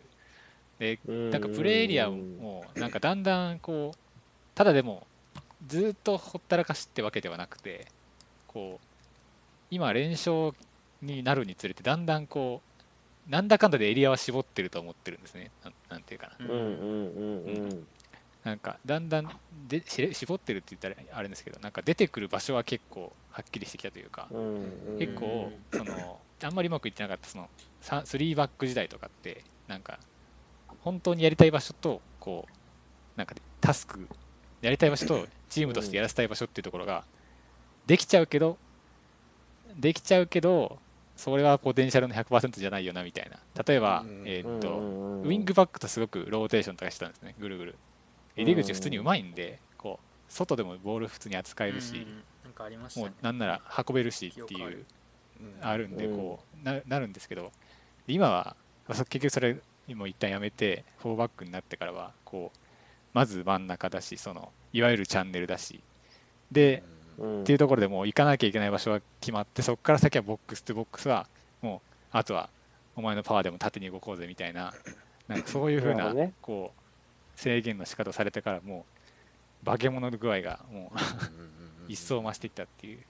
で、
うん
なんかプレーエリア
うん
も、なんかだんだんこう、ただでも、ずっとほったらかしってわけではなくて、こう、今、連勝になるにつれて、だんだんこう、なんだかんだでエリアは絞ってると思ってるんですね。なんなんていうかな。
うんうんうんうん。
なんかだんだんでし絞ってるって言ったらあれですけどなんか出てくる場所は結構はっきりしてきたというか
うんうん
結構そのあんまりうまくいってなかったそのさ3バック時代とかってなんか本当にやりたい場所とこうなんかタスクやりたい場所とチームとしてやらせたい場所っていうところができちゃうけどできちゃうけどそれはポテンシャルの100%じゃないよなみたいな例えば
うん
え
う
ー
ん
っ
う
と
んうんうん
ウィングバックとすごくローテーションとかしてたんですね、ぐるぐる。入り口普通にうまいんで、こう外でもボール普通に扱える
うんう
し
ん、うんなんかありました
も
ね
うなんなら運べるしっ
記憶
て
あ
い
る
う、あるんで、
うん
こうななるんですけど、今は、まあそ結局それ、もう一旦やめて、4バックになってからは、こうまず真ん中だし、そのいわゆるチャンネルだし、で、
うん
うん
っていうところでもう行かなきゃいけない場所は決まってそこから先はボックスとボックスはもうあとはお前のパワーでも縦に動こうぜみたいななんかそういうふ
な
う
る
な
ほどね
こう制限の仕方をされてからもう化け物の具合がもう 一層増していったっていう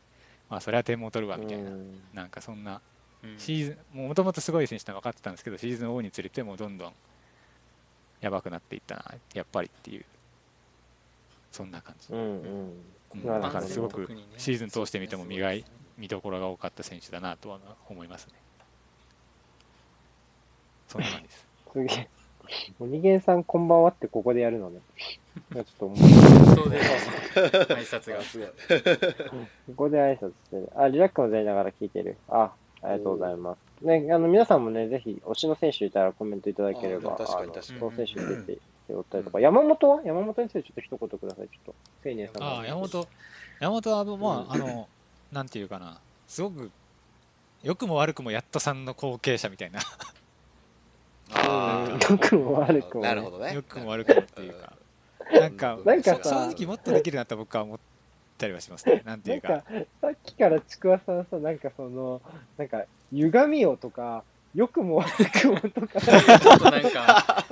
まあそれは点も取るわみたいな
うん
なんかそんな
うん
シーズンもともとすごい選手なの分かってたんですけどシーズン王につれてもうどんどんやばくなっていったなやっぱりっていうそんな感じ
うんうん。
うん
なるほど
だからすご
万
く
全特にね
シーズン通してみても磨い
そうですね
見どころが多かった選手だ なとは思いますね。そんな感じです。
すげえ。鬼源さんこんばんはってここでやるの ね。ちょっと思う。
そうで挨拶が
あすごい
ここで挨拶してる。あ、リラックマやりながら聞いてる。あ、ありがとうございます。ね、あの、皆さんもね、ぜひ、推しの選手いたらコメントいただければ、
あでも確かに
あの
確
かに
その選手に出て、おったりとか。山本は山本についてちょっと一言ください、ちょっと。青年さんの
ああ山本山本はまああの なんていうかなすごく良くも悪くもやっとさんの後継者 みたいな
あー
良くも悪くもね
なるほどね
良くも悪くもっていうかなんか
なんかさ
正直もっとできるなと僕は思ったりはしますねなんて
ないん
う
か
か、
さっきからちくわさんさ、なんかその、なんか、歪みをとか、良くも悪くもとか、 ち
ちょっとなんか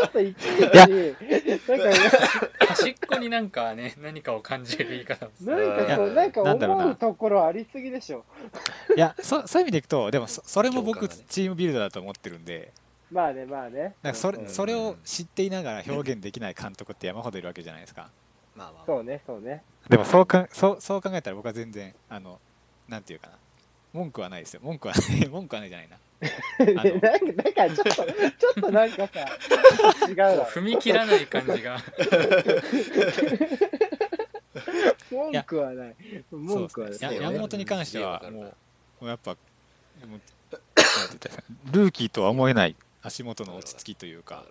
ょっと言ってるし、なんか、
端っこになんかね何かを感じる言い方です
なんかそう、
いや
なんか
なんだろう
思う
な
ところありすぎでしょ。
いやそそういう意味でいくとでもそそれも
共
僕
感がね
チームビルドだと思ってるんで
まあね、まあね。
なんかそれ
ん
それを知っていながら表現できない監督って山ほどいるわけじゃないですか
まあまあ
そうね、そうね。
でもそうかそうそう考えたら僕は全然あのなんていうかな文句はないですよ文句はない文句はないじゃないな
なん
の
か、なんか ちょっと、ちょっとなんかさ、違うだろ。
踏み切らない感じが
文句はない。文句はない。
そうですね
い
や山
ね
本に関しては
うん
もうもうやっぱもうなんて言ったらいいですかルーキーとは思えない足元の落ち着きという
わ
か
か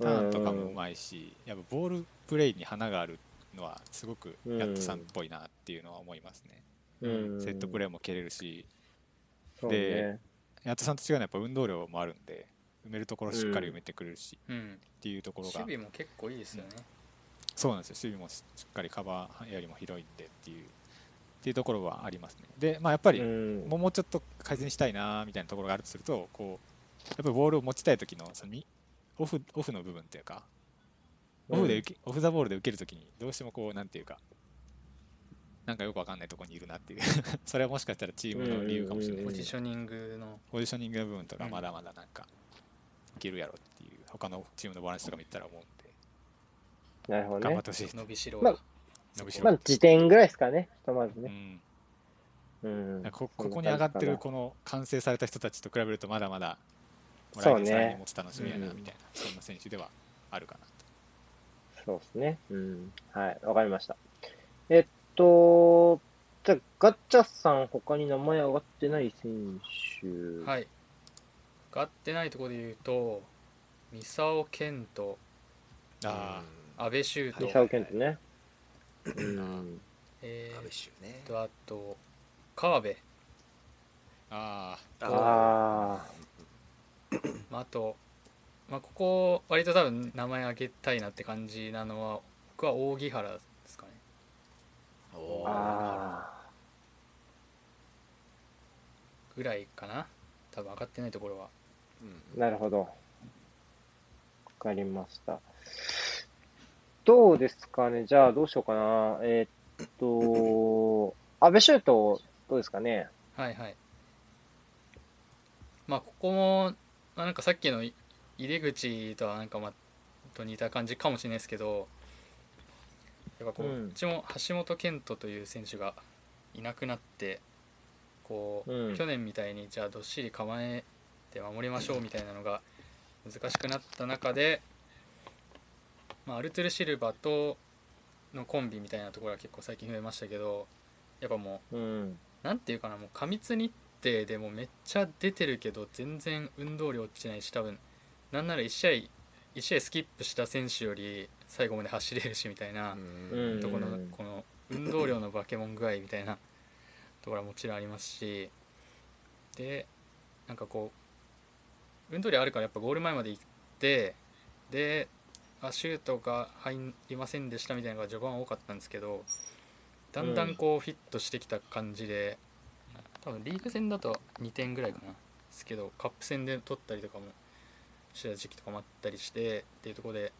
るわかる
ターンとかもうまいしやっぱボールプレイに花があるのはすごくやっとさんっぽいなっていうのは思いますね、
うん
セットプレーも蹴れるし
そうね
やっとさんと違うのはやっぱ運動量もあるんで埋めるところしっかり埋めてくれるし、
うん
っていうところ
守
が
備も結構いいですよね
そうなんですよ、守備もししっかりカバーよりも広いんでっていうっていうところはありますね。で、まあ、やっぱり、
うん
もうもうちょっと改善したいなみたいなところがあるとすると、こうやっぱりボールを持ちたい時のそのみオフオフの部分っていうか、オフで受け、オフ・ザ・ボールで受けるときに、どうしてもこう、なんていうか、なんかよくわかんないところにいるなっていう、 それはもしかしたらチームの理由かもしれない
ポ
です
ジ
けど
ショニングの
ポジショニングの部分とかまだまだなんかいけるやろっていう、他のチームのバランスとか見たら思うんで、
なるほど
頑張
ね
っ。てほしいです
伸
ね。
びしろ
ま
が
あ
伸びし
ま
ろ
あ、時点ぐらいですかね、ひとまず
う
ね。
ん
うん
なんかこここに上がってるこの完成された人たちと比べるとまだまだもう
そうね
来年再来年も楽しみやな
うん
みたいな、そんな選手ではあるかなと。
そうですね。うん。はい、わかりました。えっと、じゃあ、ガッチャさん、他に名前上がってない選手。い。
はいが合ってないところで言うと三沢健と
あ
安倍修
三
斗
沢健人ね。うん。
え
安倍
ー
州ね
っとあと川辺
ーあ
ああ。
まあ、あと、まあ、ここ割と多分名前挙げたいなって感じなのは僕は扇原ですかね
おー
あ
ぐらいかな多分上がってないところは
あ。なるほど。わかりました。どうですかねじゃあ、どうしようかな。えっと、安倍修斗、どうですかね
はいはいまあここも、まあ、なんかさっきのい入り口とはなんかまあと似た感じかもしれないですけどやっぱこ
うん
ううちも橋本健人という選手がいなくなってこう、
うん
去年みたいにじゃあどっしり構えて守りましょうみたいなのが難しくなった中で、まあ、アルトゥル・シルバとのコンビみたいなところが結構最近増えましたけどやっぱもう
うん。
なんていうかなもう過密日程でもめっちゃ出てるけど全然運動量落ちないし多分なんなら1試合1試合スキップした選手より最後まで走れるしみたいな
う
と
ん
ころのこの運動量の化け物具合みたいなところはもちろんありますしでなんかこう運動量あるからやっぱゴール前まで行ってであシュートが入りませんでしたみたいなのが序盤は多かったんですけどだんだんこうフィットしてきた感じで多分リーグ戦だと2点ぐらいかなですけどカップ戦で取ったりとかもしてた時期とかもあったりしてっていうところで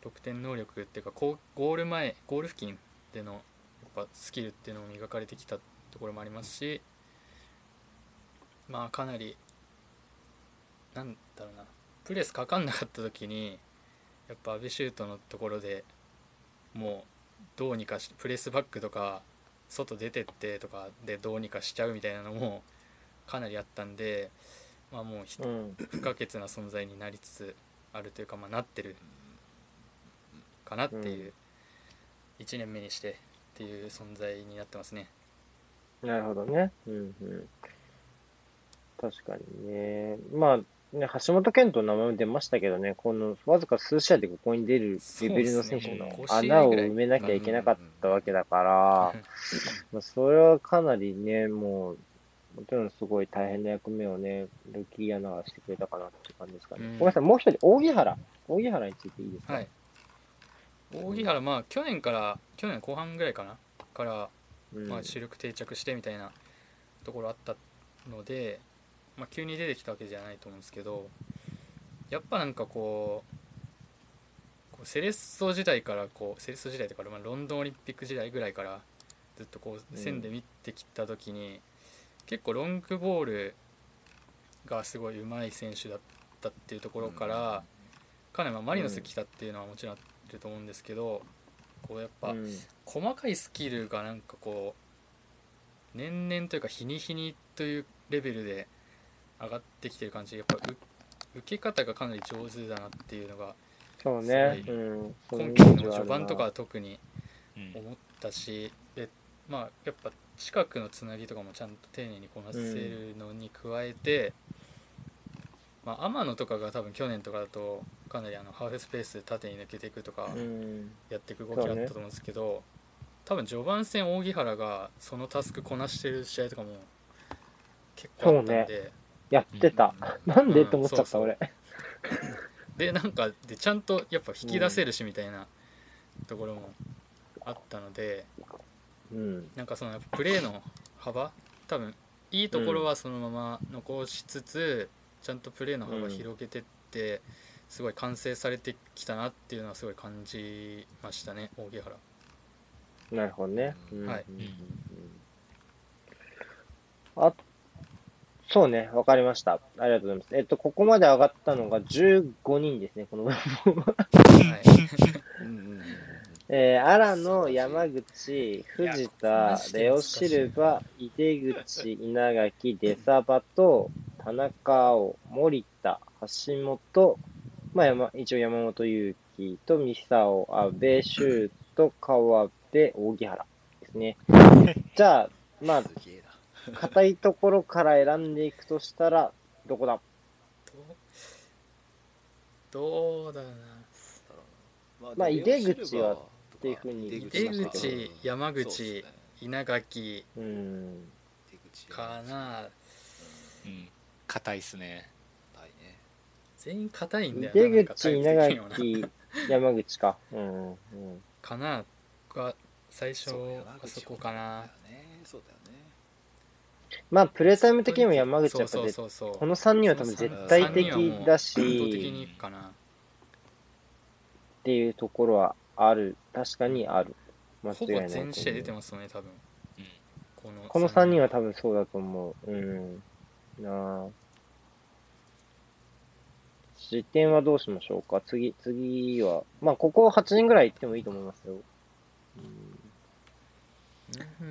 得点能力っていうかこうゴール前ゴール付近でのやっぱスキルっていうのも磨かれてきたところもありますしまあかなりなんだろうなプレスかかんなかった時にやっぱ安倍シュートのところでもうどうにかしてプレスバックとか外出てってとかでどうにかしちゃうみたいなのもかなりあったんでまあ、もうひ
うん。
不可欠な存在になりつつあるというか、まあ、なってるかなっていう、1年目にしてっていう存在になってますね。
なるほどね。うんうん。確かにね。まあ、ね、橋本健人の名前も出ましたけどね、このわずか数試合でここに出るレベルの選手の
そうですねもう5試
穴
合
を
ぐらい
埋めなきゃいけなかったわけだから、まあ、それはかなりね、もう、もちろんすごい大変な役目をね、ルーキーアナがしてくれたかなっていう感じですかね。
うん
ごめんなさい、もう一人、扇原。扇原についていいですか
はい、扇原、まあ、去年から去年後半ぐらいかなから、
うん
まあ、主力定着してみたいなところあったので、まあ、急に出てきたわけじゃないと思うんですけどやっぱなんかこうこうセレッソ時代からこうセレッソ時代というか、まあ、ロンドンオリンピック時代ぐらいからずっとこう線で見てきた時に、結構ロングボールがすごい上手い選手だったっていうところから、かなりまあマリノス来たっていうのはもちろんあると思うんですけど、こうやっぱ。
うん
細かいスキルがなんかこう年々というか日に日にというレベルで上がってきてる感じやっぱう受け方がかなり上手だなっていうのが
そうね。
す
うん。そ
ご
ういうイ
今季
メー
の
ジはある
序
な
盤とかは特に
うん
思ったしでまあやっぱ近くのつなぎとかもちゃんと丁寧にこなせるのに加えて、まあ、天野とかが多分去年とかだとかなりあのハーフスペース縦に抜けていくとか。
うん。
やっていく動きだったと思うんですけど、多分序盤戦扇原がそのタスクこなしてる試合とかも結構あったんで、
やってた。なんでと思っちゃ
そ
っ
うそ
た、
う
俺。
でなんかでちゃんとやっぱ引き出せるしみたいなところもあったので、
うん。
なんかそのやっぱプレーの幅多分いいところはそのまま残しつつ、ちゃんとプレーの幅広げてって、すごい完成されてきたなっていうのはすごい感じましたね扇原。
なるほどね。うん
はい
うんあ、そうね、わかりました。ありがとうございます。えっと、ここまで上がったのが15人ですね、この。
はい
うんうんうん
えー、荒野、山口、藤田、レオシルバ、井出口、稲垣、出サバと、田中碧、森田、橋本、まあ、山一応山本祐希と、三沢、阿部、周と、川辺、扇原です ね。じゃあ、まあ、
すげえな
硬いところから選んでいくとしたら、どこだ
どどうだろうな
まあ
でも
井出口はっていうふうに
井
出
なんか
口山口
そうですね
稲垣
うーん。
出口
かな
うん硬いっすね
硬いね
全員硬いんだよな
出
なんかタ
口、
イプ
稲
的にはな
垣、山口か。うん、うん。
かなが最初
そう
あそこかな
そうだよね
まあ、プレータイム的にも山口はやっぱ
そう
絶
そうそうそ
こ
う
の3人は多分絶対的だ
圧倒的
し、
にかな
っていうところはある。確かにある。間
ほぼ
違いないと思
全
う。
試合出てますよね多分
うん
この
この3人は多分そうだと思う。うん。なあ。失点はどうしましょうか次、次は。まあ、ここ8人ぐらい行ってもいいと思いますよ。うん
うん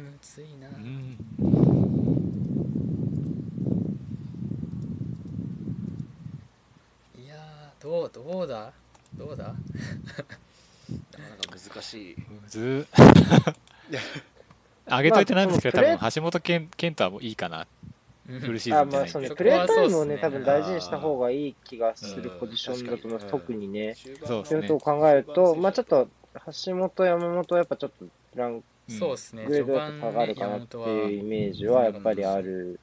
むずいな
うん
いやーどうどうだどうだ
なかなか難しい
むずっ 上げといてなんですけど、
まあその
多分橋本健健太はもういいかな
うん
フルシー
あ
ズンじゃ
ま
な
あ
いん
そうね、
で
そ
プ
こ
レ
は
ータイムを
そう
ね、
っすね
多分大事にした方がいい気がする
うん
ポジションだと思います、
確かに
特にね。
中盤
そう
の
と
です
い
ね
うことを考えると、まあちょっと橋本、山本、やっぱちょっとラン
うん
そうですね
グレ
序
ードだと
盤
下がる
ね
かな
山
って
本
いうイ
は
メージはやっぱりある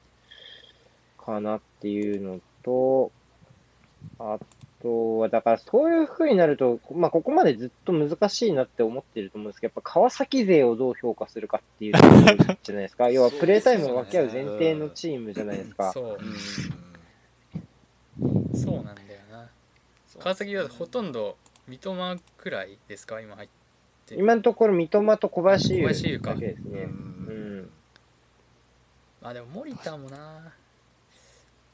かなっていうのと、あとは、だからそういう風になると、まあここまでずっと難しいなって思ってると思うんですけど、やっぱ川崎勢をどう評価するかっていうところじゃない ですか。要はプレータイムを分け合う前提のチームじゃないですか。
そう
うんうん
そうなんだよな
そう
川崎はほとんど三笘くらいですか今入って
今のところ三笘と小林
小林優
優
か
だけです
う
ね。
ん
まあでも森田もな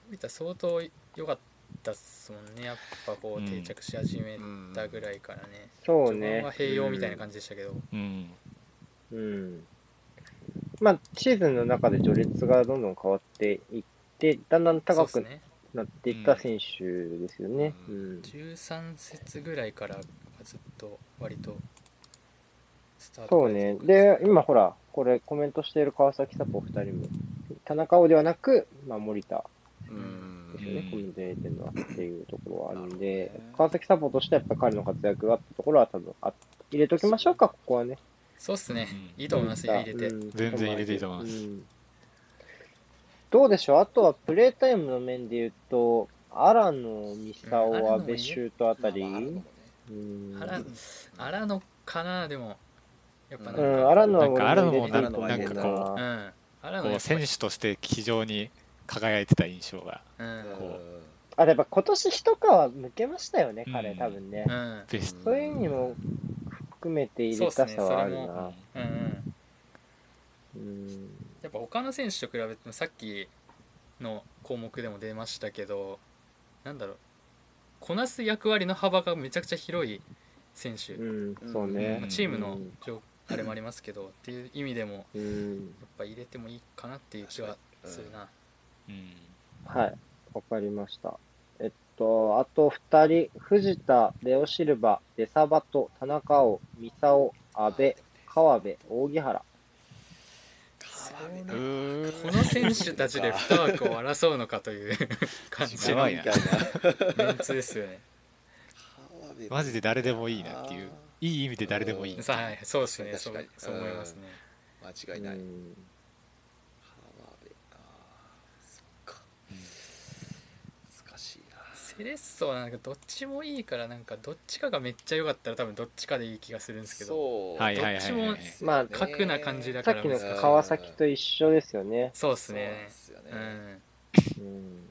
森田相当良かったっすもんねやっぱこ
う
うん定着し始め
うん
たぐらいからね
そう
序盤
ね
は。併用みたいな感じでしたけど
うん
うん。まあ、シーズンの中で序列がどんどん変わっていって、だんだん
そう
高
っす
く
ね
なっていった選手ですよね。
う
うんん。
13節ぐらいからずっと割とスタート
そうね。で、今ほら、これコメントしている川崎サポ二人も、田中碧ではなく、まあ、森田
うん
ですよね、
うん
コメントに入れてるのはっていうところはあるん
なる
で
ほどね、
川崎サポとしてはやっぱ彼の活躍があったところは多分あ入れときましょうか、ここはね。
そうっすね
うん
いいと思いますよ入れて
うん
全然入れていいと思います
んどうでしょうあとはプレータイムの面で言うと、アラのミサオはベシュートあたり、うん
アラアラノかなでもやっぱなん
う
か
ん、アラノ
な
は
んかあるのもな
俺
な
も入れて
ん
いい
か
と思う
こ
う
な。
んアラノ
うこ
や
う
っぱ
選手として非常に輝いてた印象が
うん
あ、やっぱ今年一皮抜けましたよね、
う
彼、
ん
多分ね
う。ん
ベスト
そういう意味も含めて入れたさはあるな。
うんうん
うん
やっぱ他の選手と比べてもさっきの項目でも出ましたけどなんだろうこなす役割の幅がめちゃくちゃ広い選手、
うん、そうね
まあ。チームの状あれもありますけどっていう意味でも
う
や
ん、
っぱ入れてもいいかなっていう気はするな、
うん
はい、わかりました。えっと、あと2人、藤田、レオシルバ、デサバト、田中碧、三沢、阿部、川辺、扇原。
うーん
この選手たちで2枠を争うのかという感じ
や
の
ば
メ
い
み
な
たい
ンツですよね。
な
マジで誰でもいいなっていういい意味で誰でもいい
さあはい、そうですねそう
確かに
そう思いますね。
間違いないう
ん
川辺あーそっか難しいな
セレッソはなんかどっちもいいからなんかどっちかがめっちゃ良かったら多分どっちかでいい気がするんですけど
そう
はいは
どっ
いは
ち
い
も
はい
まあ、
ね格な感じだ
さ
か
っ
ら
きの川崎と一緒ですよね。
そうです
そうなん
ね
ですよ
う
ね
ん
うん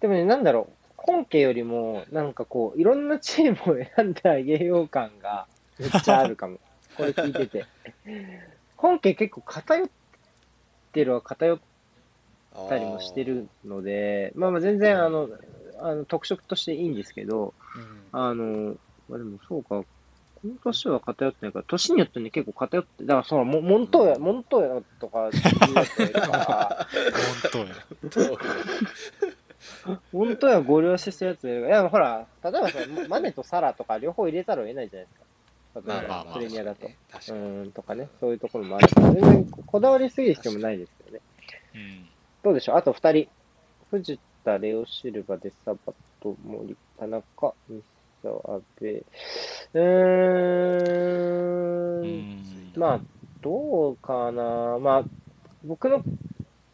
でもね、なんだろう、本家よりも、なんかこう、いろんなチームを選んであげよう感がめっちゃあるかも。これ聞いて て。本家結構偏ってるは偏ったりもしてるので、まあまあ全然あの、あの特色としていいんですけど、
うん
あの、まあでもそうか、この年は偏ってないから、年によってね、結構偏って、だからそう、モモントーヤ、モントーヤとか、とか、
本当や
そう
本当はご了承してるやついるからいや、ほら、例えばさ、マネとサラとか両方入れざるを得ないじゃないですか。例え
まあまあ
ば
ま、あ
プレミアだと。
確
う
かにね
ーん、とかね、そういうところもあるから全然こだわりすぎる必要もないですけどね。
うん
どうでしょうあと二人。藤田、レオシルバ、デサバト、森、田中、西澤、阿部。う
う
ーん。
ん
まあ、どうかな。まあ、僕の、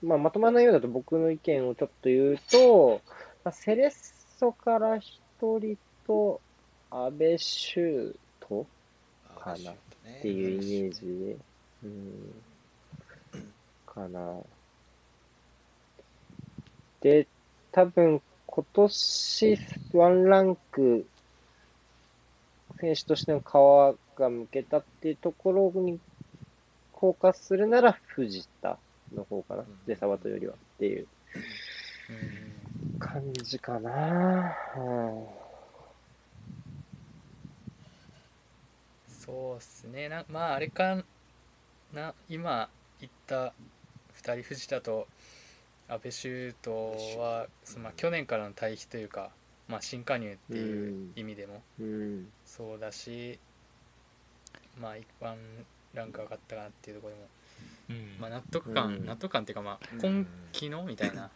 まあ、まとまらないようだと僕の意見をちょっと言うと、まあ、セレッソから一人と、安倍修斗
確
かな
にね
っていうイメージで、うん、かな。で、多分今年ワンランク選手としての皮が向けたっていうところにフォーカスするなら藤田の方かな。で、サバトよりはっていう感じかな。はい
そうっすねなまああれかな今言った2人藤田と阿部修斗はそのまあ去年からの対比というか、まあ、新加入っていう意味でも
うん。
そうだし、まあ一般ランク上がったかなっていうところでも、
うん
まあ、納得感、
うん
納得感っていうかまあ
うん
今期のみたいなっ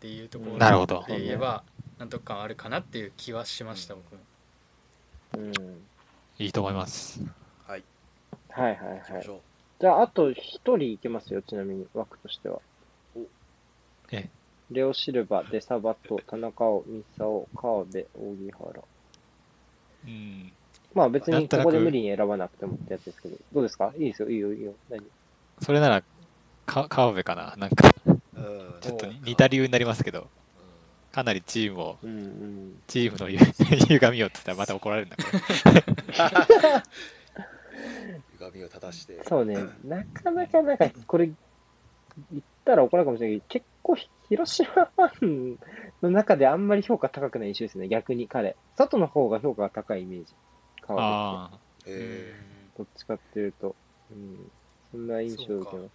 ていうところ
なるほど
で言えば納得感あるかなっていう気はしました僕も。
うん。
いいと思います
はい
はいはい
行き
は
ま
い
し。ょ
じゃあ、あと一人いけますよ、ちなみに、枠としては。
え
レオ・シルバ、デサバト、田中碧、ミサオ、川辺、扇原。
うん
まあ別
なん
に
と
こ
なく
こで無理に選ばなくてもってやつですけど、どうですかいいですよ、いいよ、いいよ。何
それならか川辺かななんか
ううん
ちょっと似た理由になりますけど
う
かなりチームを
うんうん。
チームのゆ 歪みをって言ったらまた怒られるんだこれ
ん歪みを正して
そうね、なかなかなんか、これ、言ったら怒られるかもしれないけど、結構、広島ファンの中であんまり評価高くない印象ですね、逆に彼。外の方が評価が高いイメージ。川辺って。
ああ
え
どっちかっていうと、うん、そんな印象を受けます。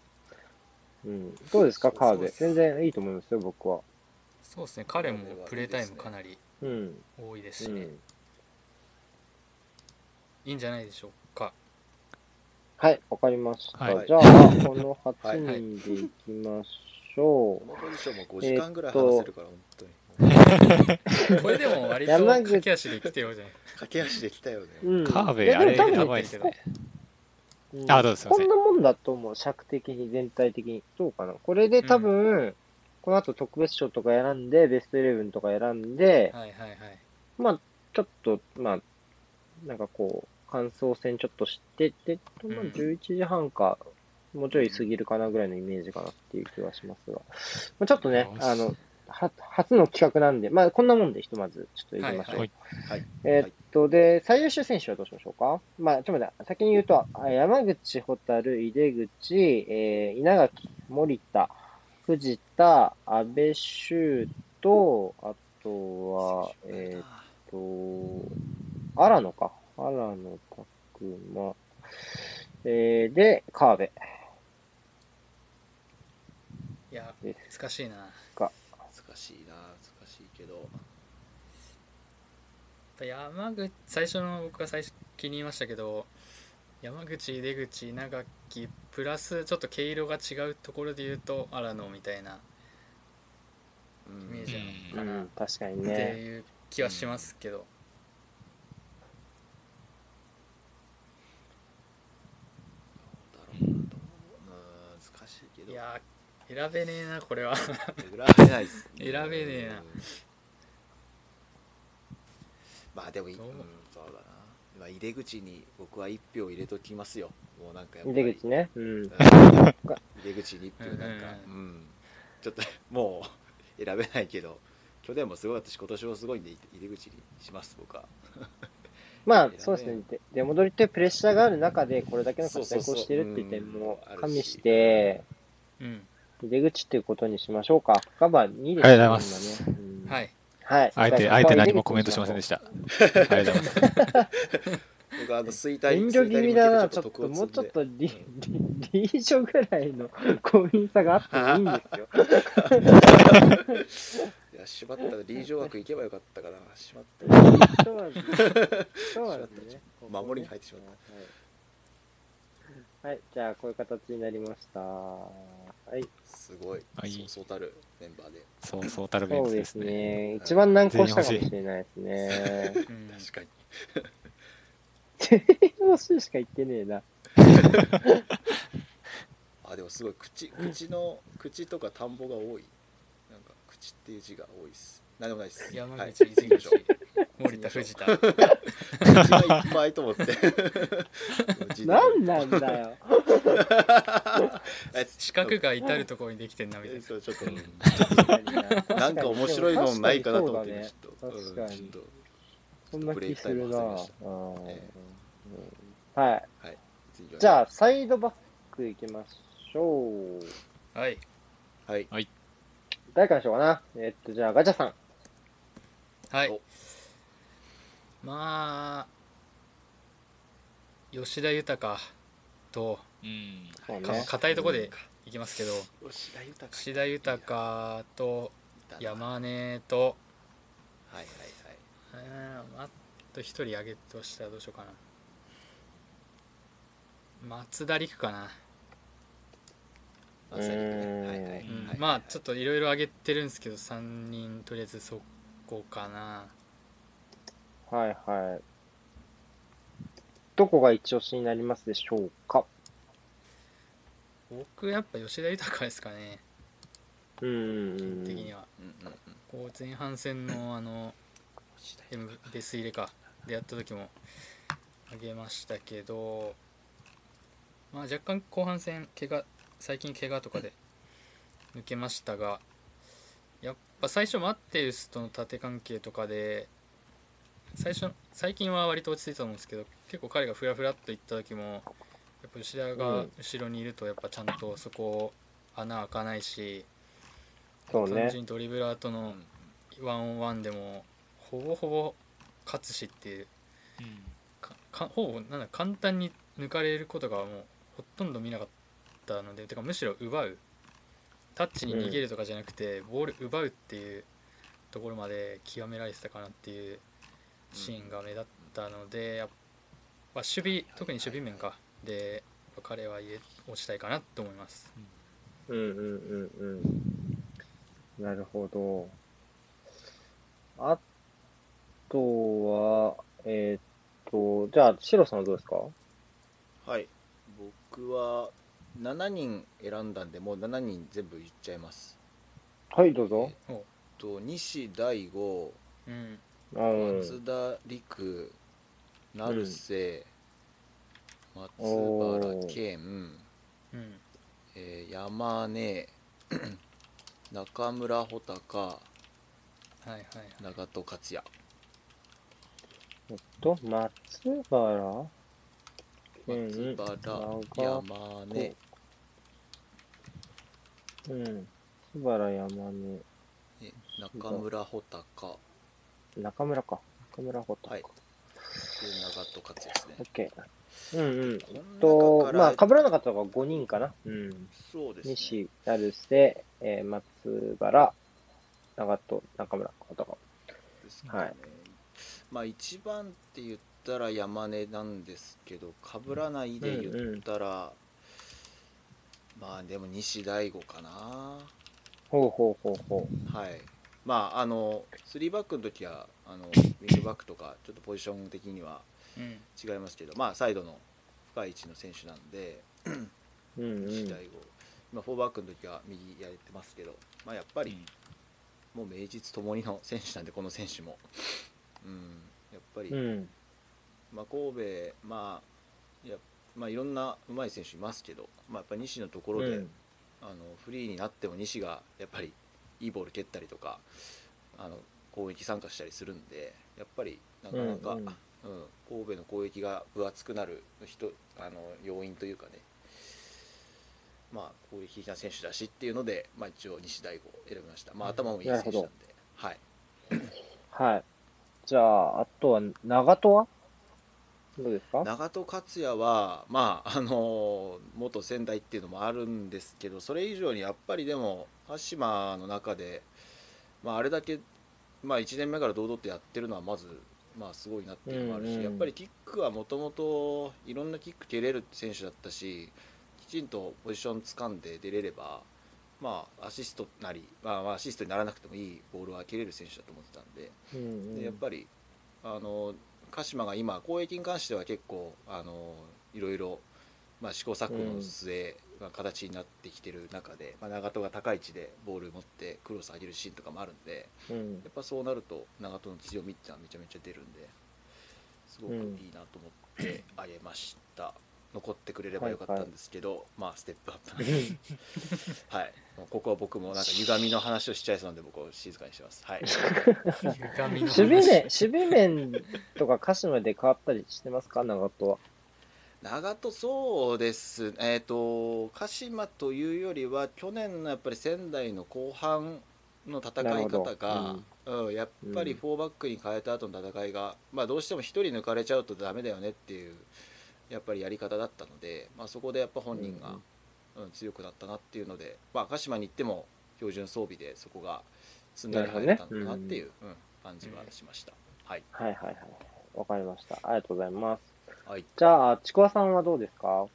うん。どうですか、
そうそう
川辺。全然いいと思いますよ、僕は。
そうですね彼もプレータイムかなり
うん。
多いです
う
しね、
ん。
いいんじゃないでしょう か
はい、わかりました。
はい
じゃあ、この
は
8
い
人でいきましょ
こ
う。
のポジションも5
えーっ
時
と
間ぐらい話せるから、本当に。
これでも割と
山口
駆け足で来てようじゃない
駆け足できたよね。
うん、
カーベ
いや
あれ
でも多分
やばいですね。
うん
あどうぞすいま
こ
せん
んなもんだと思う、尺的に、全体的に。どうかな。これで多分、この後特別賞とか選んで、ベストイレブンとか選んで、
はいはいはい
まあ、ちょっと、まあ、なんかこう、感想戦ちょっとしてて、まあ、
うん
11時半か、もうちょい過ぎるかなぐらいのイメージかなっていう気はしますが。まあ、ちょっとね
よ、し
あの、は初の企画なんで、まあ、こんなもんでひとまず、ちょっと行きましょう。
はい
はい。
えーっと、で、最優秀選手はどうしましょうかまあ、ちょっと待って、先に言うと、あ山口、蛍、井出口、えー稲垣、森田、藤田、安倍修と、あとは、えーっと、荒野か。荒野拓磨。えー、で、川辺
いや
です。
難しいな
難しいな、難しいけど。
山口最初の僕は最初気に入りましたけど山口出口稲垣プラスちょっと毛色が違うところで言うと荒野みたいな
う
イメー
ん
ジな
う
のかな、
ん、確かに
って
ね。
いう気はしますけど、
だろうなどううん難しいけど
いやー選べねえなこれは
選べないっす
選べねえな
うんまあでもいい、う
ど
ん
う、
そうだな、まあ、入れ口に僕は1票入れときますよもうなんかやっぱり
出口ね。うん。
うん入れ口に1票なんか、う
うん
ちょっともう選べないけど去年もすごかったし今年もすごいんで入れ口にします僕は
まあ、そうですね。で出戻りってプレッシャーがある中で、これだけの活躍をしてるっていう点も
そうそうそううん
加味して、
うん
出口っていうことにしましょうか。ガバ2ですね
ありがとうございます
今ねうん。
はいい
はい。
あえて、あえて何もコメントしませんで
し
した。あ りがとうございます。
僕はあの衰退
遠慮気味だな、ちょっと、
得を
もうちょっ
積んで
とリ、リ、リージョぐらいの 高民差があってもいいんですよ。
いや縛ったらリージョ枠行けばよかったかな縛 った
そうなんです。そうなんですね。。
守りに入ってしまった
はい、じゃあこういう形になりました。はい、
すごい、
はい
そうそうたるメンバーで
そうそうたるメン
そう
ツ
で
ですすね。
ね。一番難航したかもしれないですね。
うん
確かに
全員欲しいしか言ってねえ な。
あでもすごい口口の口とか田んぼが多いなんか口っていう字が多いですなんでもないです
山
はい
口出
次行き
口
ましょう
森田藤田
口がいっぱいと思って 字で
なんなんだよ。
え
四角が至るところにできてんなみたい
え
な
そうちょっと な
なん
か面白いのないかなと思って今ちょっと
確かにそうだね確かに
うんちょっと
そんな気するな。う
ちょっとブレイクタイム挟みました
んうん
え
はい。
次行きましょう
じゃあ、サイドバックいきましょう。
はい
はい
誰からにしようかな。えっと、じゃあ、ガチャさん。
はい
お
まあ吉田豊と
うん。
そう
か
ね。
硬いとこでいきますけど
吉田豊
吉田豊と
はい
山根と
はいはい
うんあと一人挙げるとしたらどうしようかな松田陸かな、
まさにねはいはいは
う
い
うん
はい
まあちょっといろいろ挙げてるんですけど3人とりあえずそこかな
はいはい。どこが一押しになりますでしょうか
僕やっぱ吉田豊ですかね
う
基
ん
本。的には
うんうんうん
こう前半 戦のあの
吉田
M ベース入れかでやった時も上げましたけど、まあ、若干後半戦怪我最近怪我とかで抜けましたがやっぱ最初マッテウスとの縦関係とかで最初最近は割と落ち着いたと思うんですけど結構彼がフラフラっといった時もやっぱ吉田
う
が
ん
後ろにいるとやっぱちゃんとそこを穴開かないし、
そう
単
ね。
純にドリブラーと
う
の
ん
ワンオンワンでもほぼほぼ勝つしっていう
うん
かかほぼなんだ簡単に抜かれることがもうほとんど見なかったのでてかむしろ奪うタッチに逃げるとかじゃなくて、ボール奪うっていうところまで極められてたかなっていうシーンが目立ったので、やっぱ守備特に守備面かでやっぱ彼は家落ちたいかなと思います。
うんうんうんうん。なるほど。あとは、えーっと、じゃあ、シロさんはどうですか
はい僕は7人選んだんでもう7人全部言っちゃいます
はい、どうぞ。
と西大吾
うん、
うん。
松田陸成瀬、松原
う
健、
ん、
えー山根 中村穂高
はいはい。
長戸克也
えっと、松原うん
松
長
原山根
うん。松原山根、
え中村穂高
中村か。中村ホタ。
はい。で長戸克也ですね
オッケー。うんうん。
この
と
中、から
まあ、被らなかったのが5人かな。うん。
そうですね
西、成瀬、えー、松原、長戸、中村、ホタ。
ですかね
はい
まあ一番って言ったら山根なんですけど被らないで言ったら、まあでも西大吾かな
ほうほうほうほ
はいまああの3バックの時はあのウィングバックとかちょっとポジション的には
うん、
違いますけどまあサイドの深い位置の選手なんで
う。うんう
西大
ん。
吾、今4バックの時は右やれてますけど、まあ、やっぱりもう名実ともにの選手なんでこの選手もうんやっぱり、
うん。
まあ、神戸、まあいやまあ、いろんなうまい選手いますけど、まあ、やっぱ西のところで、
うん
あのフリーになっても西がやっぱりいいボール蹴ったりとかあの攻撃参加したりするんでやっぱりなかなか、
う
うんん神戸の攻撃が分厚くなる人あの要因というかね、まあ、攻撃的な選手だしっていうので、まあ、一応西大吾を選びました、まあ、頭もいい選手なん
な
で
る。
はい
はい。じゃあ、あとは、長戸はどうですか
長戸克也は、まああの元仙台っていうのもあるんですけどそれ以上にやっぱりでも鹿島の中で、まあ、あれだけ、まあ、1年目から堂々とやってるのはまず、まあ、すごいなっていうのもある
うん
し、
うん
やっぱりキックはもともといろんなキック蹴れる選手だったしきちんとポジション掴んで出れれば、まあ、アシストなり、まあまあ、アシストにならなくてもいいボールは蹴れる選手だと思ってたんで。
うんうん
でやっぱりあの鹿島が今攻撃に関しては結構あのいろいろ、まあ、試行錯誤の末、まあ、形になってきてる中で、まあ、長戸が高い位置でボール持ってクロス上げるシーンとかもあるんで
うん
やっぱそうなると長戸の強みってのはめちゃめちゃ出るんですごくいいなと思ってあげました、残ってくれればよかったんですけど、まあステップアップ はいここは僕もなんか歪みの話をしちゃいそうなんで僕は静かにしてますはい
歪み
守
の話
備面、守備面とか鹿島で変わったりしてますか長戸は。
長戸そうですえっ、と鹿島というよりは去年のやっぱり仙台の後半の戦い方
な
が
る、
うんやっぱり
うん
4バックに変えた後の戦いが、まあ、どうしても1人抜かれちゃうとダメだよねっていうやっぱりやり方だったので、まあ、そこでやっぱ本人が、うん、強くなったなっていうので、まあ、鹿島に行っても標準装備でそこが積んだり入れたのかなっていう、うん感じはしました。はい、
はいはいはい。わかりました。ありがとうございます。
はい
じゃあ、ちくわさんはどうですか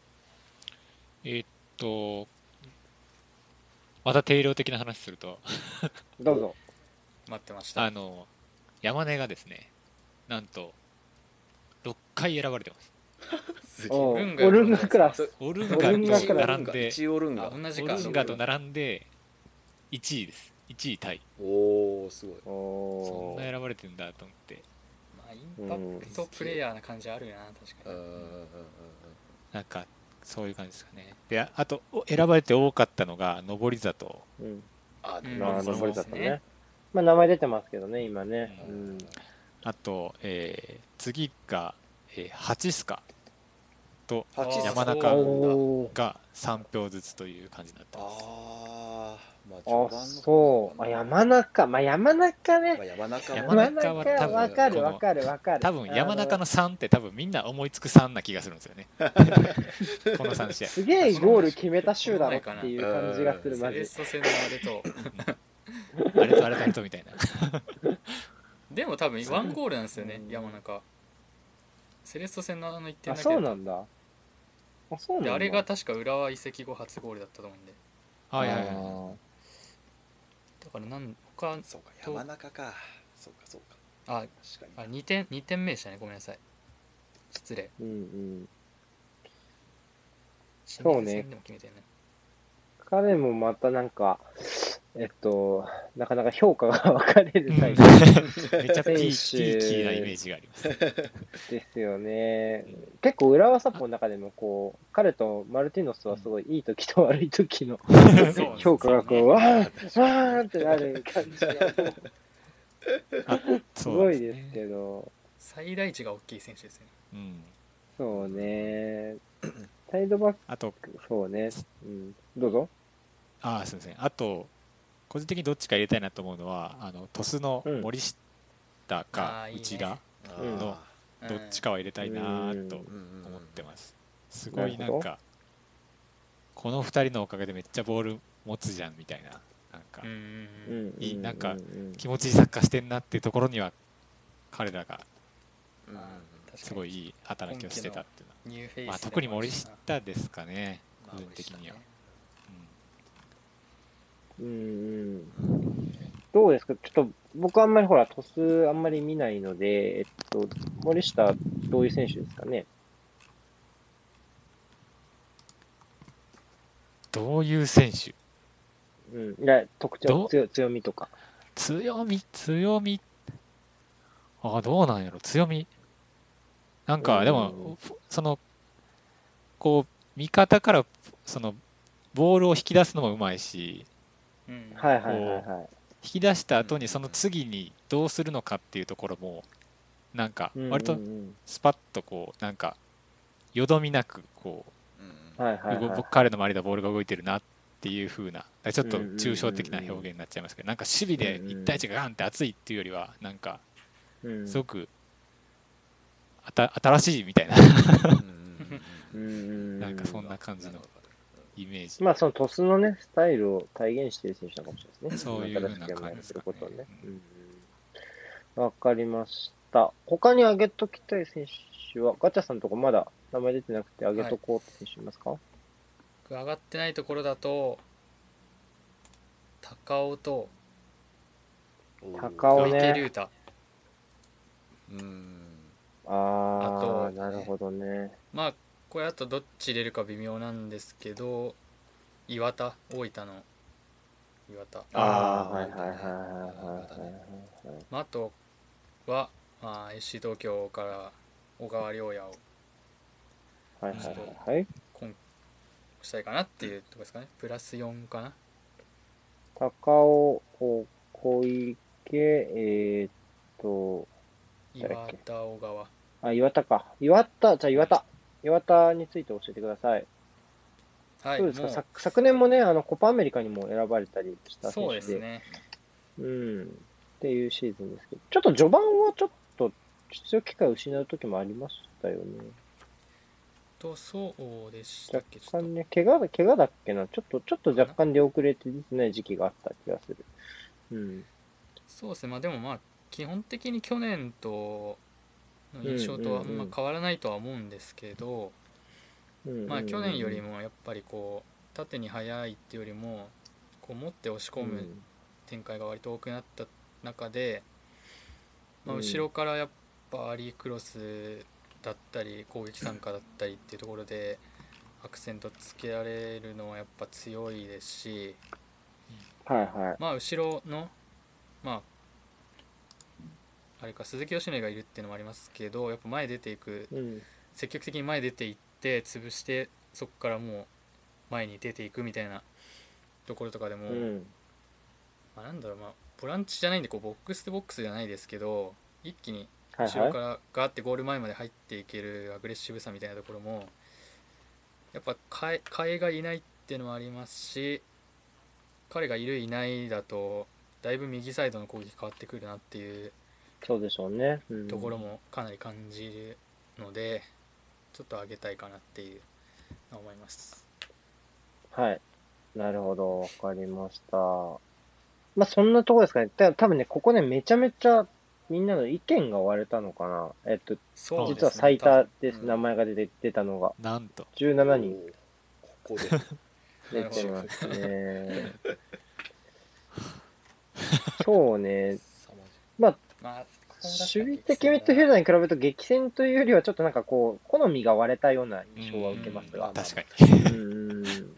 えーっとまた定量的な話すると
どうぞ。
待ってました
あの山根がですねなんと6回選ばれてます
おう
ルンガ
オルンガクラス。
オルン
オルンガ
ガ
ク
と
ラス
並んで
一応ルン
あ
ガ
同じ
オ
か
ルンガと並んで1位です1位タイ
おおすごい
そん
お
な
ー
選ばれてんだと思って
まあ、インパクトプレイヤーな感じあるよな確
う
か
ん
に
うんうんうんうん
なんかそういう感じですかねでああとお選ばれて多かったのが上里
うん。
あ
うん
まあ、
そう
登りだ
です
っ
ね
たね。まあ、名前出てますけどね、今ね。う。
うんあと、えー次が、えー、ハチスカと
八
あ
山
山
中
中
あ
おー
が3票ずつという感じになってます
あーまあ、
あ、
方
そう。
か
あ、
な
山中。まあ、山中
まあ
ね。
山中
山
も
山
中
中
は多分
わか
こ
る
の
わかるわかる。
多分山中
あの。
の3って多分みんな思いつく3な気がするんですよ ねこの3試合
すげえゴール決めた州だろっていう感じがする、
セ
マ
レ
ジ
ッ。ソ戦のあれと
あれとあれとあれとみたいな
でも多分ワンゴールなんですよね山中セレッソ戦のあの1点
あ、
だけ
そうなんだ。あ、そうなん
で
だ。
あれが確か浦和移籍後初ゴールだったと思うんで
はいはい
あ
は
ー
だからなん他
そうか山中かそうかそうか
あ
確か
あ
に
2点二点目でしたねごめんなさい失礼
うんうん。
そう
ね
でも決めてるね
彼もまたなんか、えっと、なかなか評価が分かれ
い、う
る
ん、
タ
め
イ
っ
プ
ちゃピーピ
選
ー
手
キーなイメージがあります
ですよね。結構浦和サポの中でもこう、彼とマルティノスはすごいいい時と悪い時の
そう
評価がこう、わーわーってなる感 じがす
そう
ご
なん
い
ね
ですけど、
最大値が大きい選手ですよね
うん、
そうね。サイドバッ
あと
ク、そうね。うん、どうぞ。
あーすみませんあと個人的にどっちか入れたいなと思うのはあの鳥栖の森下か
うんあーいいね
内田、
あ
うん
ー
どっちかは入れたいなーと
うんうんうん
思ってますすごい
な
な
るほ
ん
ど
かこの2人のおかげでめっちゃボール持つじゃんみたいななんか
うんうん
う
うん
ん、
いいなんか
うんうん
気持ちいいサッカーしてんなっていうところには彼らが
うんうんうん
確かに
すごいいい働きをしてたっていうのは
ニューフェイスでもあるしな、
まあ、特に森下ですかね
まあ
個人的には、
うんうんどうですかちょっと僕あんまりほら、トスあんまり見ないので、えっと、森下、どういう選手ですかね
うんどういう選手
うん。いや、特
ど
徴、
う
強強みとか。
強み強みああどうなんやろ強みなん
う
か
ん
でもそのこう味方からそのボールを引き出すのもうまいし
うん
はいはいはいは
引き出した後にその次にどうするのかっていうところもなんか
い。
割と
うんうん
スパッとこうなんかよどみなくこ
うん
うんはいは
う
いはい。
動僕彼の周りでボールが動いてるなっていう風なちょっと
うんうんうんうん
抽象的な表現になっちゃいますけどなんか守備で1対1がガンって熱いっていうよりはなんか
うん
すごくあた新しいみたいな
うん
う
うんう
う
んんうん
ん
なんかそん
な。
な感じのイメージ
まあ、そのトスのね、スタイルを体現している選手なのかもしれないですね。
そういうような感じ
新しいゲ
ですかね
ームをやってることをね。
う
うんうんわかりました。他に挙げときたい選手は、ガチャさんのとこまだ名前出てなくて挙げとこうって選手いますか、
僕上がってないところだと高尾と
高尾
小
ね
池龍太
うん
ああ
あと
なるほどね。
まあこれあとどっち入れるか微妙なんですけど岩田大分の岩田、
あー
ーはいはいはいはいはいはい。
まあ、あとは、まあ、FC 東京から小川亮也を
はいはいはいはい。
今したいかなっていうところですかねプラス4かな
高尾、お小池、えーっと、誰だっ
岩
け
田小川
あ、岩田か。岩田、じゃあ岩田。岩田について教えてください。
はい
どうですか
も
昨昨年もね、あの、コパアメリカにも選ばれたりした
う
選手で。
そうですね
うん。っていうシーズンですけど、ちょっと序盤はちょっと出場機会を失う時もありましたよね。
とそうでしたっ
若
けちょっと
干ね、怪我だ、怪我だっけな、ちょっと、ちょっと若干出遅れてない時期があった気がする。うん。
そうですねまあでもまあ基本的に去年との印象とはあんま変わらないとは思うんですけど、
うん
まあ、去年より
も
もやっぱりこう縦に速いっていうよりもこう持って押し込む展開が割と多くなった中で、まあ、
うん
後ろからやっぱアリークロスだったり攻撃参加だったりっていうところでアクセントつけられるのはやっぱ強いですし、
はいはい。
まあ、後ろの、まあ、あれか鈴木義則がいるっていうのもありますけどやっぱ前出ていく
うん。
積極的に前出ていって潰してそこからもう前に出ていくみたいなところとかでも、
うん。
まあ、なんだろうまあボランチじゃないんでこうボックスとボックスじゃないですけど一気に
はい
後ろ
は
からガーってゴール前まで入っていけるアグレッシブさみたいなところもやっぱ替え替えがいないっていうのもありますし彼がいるいないだとだいぶ右サイドの攻撃変わってくるなっていう
そうでしょうね。うん
ところもかなり感じるので、ちょっと上げたいかなっていうのは思います。
はい。なるほど、わかりました。まあ、そんなとこですかね。た多分ね、ここね、めちゃめちゃみんなの意見が割れたのかな。えっと、
そうです
実
ね
は最多です、
うん
名前が出て出たのが。
なんと
17人
ここで
出てます ね。そうね、
まあ、ここも確かに
守備的ミッドフィルダーに比べると激戦というよりは、ちょっとなんかこう、好みが割れたような印象は受けますが。
確かに
うん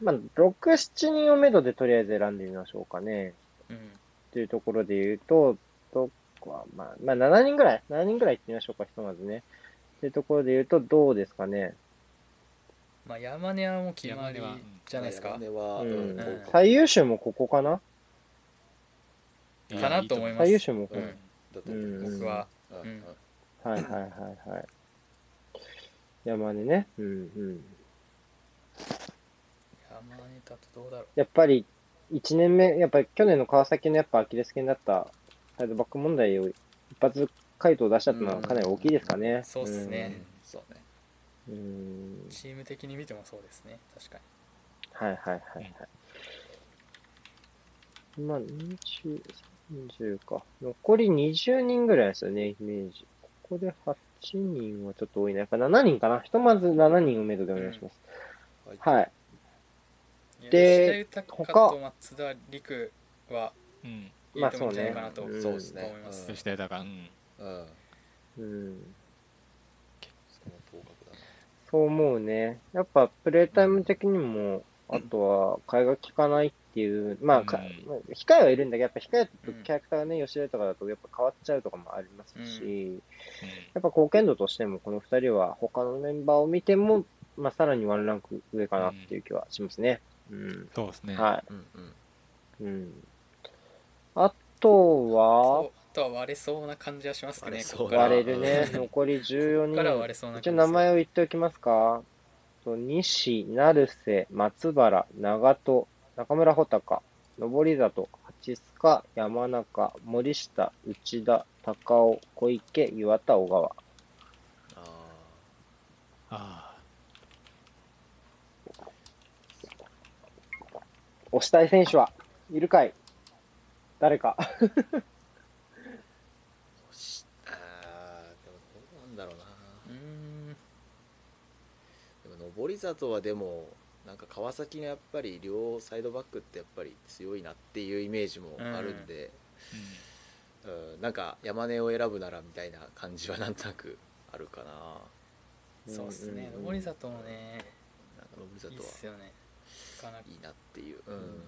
まあ、6、7人をめどでとりあえず選んでみましょうかね。
うん
というところで言うと、どこは、まあ、まあ、7人ぐらい、7人ぐらい行ってみましょうか、ひとまずね。というところで言うと、どうですかね。
まあ、山根はもう決まり
山根は
じゃないですか、
山根は、
う
うん
ん
こう
最優秀もここかな
かなと思います
最優秀もこ
う
こ
ん。だと思う
うん
僕は、
うん
うん
はいはいはいはい。山根ね。うんうん。
山根だとどうだろう
やっぱり、1年目、やっぱり去年の川崎のやっぱアキレス腱だったサイドバック問題を一発回答出したっていうのはかなり大きいですかね。
そうっすね
うんそうね
うん。うん
チーム的に見てもそうですね確かに
はいはいはいはい。まあ、20、30か。残り20人ぐらいですよね、イメージ。ここで8人はちょっと多いな。やっぱ7人かな。ひとまず7人をめどでお願いします。
うん
はい。で
で吉田豊と松田陸は
うん
ま
いい
あ
と思うんじゃないかなと、
そうねん
そうですね
思います
そしてだからうん
うんうん
うん。
その頭角だな
そう思うね。やっぱプレイタイム的にも、あとは、替えが効かないっていう、まあ、か
うん
まあ控えはいるんだけど、やっぱ控えと
うん
キャラクターがね、吉田とかだとやっぱ変わっちゃうとかもありますし、
う
やっぱ貢献度としても、この二人は他のメンバーを見ても、まあ、さらにワンランク上かなっていう気はしますね。うん。
んそうですね
は
うんうん
い。うん。あと
そう
は、
あとは割れそうな感じはしますか
割
ね
れそう
ここから
割れる ね。
うん
残り14
ここからは割れ
人。
そうな感
一
じ
応名前を言っておきますか。と西、成瀬、松原、長戸、中村穂高、上里、八須賀、山中、森下、内田、高尾、小池、岩田、小川。
あ
あ
押したい選手はいるかい誰か。
ーしあーでもどうなんだろうな
うーん
でも上里はでもなんか川崎のやっぱり両サイドバックってやっぱり強いなっていうイメージもあるんで、
ーうん
うんなんか山根を選ぶならみたいな感じはなんとなくあるかな
そうですね
うんうんうん
上里もね
なんか上
いい
里
っ
は
すよねなかなか
いいなっていう、うん
ん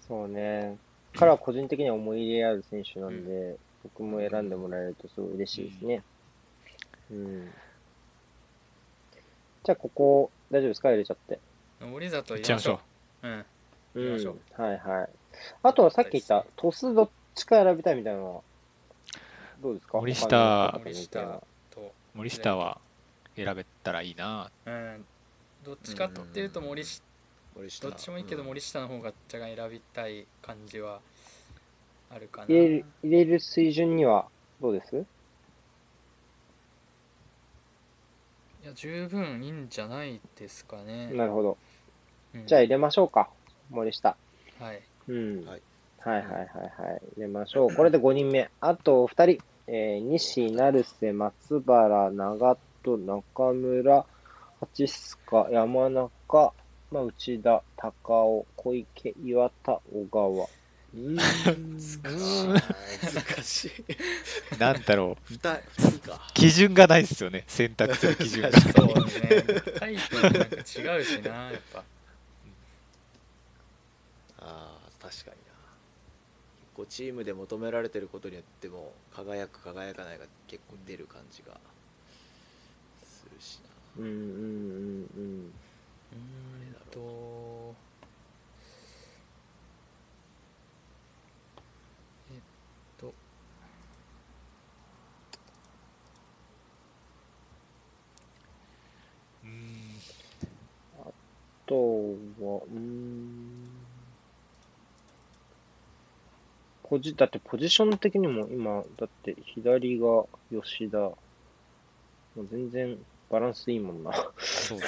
そうね。彼は個人的には思い入れある選手なんで、僕も選んでもらえるとすごい嬉しいですね。うん。じゃあ、ここ、大丈夫ですか入れちゃって。
上里
行っ
入
ちゃ
れまし
いましょ
ょ
う
ううん
うん。は
行きま
い
しょう
はい。あとはさっき言った、トスどっちか選びたいみたいなのは、どうですか
森下
他の人とかの意見は
森下と
森下は選べたらいいな
うんどっちかっていうと森下
森下
どっちもいいけど森下の方が若干選びたい感じはあるかな
入れる、入れる水準には、どうです
いや十分いいんじゃないですかね。
なるほど。
うん
じゃあ入れましょうか。森下。
はい。
うん。
はい
はいはいはいはい。入れましょう。これで5人目。 あと2人。えー、西、成瀬、松原、長戸、中村、八須賀、山中、まあ、内田、高尾、小池、岩田、小 川。うーん
難しい
なんだろう
二二人か
基準がないですよね選択する基準が
そうね。タイプなんか違うしな、やっぱ。
あー確かにな結構チームで求められてることによっても輝く輝かないが結構出る感じがするし
うんうんうんうん。
うーんと。えっと。
うん
あとは、うーん。ポジ、だってポジション的にも今、だって左が吉田。もう全然バランスいいもんな。
そうそう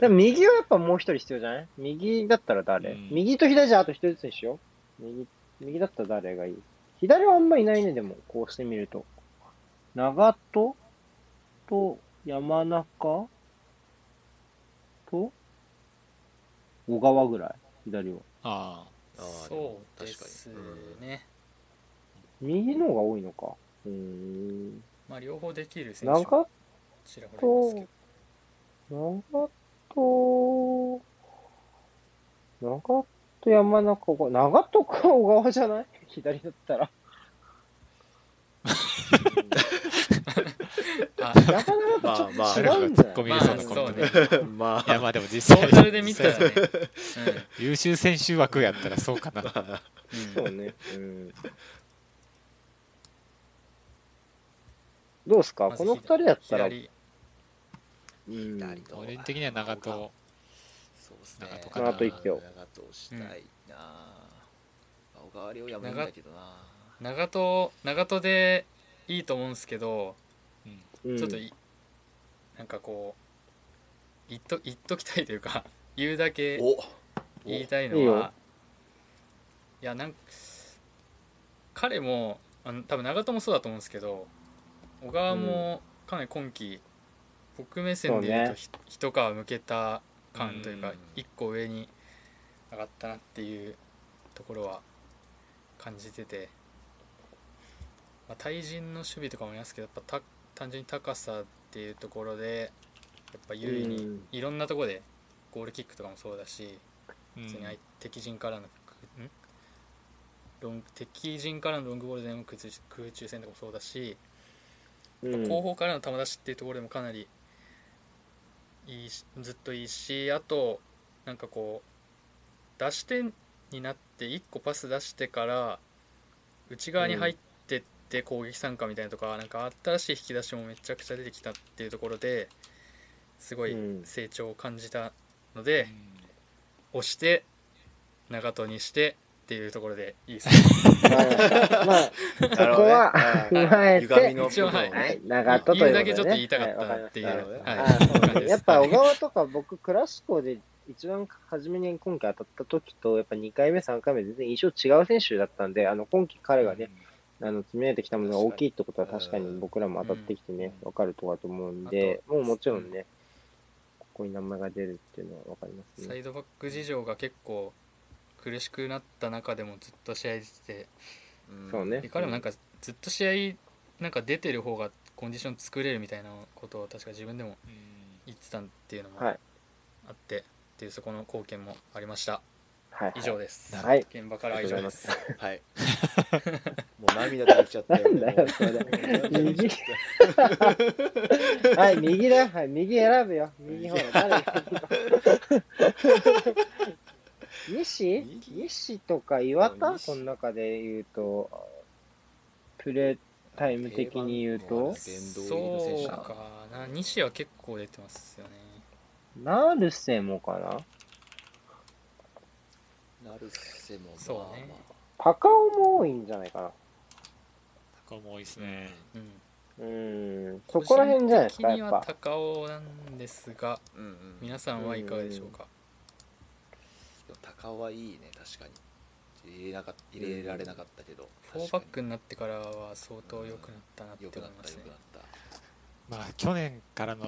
でも右はやっぱもう一人必要じゃない右だったら誰、
うん
右と左じゃあと一人ずつにしよう。右、右だったら誰がいい左はあんまいないね、でも、こうしてみると。長戸と山中と小川ぐらい、左は。
あ あ
あー
そうで
確かに
す
うん
ね。
右の方が多いのか。うーん。
まあ両方できる選手も
長
ちらほらいますけ
戸、長戸、長戸山中小川、長戸か小川じゃない左だったら。
ど。あ
なかなかちょっと違うんじ
ツ
ゃな
ッ
い、
コミ
ま
入
あ
れそうなコメン
そ
ト
うね。
ま
いや
あ、
まあでも実
ト
際
ータルで見たら
実
ね。
際
うん
優秀選手枠やったらそうかな
う
そ
ん
うね。うん。どうすか、
まず
この二人だったら、
左
うん、
左と
個人的には長友
そうですね。
長戸
かな長戸一票
長戸したいなあ。小川亮也もいいんだけどな。
長戸長戸でいいと思うんですけど、
うん
うん
ちょっといなんかこう言っと言っときたいというか言うだけ
お
言いたいの
いい
は
よ
いやなんか彼もあの多分長友もそうだと思うんですけど小川もかなり今季、僕目線で言うと
そうね
ひ一皮向けた感という
う
か
ん
一個上に上がったなっていうところは感じてて、まあ、対人の守備とかもありますけどやっぱた単純に高さっていうところでやっぱ優位
う
に
ん
いろんなところでゴールキックとかもそうだし、
うん
普通に相敵陣からのくんロング敵陣からのロングボールでの空中空中戦とかもそうだし、
うん
後方からの球出しっていうところでもかなりいいしずっといいしあとなんかこう出し手になって1個パス出してから内側に入ってって攻撃参加みたいなとか、なんか新しい引き出しもめちゃくちゃ出てきたっていうところですごい
うん
成長を感じたので。
うん
押して長戸にしてっていうところでいいです
まあ、まあ、
そ
そ
こ
こは踏まえて、
歪みの
一応はい
はい、長戸と
言
いううことで、ね。
だけちょっと言いたかったっていう、
は
はいい
わかりましたあーそ
わかり
う
感じ
ね
です
やっぱ小川とか僕、クラシコで一番初めに今回当たった時と、やっぱ2回目、3回目、全然印象違う選手だったんで、あの今季彼がね、あの積み上げてきたものが大きいってことは確かに僕らも当たってきてね、
うん
わかるとこだと思うんで、
あと
もうもちろんね、ここに名前が出るっていうのはわかります
サ
ね。
イドバック事情が結構苦しくなった中でもずっと試合出て
そうね
て彼もなんかずっと試合なんか出てる方がコンディション作れるみたいなことを確か自分でも
うん
言ってたっていうのも
はい
あって、っていうそこの貢献もありました
はい。
以上です、
はい
現場からは以上です
はい。もう涙出てきちゃった
なんだよ、それ。右。はい、右だ。はい、右選ぶよ。右ほら、誰がいい の西
右
西とか岩田
あ西
この中で言うと、プレータイム的に言うと、
そうかな西は結構出てますよね
ナールセもかな
なるせもまあ
そうね
ま
高尾も多いんじゃないか
高尾も多いですね
うん
な。うん、そこら辺じゃないですか、
個人的に
やっ
は
ぱ。
高尾なんですが
あうんうん
皆さんはいかがでしょうか
高尾はいいね確かに入れなかっ入れられなかったけど
フォーバックになってからは相当良くなったなって
よ
思
く
い
なっ
ま
た
す
よ
ね
くなった
まあ去年からの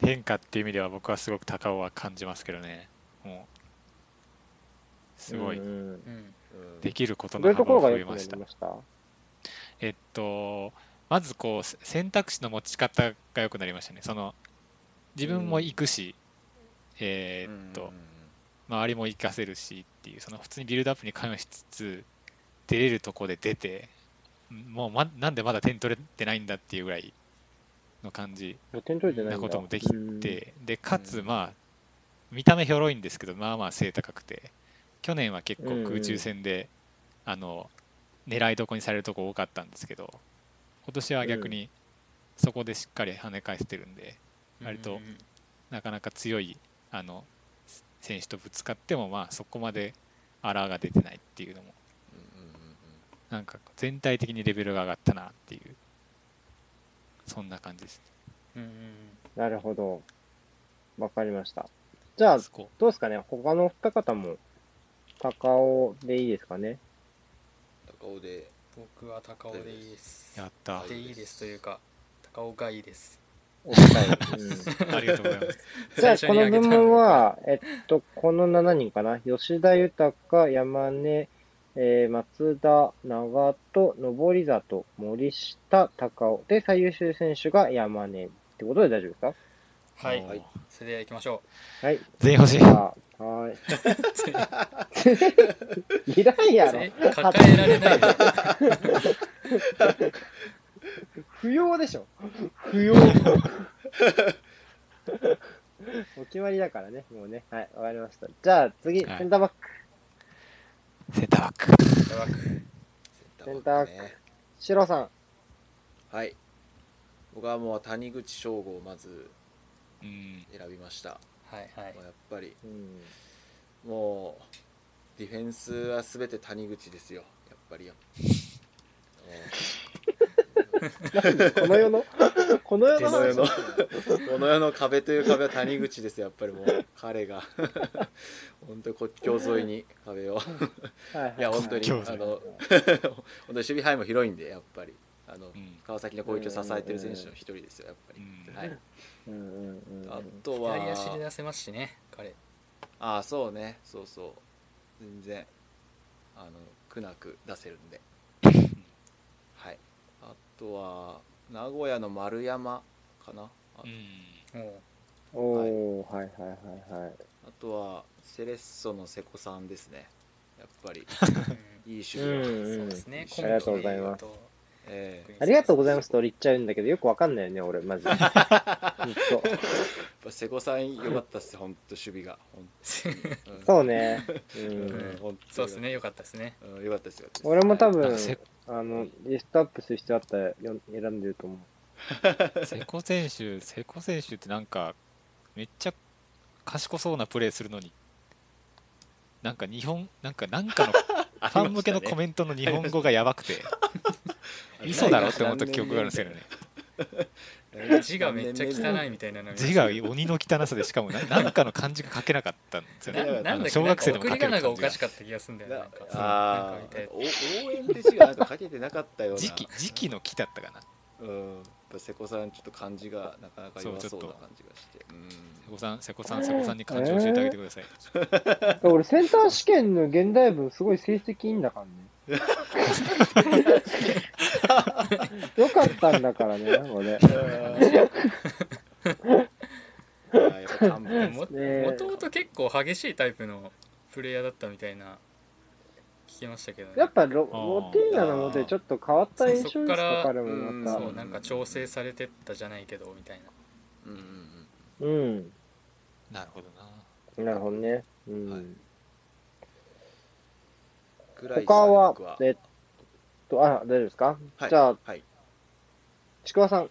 変化っていう意味では僕はすごく高尾は感じますけどねもうすごい
うん
うん
うん
できること
どうい
の
うと
幅
ころが
を増
良
え
くな
まし
り
た
ました
えっとまずこうせ選択肢の持ち方が良くなりましたねその自分も行くし、えーっと、周りも行かせるしっていうその普通にビルドアップに関与しつつ出れるとこで出てもう、ま、なんでまだ点取れてないんだっていうぐらいの感じ
点取れてないんだ
なこともできてでかつまあ見た目ひょろいんですけどまあまあ背高くて去年は結構空中戦であの狙いどこにされるとこ多かったんですけど今年は逆にそこでしっかり跳ね返してるんで割と
うん
なかなか強いあの選手とぶつかってもまあそこまでアラーが出てないっていうのもなんか全体的にレベルが上がったなっていうそんな感じです
うんうん
なるほど。わかりました。じゃあ、
そこ
どうですかね他のお二方も、高尾でいいですか ね
高尾で
僕は高尾でいいです
やった
でいいですというか高尾がいいです
お二人。うん
ありがとうございます
じゃあ、
最
こ
初
の
に挙げ
部
た
門は、えっと、この7人かな。吉田豊、山根、えー松田、長戸、上里、森下、高尾。で、最優秀選手が山根。ってことで大丈夫ですか
はい、
もう
それでは行きましょ
はい。
全員欲しい
じゃあ、は ーい。いらん
う
や
全員
ろ。
抱えられないで
不要でしょ。不要。お決まりだからね、もうね。はい、わかりました。じゃあ次、セ
はい
ンターバック。
センターバック
やばく
センターバック
ね
シロさん。
はい僕はもう谷口翔吾をまず
うん
選びました、
はいはい
もうやっぱり
うん
もうディフェンスは全て谷口ですよやっぱ りよ
この世 のこの世 の
この
話
世のこの世の壁という壁は谷口ですやっぱりもう彼が 本当に国境沿いに壁をいや本当に
国境
あ
沿い
の 本当に守備範囲も広いんでやっぱりあの、
うん
川崎の攻撃を支えてる選手の一人ですよやっぱ
う
り、
ん
はい、
うんうんうん
あとは
左足で出せますしね彼
ああそうねそうそう全然あの苦なく出せる んではいあとは名古屋の丸山かなあ
うん
も
おー、はい、はいはいはいはい
あとはセレッソの瀬古さんですねやっぱり
う、
いい守
う
備
ん
そう
を、
うん
ですね
ありがとう
ございます
ええ
今季
ありがとうございますと俺言っちゃうんだけど、よくわかんないよね、俺、 マジで。ずっと
やっぱ瀬古さん良かったっす本当守備が本当に、
そうね。う
うん
ん。
うん本当に
そうですね良かったですね
うん良かったですよ
俺も多
なん
分
かせ、
あの、リストアップする必要あったらよ選んでると思う。
瀬古選手、瀬古選手ってなんか、めっちゃ賢そうなプレーするのに、なんか日本、なんかな んかのファン向けのコメントの日本語がやばくて、嘘だろって思った記憶があるんですけどね、
字がめっちゃ汚いみたいなの
字が鬼の汚さで、しかもななんかの漢字が書けなかったんですよ
な
ね。
なんだっけ
小学生でも
なんか送り仮
書ける
名がお
感
かし
じが
かった気がするんだよね
な
なんか
あ
なんか
ー
み
お応援って字がなんかかけてなかったような
時期、時期の木だったかな。
うんやっぱ瀬古さんちょっと感じがなかなか弱
そ
そうう
ちょ
な
っと
感じがして
瀬古さん、瀬古さん、瀬古さんに漢字を教えてあげてください。
俺、センター試験の現代文、すごい成績いいんだからね。よかったんだからね、俺。
うんあーやっぱ完
たいな
璧
も
ね
もともと結構激しいタイプのプレイヤーだったみたいな聞きましたけどね
やっぱロ、ロティーナのもとでちょっと変わった印象ですか、彼もまた
う
そ。うなんか調整されてったじゃないけどみたいな
うんうんうん
うん。
なるほどな。
なるほどね。う
はい
ん。
ぐらいです
他は
僕、
えっと、あ、大丈夫ですか
はい
じゃあ、
はい
ちくわさん。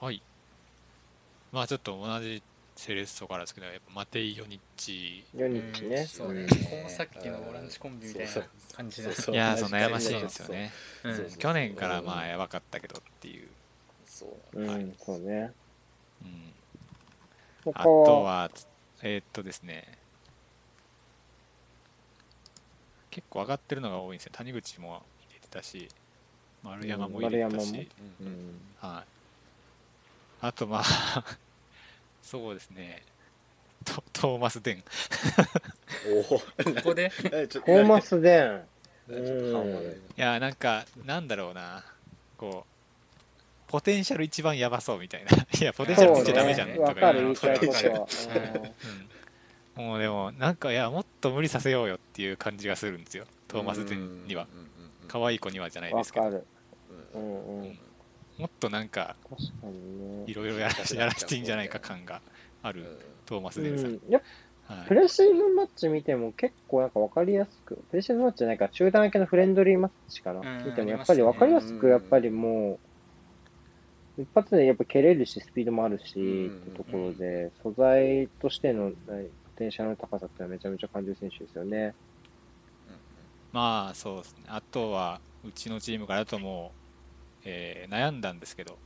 はい。まあちょっと同じセレッソからですけど、やっぱマテイ・ヨニッチ
4日ね。
そうね
うん
こうさっきのオランジコンビみたいな感じだ
そう
いやー、
同
そう
じ
悩ましいんですよね。
うん
そうそう
去年からまあやばかったけどっていう。
そう
う
は
ん
い、
そうね。
うん
他
あと
は、
は、えーっとですね。結構上がってるのが多いんですよ。谷口も入れてたし、丸山も入れてた
うん丸
し、
う
うんうん
ん、
はい。あとまあ、 そうですね。トトーマス・デン。
おお
ここで
ちょっ
トーマス・デン。
ちょっと顔がね
いやーなんかなんだろうなこうポテンシャル一番やばそうみたいな いやポテンシャル
そ
ついうちゃダメじゃん
ね。
とか
わかる、
言う
言い
の
たいこ
わか
と
る
は。
うんもうでもなんかいやもっと無理させようよっていう感じがするんですよトーマス・デンには
うんうんうん
可愛い子にはじゃない
うんわ
ですけど
かる。う
うん
んう
うんん。もっとなんか
確かに
い
ね。
ろいろやらしやらしていいんじゃないか感があるトーマス・デンさん、
うん、やっ
は
ぱ
い
プレシーズンマッチ見ても結構なんかわかりやすく、プレシーズンマッチじゃないか、中段明けのフレンドリーマッチかな、
うん
見てもやっぱりわかりやすく、
うん
やっぱりもう、一発でやっぱ蹴れるし、スピードもあるし、
うん
ってところで、素材としてのえーポテンシャルの高さってのはめちゃめちゃ感じる選手ですよね。
うん
まあそうですねあとはうちのチームからだともう、えー悩んだんですけど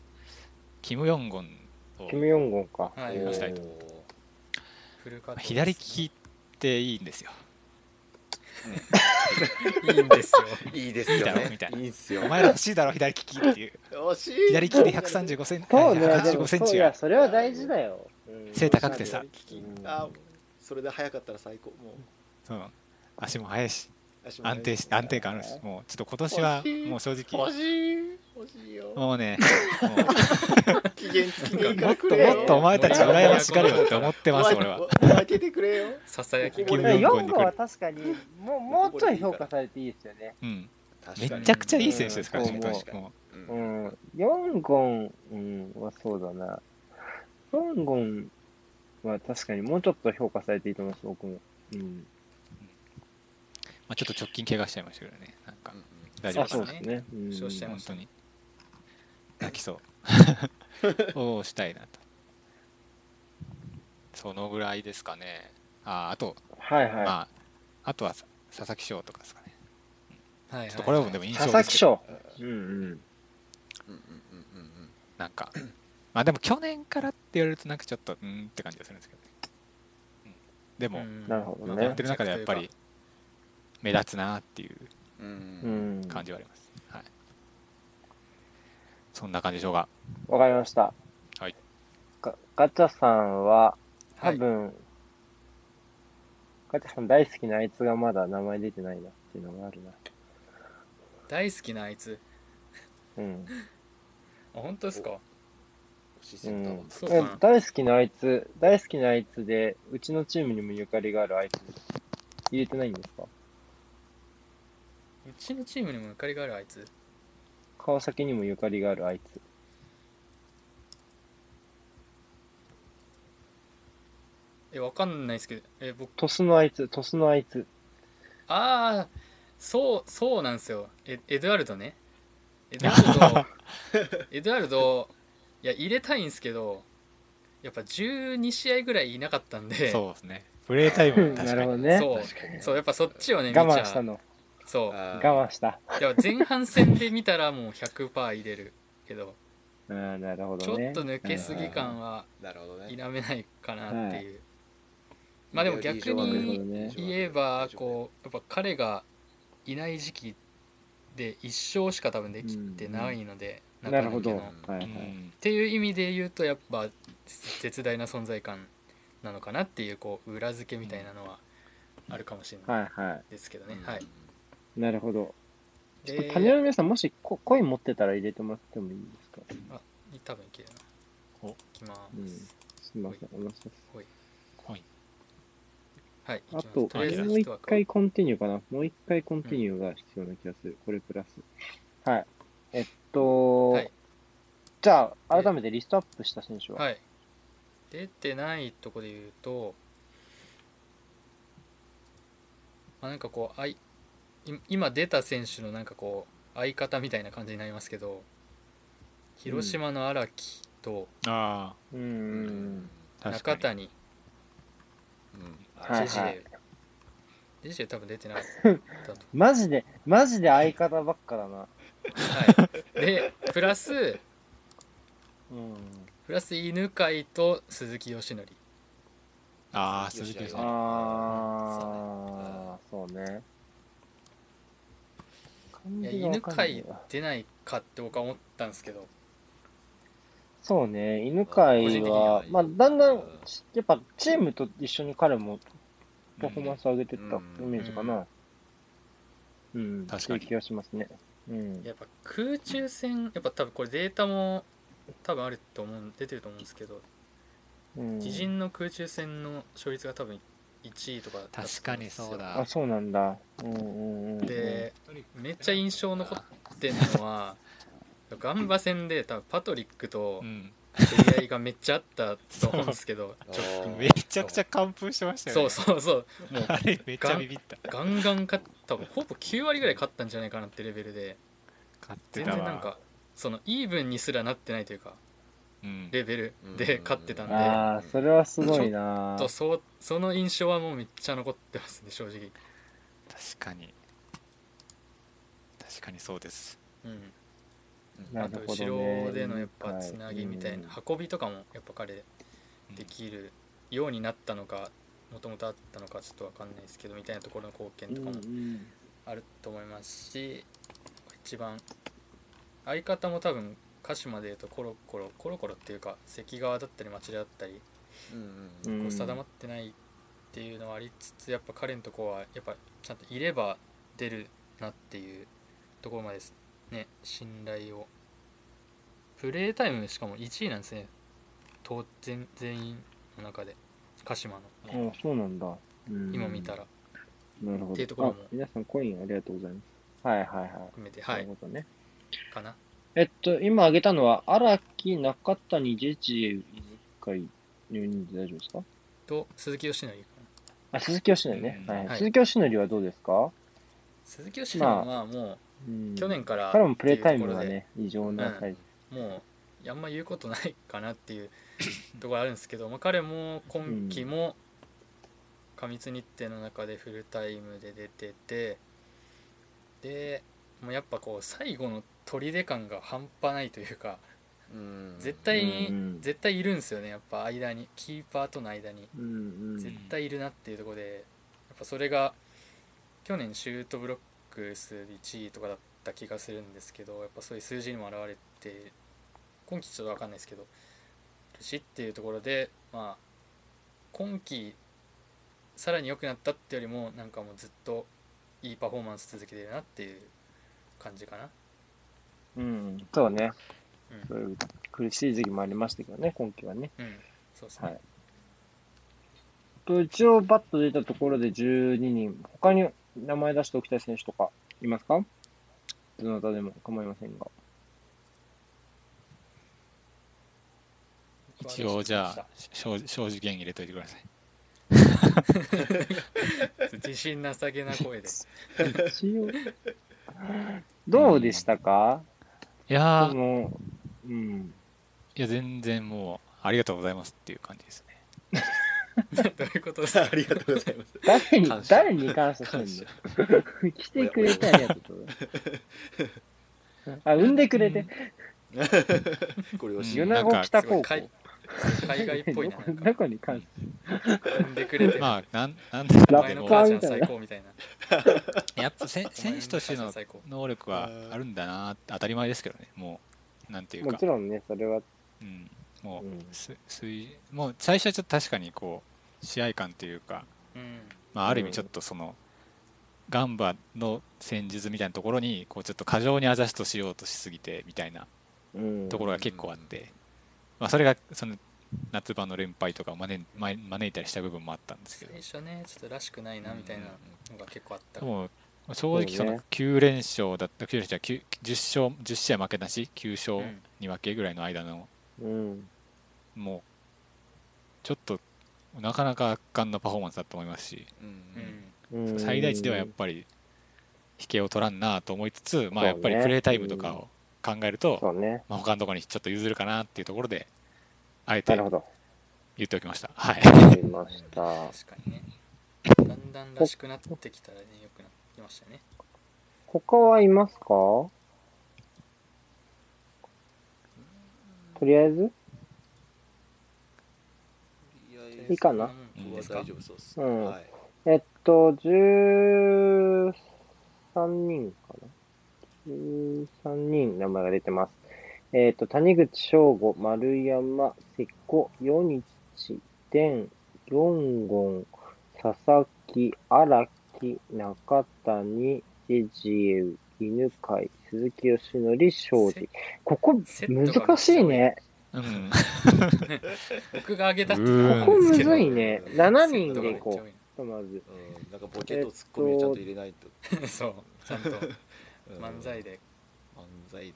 キム・ヨンゴンと
キム・ヨンゴンか。
はい
おー
行きたい
フルカットですね
左利きっていいんですよ
いいんですよ
いいですよね。
みたいない
いんすよ。
お前ら欲しいだろ左利きっていう
惜しい。
左利きで135センチ
そうね、でも
185セン
そう
チ
い
が
や、それは大事だよ。うん
背高くてさ
左利きあ、それで早かったら最高。もう
うん足も速いし
足も速い
安定し安定感あるしもうちょっと今年はもう正
欲
直
しい。欲しいよ。
もうね
期限付き
も
でいうい
も
から
っ
く
と
れよ
もっとお前たち羨ましがるよって思ってます俺は
お前開けてくれよ。
ささやき
キ
キ
ム
ム・
ヨ
ヨン
ンゴ
ゴ
ン
ンは確かに、もう、もうちょい評価されていいですよね。
うんめ
確かに
ちゃくちゃいい選手ですから
うん
本当に
そう思う
も
うん
うん。ヨンゴン、うん、はそうだな。ヨンゴンは確かにもうちょっと評価されていいと思います、僕も。うん。
うまあちょっと直近怪我しちゃいましたけどねなんか
うん
大丈
あ、
夫か
そ
な
うですね。うん
負傷して
本当に泣 きそうをしたいなとそのぐらいですかねああと、
はいは
まああとはさ佐々木翔とかですかね
はい
ちょっとこれはでも
い。
印象
佐
で
々
す
木
けど
翔。うんうん。
うんうんうんうん
なんか まあでも去年からって言われるとなんかちょっとうーんって感じがするんですけどね、うんでも、
なるほど
まあやっ
ね
て。る中でやっぱり目立つなっていう
うん
う
うん
ん。
感じはあります、はいそんな感じでしょうか
わかりました。
はい
ガ。ガチャさんは、多
はい
分、ガチャさん大好きなあいつがまだ名前出てないなっていうのがあるな。
大好きなあいつ
うん。
あ本当ですか
欲しいセ
う
ンター
ん
は、
そうかな
え大好きなあいつ、大好きなあいつで、うちのチームにもゆかりがあるあいつ、入れてないんですか
うちのチームにもゆかりがあるあいつ
川崎にもゆかりがあるあいつ。
えわかんないですけどえ僕
鳥栖のあいつ、鳥栖のあいつ。
ああそうそうなんですよえエドワルドねエドワルドエドワルドいや入れたいんですけどやっぱ12試合ぐらいいなかったんで
そうですねプレータイムも確
な
か
るほ
に
どね。
そう
確かに
そうやっぱそっちをね見ちゃ
我慢したの。
そう
あー
我慢した。
でも前半戦で見たらもう100%入れるけど、
うん、なるほ
ちょ
ど
っ
ね。
と抜けすぎ感は
なるほどね
否めないかなっていう、まあでも逆
なるほど
に
ね。
言えばこうやっぱ彼がいない時期で1勝しか多分できてないので、
なるほど。
中
は
野
いは
家の
う
い。
ん
っていう意味で言うとやっぱ絶大な存在感なのかなっていうこう裏付けみたいなのはあるかもしれない
はいは
ですけどね、はい
い。なるほど。
で
パネルの皆さん、もしココイン持ってたら入れてもらってもいいですか、
多分いけるな
お
いきます、
うん、すみません、お願いします。
コイン
はいいき
あ
ます
と、
とりあえず
もう一
一枠
回コンティニューかな。もう一回コンティニューが必要な気がする。これプラス。はい。えっと、
はい
じゃあ、改めてリストアップした選手は、
はい、出てないとこで言うと、まあ、なんかこうあいい今出た選手のなんかこう相方みたいな感じになりますけど広島の荒木と
あ
うーん。
あ確
中
かに
谷、
はい
ジェジ
はい
ェジェジェ多分出てなかった と
マジで、マジで相方ばっかだな。
はいでプラス
うん。
プラス犬飼と鈴木義則
ああ鈴木さん
あー、そうね。漢字がわかん
いや犬
ない
飼
わ
出ないかって僕は思ったんですけど
そうね、犬飼
個人的に
は
は、
まあ、だんだ
うん
ん、やっぱチームと一緒に彼もパフォーマンスを上げてった
うん
イメージかな。うん、確
確か
か
に
いう気がしますね。うん。
やっぱ空中戦やっぱ多分これデータも多分あると思う出てると思うんですけど
うん
自陣の空中戦の勝率が多分1位とかだったと思んです
確
よ
かにそうだ
あ、そうなんだ。うんうんうんうん。
でめっちゃ印象残ってんのはガンバ戦で多分パトリックと
うん
競り合いがめっちゃあったと思うんですけどちょ
めちゃくちゃ完封してましたよ
そ
ね
うそうそうもう
あれめっちゃビビった
ガンガン勝っ多分ほぼ9割ぐらい勝ったんじゃないかなってレベルで
勝って
全
たわ
然なんかそのイーブンにすらなってないというか
うん
レベルで勝ってたんで
ああ、それはすごいな
と。そうその印象はもうめっちゃ残ってますね正直
確かに確かにそうです。
うん、
な
あ
る
と
ほど
後
ね
ろでのやっぱつなぎみたいな
は
運びとかもやっぱ彼
うん
できるようになったのかもともとあったのかちょっとわかんないですけどみたいなところの貢献とかも
うん
あると思いますし一番相方も多分歌手まで言うとコロコロコロコロっていうか関川だったり町田だったり
うんうん
う
う
ん
ん
こう定まってないっていうのはありつつやっぱ彼のとこはやっぱちゃんといれば出るなっていうところまでですね信頼をプレータイムしかも1位なんですね当全全員の中で鹿島の
あそうなんだ。うん
今見た。ら
なるほど。
っていうところも
あ皆さんコインありがとうございます。はいはいはい。
含めては
ないるほどね。
かな
えっと、今挙げたのは、荒木、中谷、ジェチ、回、入人で大丈夫ですか
と鈴木よしのりかな
あ、鈴木よしのりね。
うん
はい
はい
鈴木よしのりはどうですか、
鈴木よしのりはまあも
うん
う去年から
彼もプレイタイム
っていうとこ
が
ろで
ね、異常なタイプ。
もうあんま言うことないかなっていう ところあるんですけど、まあ、彼も今季も過密日程の中でフルタイムで出ててでもうやっぱこう最後の砦感が半端ないというか
うん
絶対に、
うん
絶対いるんですよねやっぱ間にキーパーとの間に
うんうん
絶対いるなっていうところでやっぱそれが去年シュートブロック数1位とかだった気がするんですけどやっぱそういう数字にも表れて今季ちょっと分かんないですけどしっていうところでまあ今季さらに良くなったってよりもなんかもうずっといいパフォーマンス続けてるなっていう感じかな。
うん、そうね。
うん
そういう苦しい時期もありましたけどね、今季はね。
うん、そうですね、
はい。と一応、バッと出たところで12人、他に名前出しておきたい選手とかいますかどなたでも構いませんが。
一応じゃあ正正直に入れといてください。
自信なさげな声で
一応。どうでしたか、
いや
そ
ー
の、うん。
いや全然もうありがとうございますっていう感じですね。
どういうこ とですか
ありがとうございます。
誰に
感、謝
誰に感謝
感
し
謝
てん。の来てくれてありがとう。あ、産んでくれて。
これをし
米子北高校。
海海外っぽいな。なんか
中に感謝。
産んでくれてる、
まあなんなんだか
お
んだ
前
で
の
も
母ちゃん最高みたいな。
やっぱせ
お
ん
前
選手とし
母
て
ちゃん
の
最高
能力はあるんだな当たり前ですけどねもうなんていう
も
か
ち、ろんね、それは。
うん、も
う
うんす水もう最初はちょっと確かにこう試合感というか、
うん。
まあ、ある意
う
味
ん
ちょっとその、ガンバの戦術みたいなところにこうちょっと過剰にアジャストしようとしすぎてみたいな
うん
ところが結構あって、まあ、それがその夏場の連敗とかを招い招いたりした部分もあったんですけ
最
ど
初ね、ちょっとらしくないなみたいなのが結構あった。
でも正直そ
そう
の
ね
9連勝だった9連勝じゃない9 10勝10試合負けなし9
う
勝
ん
2分けぐらいの間の
うん。
もうちょっとなかなか圧巻のパフォーマンスだと思いますし、
うん。
うん
最大値ではやっぱり引けを取らんなと思いつつ、まあ、
そうね
やっぱりプレータイムとかを考えると、
そうね。
まあ、他のところにちょっと譲るかなっていうところであえ
な
て
るほど。
言っておきました。 はい、
わかりました。
確かにね。だんだんらしくなってきたらね、よくなってきましたね。
他はいますかとりあえずいいかな
僕は大丈夫そうです。
うん
はい。
えっと、13人かな ?13 人名前が出てます。えっと、谷口翔吾、丸山、瀬古、与日、伝、四言、佐々木、荒木、中谷、ジェジエウ、犬飼、鈴木よしのり、庄司。ここ、
セットが
難しいね。
うん、
僕が上げたって
こ
こ
こ
う
む
ん
ずいね。7人
セット
でい
がめっちゃ
こ。
多いう
とまず。
うんなんかボケとツッコミをちゃんと入れないと。
な そう、ちゃんと
うん
漫才。で。
漫才で。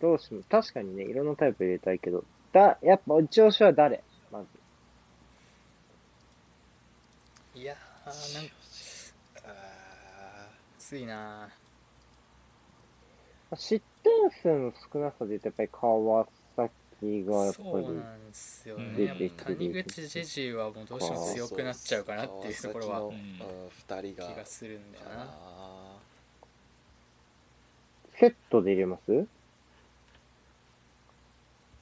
どうしも、確かにね、いろんなタイプ入れたいけど、だ、やっぱ、うち押しは誰まず。
いやー、なんか、あーついな
失点数の少なさで言うと、やっぱり川崎がやっぱ
そう
り、
なんですよ
うん
ね。やっぱ谷口ジェジーはもうどうしても強くなっちゃうかなっていうところは
川崎のうん二人
気
が
がするんだよ
か
な。
な
セットで入れます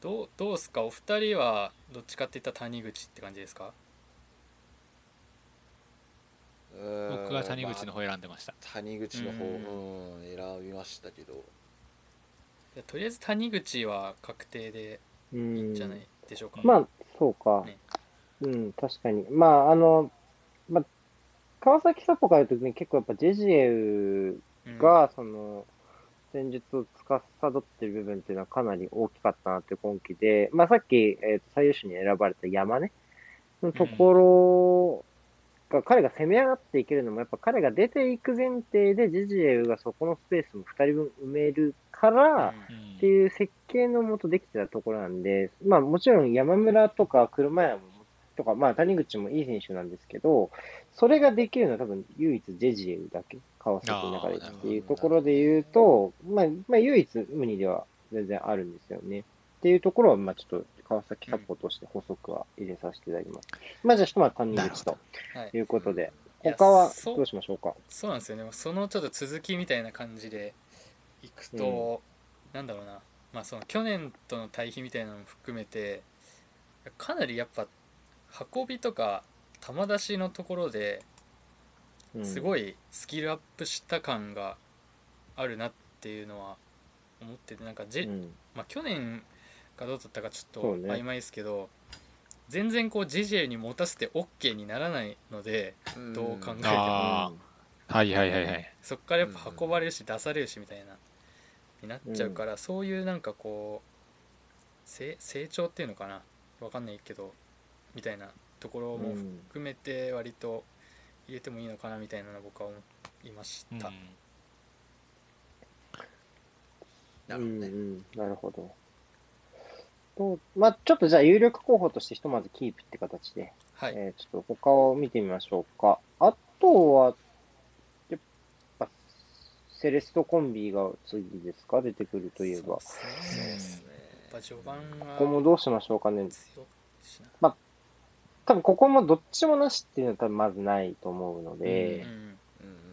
どうどうすかお二人はどっちかっていったら谷口って感じですか
僕は谷口の方選んでました、
谷口の方、
う
うん、選びましたけど、
いやとりあえず谷口は確定で
う
いいん
ん
じゃないでしょうか、
まあ、そうか。
ね
うん、確かに。まあ、あの、まあ、川崎サポから言うとね、結構やっぱジェジエウ
うん
が、その、戦術を司ってる部分っていうのはかなり大きかったなって今季で、まあさっき、えーと最優秀に選ばれた山ね、のところが、彼が攻め上がっていけるのも、やっぱ彼が出ていく前提で、ジェジエウがそこのスペースも2人分埋めるから、
うん
っていう設計のもとできてたところなんで、まあもちろん山村とか車山とか、まあ谷口もいい選手なんですけど、それができるのは多分唯一ジェジエウだけ、川崎の中でっていうところで言うと、まあ、まあ唯一無二では全然あるんですよね。っていうところは、まあちょっと川崎サポとして補足は入れさせていただきます。まあじゃあひとまず谷口と
はい
いうことで、
いや
他は
そう
どうしましょうか。
そうなんですよねそのちょっと続きみたいな感じでいくと、なんだろうな、まあ、その去年との対比みたいなのも含めてかなりやっぱ運びとか球出しのところで
うん
すごいスキルアップした感があるなっていうのは思っててなんかジェ、
うん
まあ、去年がどうだったかちょっ
そ
と
うね
曖昧ですけど、全然こうジェジェに持たせて OK にならないのでどう考えても
あはいはいはいはい
そっからやっぱ運ばれるし出されるしみたいなになっちゃうから、そういうなんかこうせ成長っていうのかなわかんないけどみたいなところも
うん
含めて割と入れてもいいのかなみたいなのを僕は思いまし
うん
た、
なるほどね
うんうん、なるほど。とまあ、ちょっとじゃあ、有力候補としてひとまずキープって形で、
はい、
えーちょっと他を見てみましょうか。あとは、やっぱ、セレストコンビが次ですか、出てくるといえば。こ
そうっすねやっぱ序盤
こも
は
どうしましょうかね。
強いしな、
多分ここもどっちもなしっていうのは多分まずないと思うので、
うん、
うんうん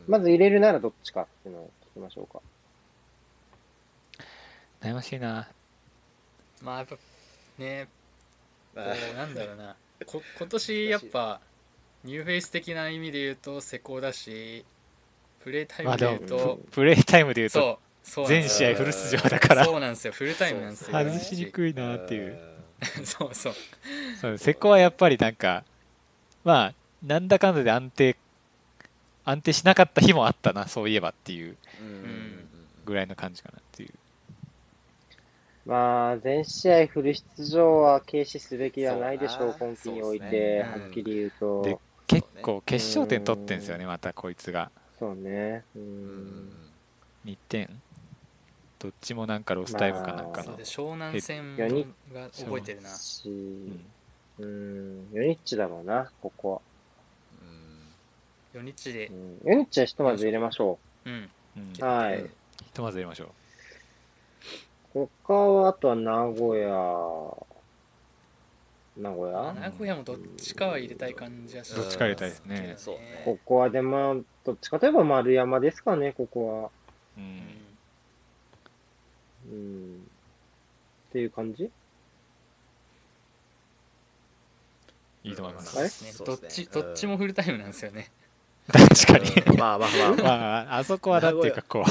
まず入れるならどっちかっていうのを聞きましょうか。
悩ましいな
まあやっぱねこ
あ
うなんだろうなこ今年やっぱニューフェイス的な意味で言うと施工だしプレイタイ
まあ
ム
で
で
も
言うと、
プレイタイムでいうと
そうそうなんで
全
す
試
よ
合フル出場だから
そうなんですよフルタイムなんですよ
そう
外しにくいなっていう
そうそう
そうセコはやっぱりなんかまあなんだかんだで安定安定しなかった日もあったなそういえばっていう
うんうんうんうん
ぐらいの感じかなっていう
まあ、全試合フル出場は軽視すべきではないでしょう、
そう
今
だな
季におい
そ
て、
うです
ね
はっきり言うと。
で結構決勝点取ってんですよねまたこいつが
そうね。う
うんうん
ん。
2点どっちもなんかロスタイムかなんか
そ
の
うで湘南戦
え
が覚えてるな
し、
うん
うん、ヨニッチだろうな、ここは。
4日
う
で
ん、ヨニッチはひとまず入れましょ
うん
うん
う。はい。
ひとまず入れましょう
他は、あとは名古屋。名古
まあ
屋
名古屋もどっちかは入れたい感じはし
どっちか入れたいですね
けど
そうね
ここは、でも、どっちかといえば丸山ですかね、ここは。
う
うんん
うん。っていう感じ
いいと思いま
あ
す
れ
そうですね
そ
ど
うで
っ
すね
ちどっちもフルタイムなんですよね
確かに
うんまあまあまあまあ
まああそこはだっていうかこ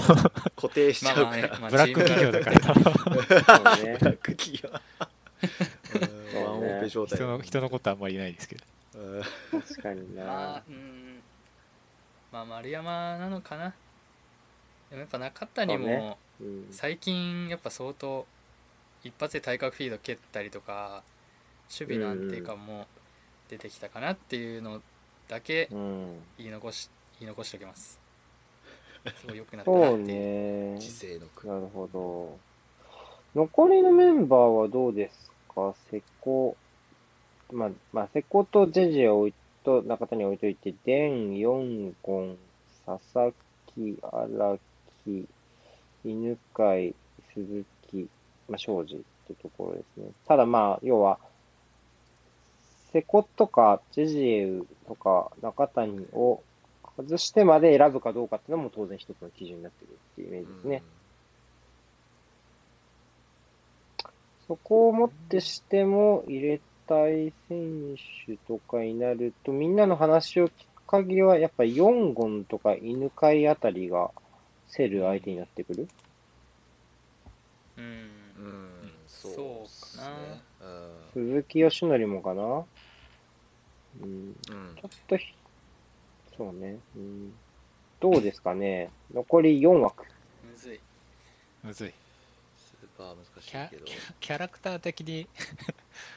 固定しち
ま
ゃ
あ
う
ま
か
あね
ら
まあ
うブラック企業だから
そうね
ブ。ラック企業うんワンオペ状態
人の人のことあんまり言えないですけど
うん
確かに
まあ
な。、
うん、まあ丸山なのかなでもやっぱ中谷
そう
も
ねうん。
最近やっぱ相当一発で対角フィード蹴ったりとか守備の安定感も出てきたかなっていうのだけ
うん。
言い残し言い残しておきますすごい良くなったな
そう
っていう
ね。
時勢の国
なるほど。残りのメンバーはどうですか瀬古、まあ、まあ、瀬古とジェジェを置いと、中谷を置いといて、デン、ヨンゴン、佐々木、荒木、犬飼、鈴木、まあ、庄司ってところですね。ただまあ、要は、瀬古とか、ジェジエウとか、中谷を外してまで選ぶかどうかっていうのも当然一つの基準になってくるっていうイメージですね。
う
そこをもってしても入れたい選手とかになると、みんなの話を聞く限りは、やっぱ4ゴとか犬飼あたりが競る相手になってくる
うん、
うんっすね
鈴木義則もかなうん、
うんうん
ちょっとひ、そうね、うん。どうですかね残り4枠。
むずい
むずい
スーパー難し
キャ
いけど
キャキャラクター的に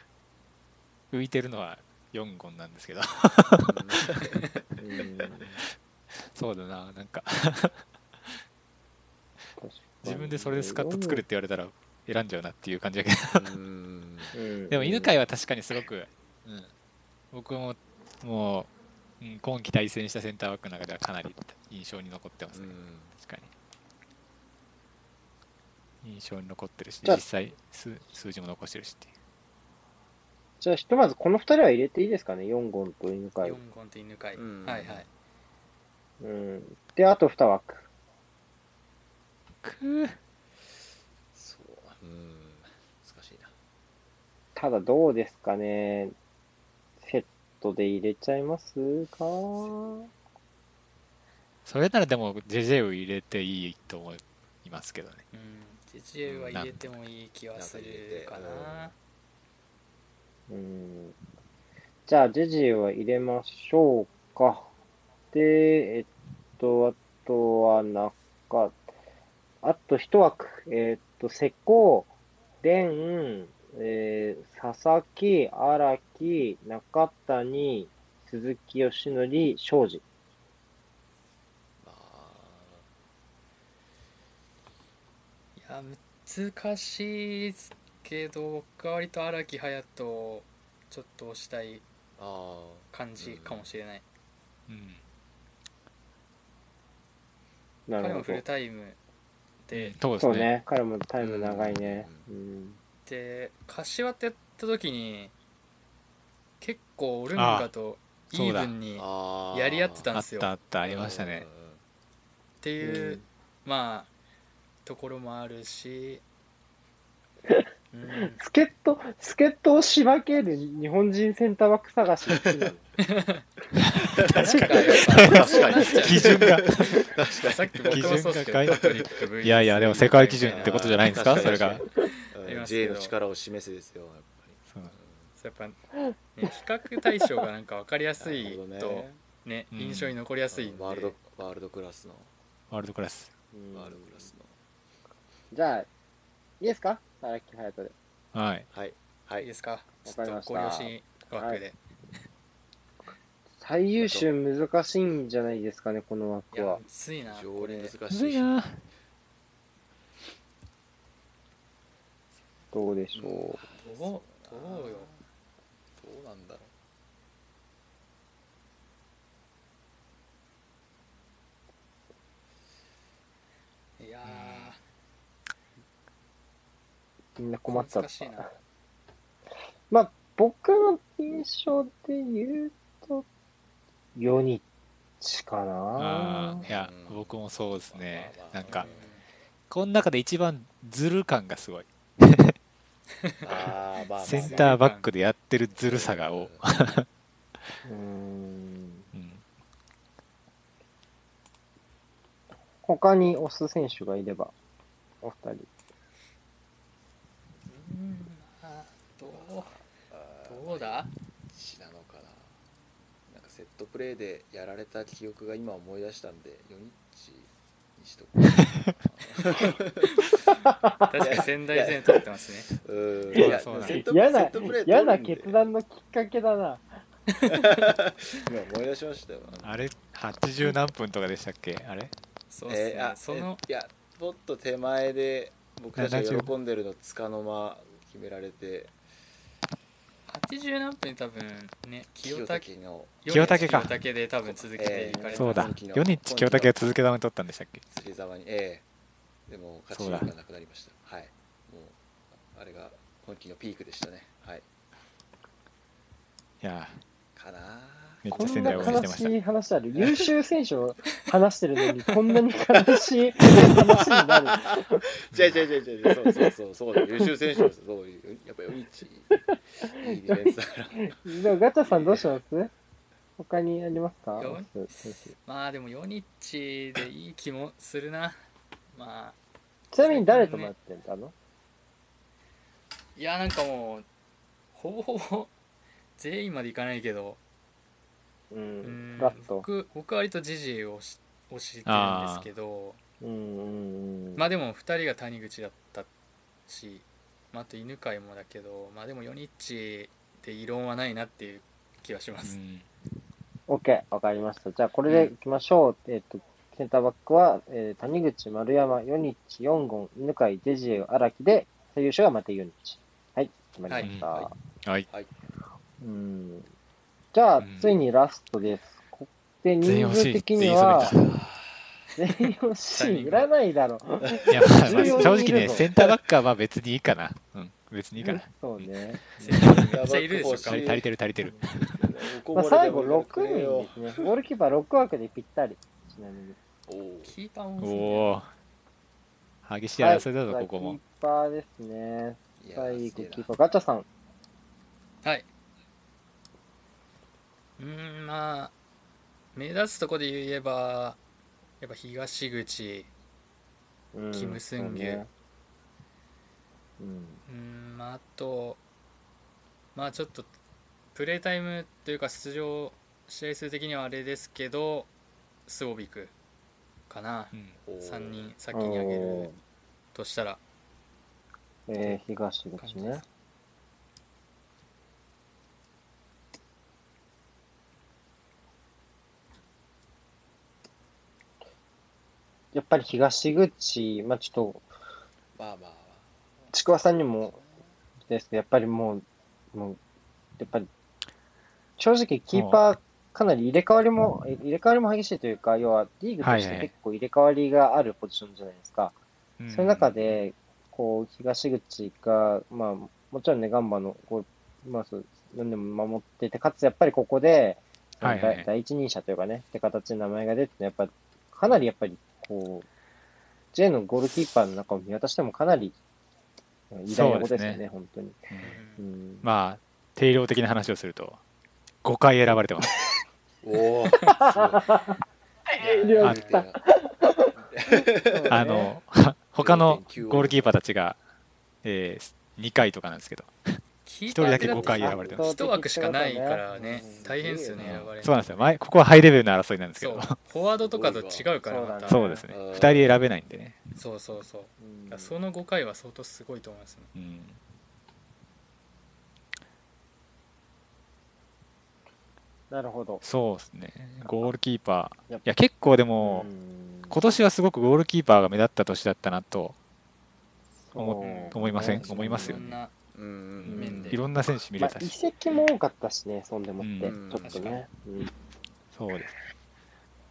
浮いてるのは4ゴンなんですけど
うん、確か
そうだななんか
に
自分でそれでスカッと作れっ。て言われたら選んじゃうなっていう感じだけど
うん
うん、
でも犬飼は確かにすごく、うん、僕ももう、うん、今季対戦したセンターバックの中ではかなり印象に残ってます
う
ね、
ん
確かに印象に残ってるし
じゃあ
実際数数字も残してるしっていう
じゃあ、ひとまずこの2人は入れていいですかね ?4 ゴンと犬飼
4。ゴンと犬飼、
うん
はいはい
うん。で、あと2枠。
そううん難しいな
ただ、どうですかねセットで入れちゃいますか
それならでも JJ を入れていいと思いますけどね
うん JJ は入れてもいい気はするかな
なんか
うん。じゃあ、ジェジェは入れましょうか。で、えっと、あとは中、あと一枠。えっと、瀬古、蓮、えー、佐々木、荒木、中谷、鈴木義則、庄司。
まあ
いや難しいですけど僕は割と荒木隼人をちょっと推したい
あー
感じかもしれない、
うん
なる
彼
ほ
もフ
ど
ル。タイムで、
そうです
そう
ね
ね、彼もタイム長いね。うん。
で柏ってやった時に結構オルンガとイーブンにっ
あー
やり合ってた
あったあったありましたね
ていう、
うん
まあところもあるし、うん、
助っ人、助っ人をしばける日本人センターバック探し好 きなの。
確かに
確かに
基 準が
さっき僕もそうですけど
基準が外
トトリッ ク VS
いやいやでも世界基準ってことじゃないんですか
確
そ
か
れ
に
が
あり
うん
ますけ
J
ど
の力を示せですよやっぱり
そう
やっぱ、ね、比較対象がなんか分かりやすい
なるほど
と
ね
ね
うん
印象に残りやすいんで、
ワールドワールドクラスの
ワールドクラス
うん
ワールドクラスの
じゃあ、いいですか荒木隼人で。
はい
はいはい
いですか
わ
ちょ
か
っ
り
と
ました
ご了承枠で、
最優秀難しいんじゃないですかね、この
い、
枠
や
は。
ついな
非
こ
常
れ
に難
む
し
ず
い
いな
どうでしょ
どうどうよ
どうなんだろ
いや
う。みんな
ー
困った
難。しいな
まあ、僕の印象で言うと、ヨニッチか
あ
な
ー。いや
うん
僕もそうですね
まあまあまあ
なんかこの中で一番ずる感がすごいう
あーまあまあまあ
センターバックでやってるずるさがを、
うーん。
うん、
他に推す選手がいれば、お二人。
うんあーどうどうだ
死なのかななんかセットプレーでやられた記憶が今思い出したんで4日にしとこ
確かに仙台戦取ってますね
ううーん
いや
いやセ
そうなんだ
ットプレ
嫌
ーセ
な
ットプレー、
嫌な
取るんで
決断のきっかけだな。
今思い出しましたよ
あれ80何分とかでしたっけあれ
そうですね、
えーあ
その
えいやもっと手前で僕たちが喜んでるのつかの間決められて
80何分に多分ね清
清
武
武の
清武か
清武で多分続けていかれた、
えー
そうだ
今季の
ヨニッチ清武は続け球に取ったんでしたっけ
釣りざまにええでも勝ちがなくなりましたはいもうあれが今季のピークでしたねはい
いや
かな
ーめっ
こ
ちゃ
ん
仙
な
台応援して
悲
ま
し
し
い話ある。優秀選手を話してるのに、こんなに悲しい話になる。
違う違う違う違うそうそうそうそうだ優秀選手ですそういうやっぱりいいチいいディフェンスだから
でもガチャさんどうします他にありますか
よ
おすすめ
まあでもヨニッチでいい気もするなまあ
ちなみに誰と待ってんだの
いやなんかもうほぼほぼ全員までいかないけど
う
うんん。
ラット。
僕僕は割とジジイをし推してるんですけど
うんうんうん。
まあでも2人が谷口だったし、まあ、あと犬飼もだけどまあでもヨニッチで異論はないなっていう気はしま
た、う
す、
ん、
OK、わかりました。じゃあ、これでいきましょう。えっと、センターバックは、えー谷口、丸山、ヨニッチ、ヨンゴン、犬飼、デジエウ、荒木で、最優秀がマテヨニッチ。はい、決まりました。
はいはい
うん。じゃあ、
うん
ついにラストです。こで、
全員
人
欲し
数
い
的
全
に
員揃
は
え、た
全員欲し
タイミン
い。
グ
いらないだろう。
いや、まあ、まあ
14
正直
いる
ね、
ぞ
センターバックはまあ別にいいかな。うん、別にいいかな。
そうね。
めっちゃいるでしょ
足り足りてる足りてる。
まあ、最後6人ですね。ゴールキーパー6枠でぴったり。ちなみに。
おー
キーパーも
お
そうだよ
おー。激しい争いだぞ、
はい
ここも
キー。パーですね。
いや
最
ー
後、キー
す
パー。ガチャさん。
はい。うーん、まあ、目立つとこで言えば、やっぱ東口、
うん
キムスンギ
そ
ュ
うね
うーん、まあ、あと、まあちょっと、プレータイムというか出場試合数的にはあれですけど、スオビクかな
う。ん
げえなおー
3人先に挙げるとしたら、
おーえー、東口ね。やっぱり東口、まあ、ちょっと、
まあまあまあ
ちくわさんにもですけど、やっぱりもう、もう、やっぱり、正直キーパーかなり入れ替わりも、え入れ替わりも激しいというか、要はリーグとし
はいは
て
い
結構入れ替わりがあるポジションじゃないですか。
うん
その中、で、こう、東口が、まあ、もちろんね、ガンバのゴール、まあ、そう何年も守ってて、かつやっぱりここで、
はいはい
第第一人者というかね、って形で名前が出てて、やっぱ、かなりやっぱり、こう、J のゴールキーパーの中を見渡してもかなり、偉大なことですよ
そうです
ね、本当に。
うん
うん、
まあ、定量的な話をすると、5回選ばれてます。
お ーす
うんい
量
や
あ
ごい
った
あの、 他の
0.95
ゴールキーパーたちが、えー、2回とかなんですけど、
キー
一
パ
人
ー
だ
っ
け
てだっ
5
て
回選ばれてます。
1枠しかないからね
うん、
大変ですよね、
うん
選ばれるの
そうなんですよ前。ここはハイレベルな争いなんですけ
そう
ど、
フォワードとかと違うから
そうだ
ま
ね
た
そうですね。
うん
2人選べないんでね。
そうそうそう
うん
その5回は相当すごいと思いますね
うん
なるほど。
そうですね。ゴールキーパー。
やっ
い
ぱ
や、結構でも、
うん
今年はすごくゴールキーパーが目立った年だったなと
そう
思思いません思いますよね
いろんな
うんうん
面で
いろんな選手見れ
まあ
た、し、
遺跡も多かったしね、そんでもって、
うん
ちょっとね。うん
そうです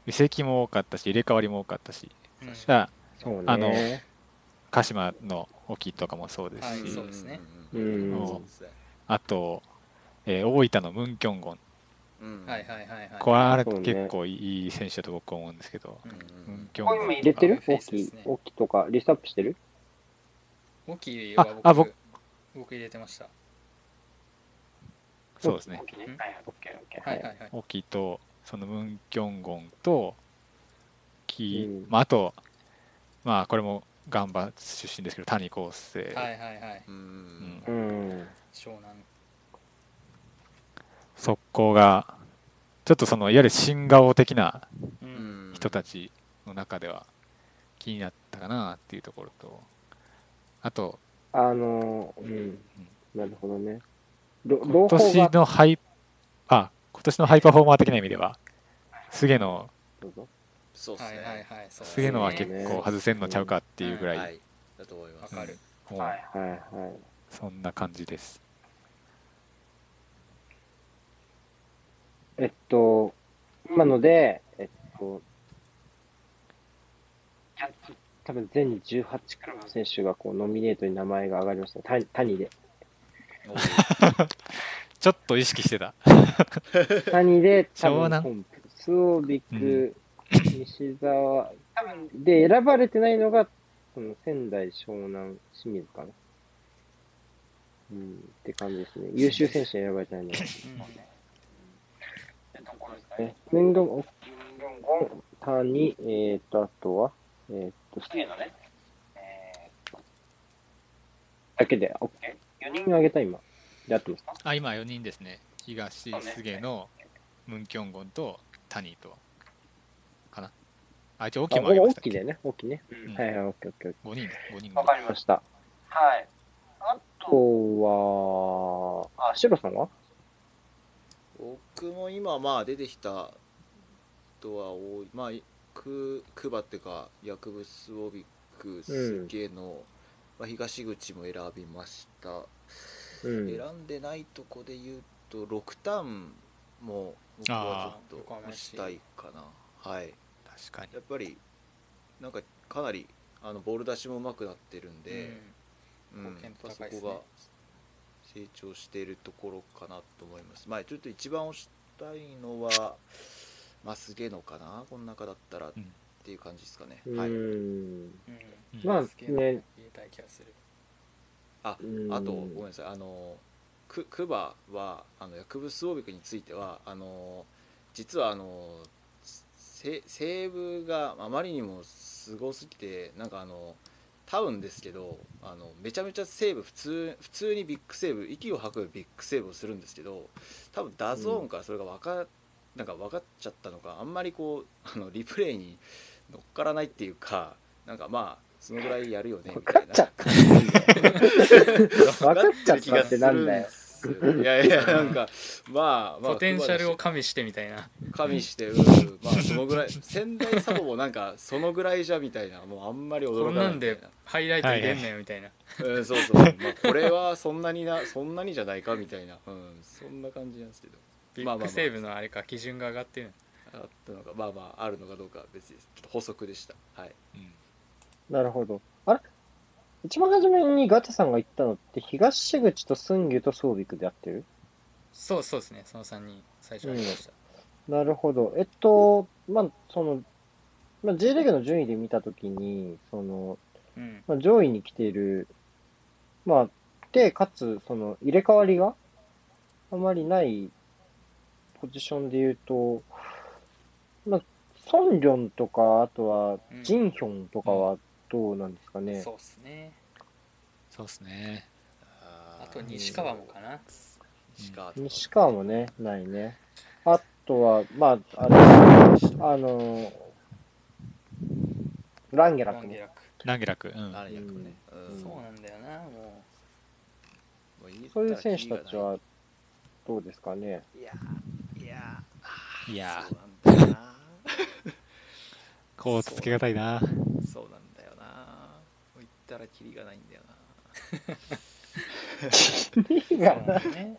移籍も多かったし入れ替わりも多かったし
うん
だから
そうね。
あの鹿島の沖とかもそうです
はい
し、
そうですね
う
うんん
ん
そうですね
あと、えー大分のムンキョンゴン、
うん
はいはいはいはい
これあれ
そうね
結構いい選手だと僕は思うんですけど、
う
うん
ん
う
ム
ん
ンキョン
こ
ゴ
れ
ン
今入れてる
フェ
大
イス
き
で
い
すね、
大きいとか、リストアップしてる
大きいは僕
ああ僕
僕入れてました
そうですね。
大きい
うん
はいはい、オッケーオッケー。
は
はい
はい
い。
はい
沖とそのムンキョンゴンとキー
うん
まあ、あと、まあ、これもガンバ出身ですけど谷康生、
はいはいはい
うんうん
うん。
湘南
速攻がちょっとそのいわゆる新顔的な
う
うんん
人たちの中では気になったかなっていうところとあと
あのー、うん。なるほどね。ろ
今
朗報
年
が、
のハイあ今年のハイパフォーマー的な意味では菅野
どうぞ
そうで
は
す
い
ね
はいはいそうですね
菅野は結構外せんのちゃうかっていうぐらい、
はいだと思います
わかる
もう
はいはいはい。
そんな感じです
えっと、今ので、えっと、いや多分全18クラブの選手がこうノミネートに名前が上がりました。谷谷で。
おー
ちちょっと意識してた。
カニで、多
湘
分
南
コンプ、スオビク、西沢、多分で、選ばれてないのが、その仙台、湘南、清水かな。うん、って感じですね。優秀選手選ばれてないのが。え、メンドン、タニ、えーと、あとは、えーと、ステのね、だけで、オッケー。4人挙げた、今。で合ってますか
あ今4人ですね東菅野ムンキョンゴンとタニーとかなあ一応オキもありま
大
したっ
きいだよね、大きいね。
うん
はいはい、オッケー、オッケー。
5人だ5人
わかりました。はい。あとは、あ、シロさんは
僕も今まあ出てきた人は多いまあククバってか薬物スオビックスゲの、まあ、東口も選びました、
うん。
選んでないとこで言うと6ターンも僕はちょっ
あー
としたいかなはい
確かに
やっぱりなんかかなりあのボール出しもうまくなってるんで、うん
貢献度
やっぱ
高いですね
そこが成長しているところかなと思います。まあ、ちょっと一番推したいのは、まあ、すげえのかな、この中だったらっ
うん
ていう感じですかね。
う
はい、
ん。
うん
まあ
好きなの
ね
言いたい気がする
あ
うん
あと、ごめんなさい、あのククバはあの薬物オービクについては、あの実はあのせセーブがあまりにもすごすぎて、なんかあの多分ですけどあのめちゃめちゃセーブ普通普通にビッグセーブ息を吐くビッグセーブをするんですけど多分ダゾーンからそれが分か,、なんか分かっちゃったのかあんまりこうあのリプレイに乗っからないっていうかなんかまあそのぐらいやるよねみたいな
分かっちゃっ 分かっちゃったってなんだよ。
いやいやな んかまあ、まあ、
ポテンシャルを加味してみたいな
加味してうんまあそのぐらい仙台サボもなんかそのぐらいじゃみたいなもうあんまり驚
こ
か
ん
ない
なん
みたい
で
な
ハイライト入れんなよみたいな
うん、そうそう、まあ、これはそんなにな、そんなにじゃないかみたいな、うん、そんな感じなんですけど。
ビ
まあ
ッ
まあまあ
グセーブのあれか基準が上がってる
あったのか、まあまあ、あるのかどうか、は別です。ちょっと補足でした。はい。
うん
なるほど。あれ一番初めにガチャさんが言ったのって、東口とスンギュとソービクでやってる
そうそうですねその3人最初ありました
なるほど。えっと、まあ、その、まあ、J リーグの順位で見たときに、その、
うん
まあ、上位に来ている、まあ、で、かつ、その、入れ替わりがあまりないポジションで言うと、まあ、ソンリョンとか、あとは、
うん
ジンヒョンとかはどうなんですかね。
そうっすね
そうですね
あ
あ
と西川も。かな
西川とか。
西川もね、ないね。あとは、まあ、あれ、あの、ランゲラ
ラ
ック
ン
も
ゲ。ラク
ランゲラックうん
あれ役ね。うん。
そ
も
うなんだよなも
う言ったら
そういう選手たち
キリがない。
は、どうですかね。
いやー、いやー、
いや
そうなんだよな。
こう続けがたいな
そうなんだよな。もう言ったらキリがないんだよな。
うそうなんだよ ね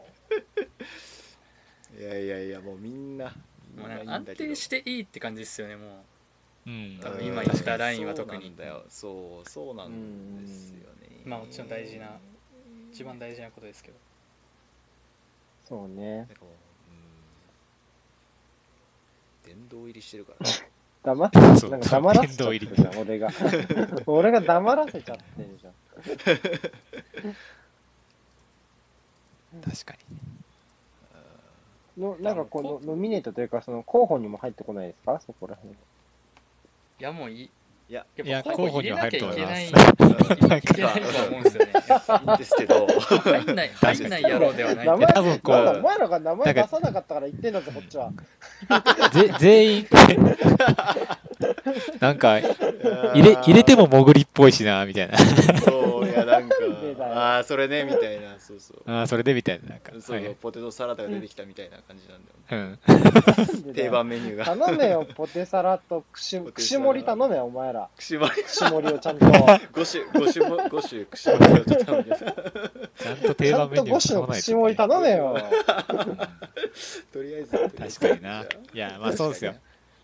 いやいやいや、もうみんな。み
も
ん
う
な
ないん
いん
か
だ
安
けど
定していいって感じですよねも
うん
多分今言ったラインは特に
そうなんだよそうそうなんですよね
まあもちろん大事なう一番大事なことですけど
そうね
な。んかもううん殿堂入りしてるからね
黙って、なん
そう
か黙らせちゃってるじゃん、俺が。 俺が黙らせちゃってるじゃん。
確かに
のなんかこのノミネートというか、その候補にも入ってこないですかそこら辺。
いやもうい
いや
い
いや
やっぱ候補入れなきゃいけないい
候
けないとは思うんですよねやっぱ
いいんですけど
入んない入んない野郎ではない
名前
多分こう
なんだお前らが名前
なんか
出さなかったから言ってんだぜ、こっち は。
ぜ全員なんか 入れ入れても潜りっぽいしなみたいな
そういや なんか
入れたよ
ああーそれねみたいなそうそう
あーそれでみたいななんか
そう
は
そう
い
ポテトサラダが出てきたみたいな感じなんだよ
うん
定番メニューが
頼めよ、ポテサラと串
ポテサ
串
ラ
盛り頼めよ、お前ら。
串盛り
串盛りをちゃんと。ち
5種5種も5種串盛りをちょっと頼んでた
ちゃんと 定
ゃ
番
ん
メ
と
ニューを
5種
頼
の
まない
串
と
盛り
ね
頼めよ。
とりあえず確
確かにな。いや、まあそうですよ。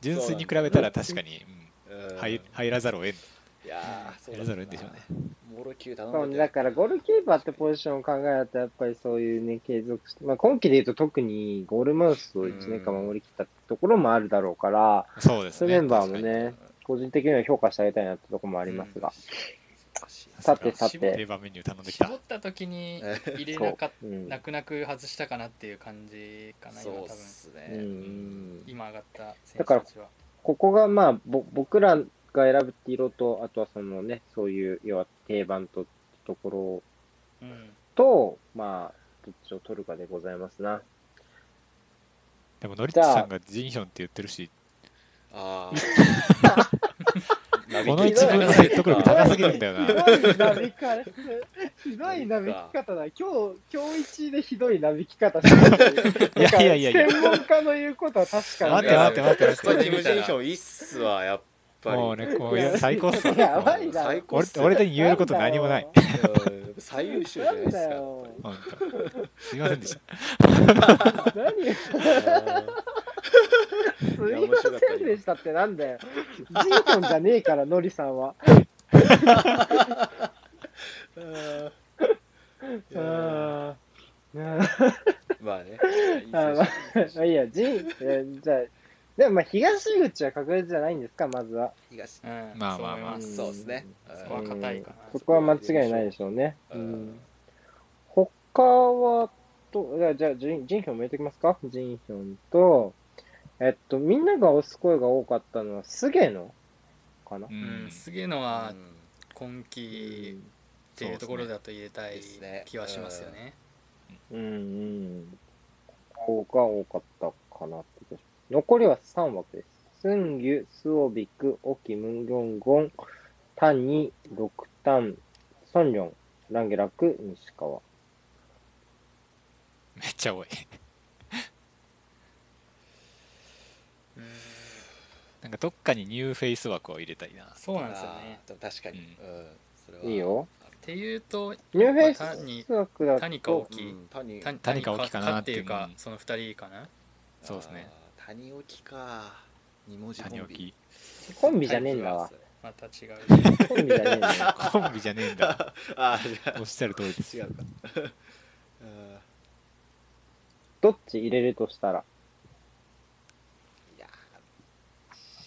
純粋に比べたら確かに、うん入入らざるを得ん。
いやーそ
やるぞるんでしょうね。
モロ級頼
そう
む
ね、だからゴールキーパーってポジションを考えると、やっぱりそういうね、継続して、まあ、今季で言うと特にゴールマウスを1年間守りきったところもあるだろうから、
そうです
そう
ね。
いうメンバーも
確か
ね、個人的には評価してあげたいなってところもありますが、さてさ
に。定
て、
番メニュー頼んできた
絞。った時に
え
入れ
そ
な
う
かっ、
うん
泣く泣く外したかなっていう感じかな今
そう
多分
っす
うんう
ね。
ん、
今上がった選手
だから
たちは
ここがまあぼ、僕らが選ぶって色と、あとはそのね、そういう、要は定番とところ
うん
と、まあ、どっちを取るかでございますな。
でもノリッチさんがジンヒョンって言ってるし、
ああ。
この一文の説得力高すぎるんだよな。
ひどいなびかれ、ひどいなびき方だ。今日、今日一でひどいなびき方してる。
いやいやいやいや
専門家の言うことは確かに。
待って待って待って待って
スタジム人票いいっすわ、やっぱり。
もうね、こういや最高っすわ
やばいな
最高っ
俺
すよ
俺に言えること何もない。。
うん最優秀じゃ
な
ない
ん
ですか
だ
やっ
よ。
本当すいませんでした。
なんだよ何
ぱり。
すいませんでしたってなんだよ。ジントンじゃねえから、ノリさんは。
いやまあね。いい
あ
選手いい選
まあいいや、ジン、えーじゃあ、でもまあ東口は確実じゃないんですか、まずは。
手東。
うん
まあ
そう思い
まあまあ
ます
そうですね。
そこは硬いかな
そこは間違いないでしょうね。
う
うんん、他はと、じゃあじゃあ、ジンジンヒョンも入れてきますかジンヒョンと、えっと、みんなが押す声が多かったのは、菅野かな
う。
うんん、すげえのは
うん
今季っていうところだと入れたい気はしますよね。
うんうん。ここが多かったかなって気がします。残りは3枠です。スンギュ、スオビク、オキ、ムンギョンゴン、タンニ、ロクタン、ソンリョン、ランゲラク、西川。
めっちゃ多い。
うん
なんかどっかにニューフェイス枠を入れたいな。
そうなんですよね。
あー確かに。
う
うんそれはい
い。よ。
っていうと、
ニューフェ
まあ単
イ
に
ス枠だと。
谷か大
う
きい
ん谷
谷
谷か沖かなっ
ってて
い
いううか
うん、
その二人かな。
そうですね。
あー谷置か。二文字コンビ
谷置。
コンビじゃねえんだわ。
また違う。
コンビじゃねえんだよ。
コンビじゃねえん だ。
あーじゃあ
おっしゃる通りです。
違うか。 うん
どっち入れるとしたら。
いや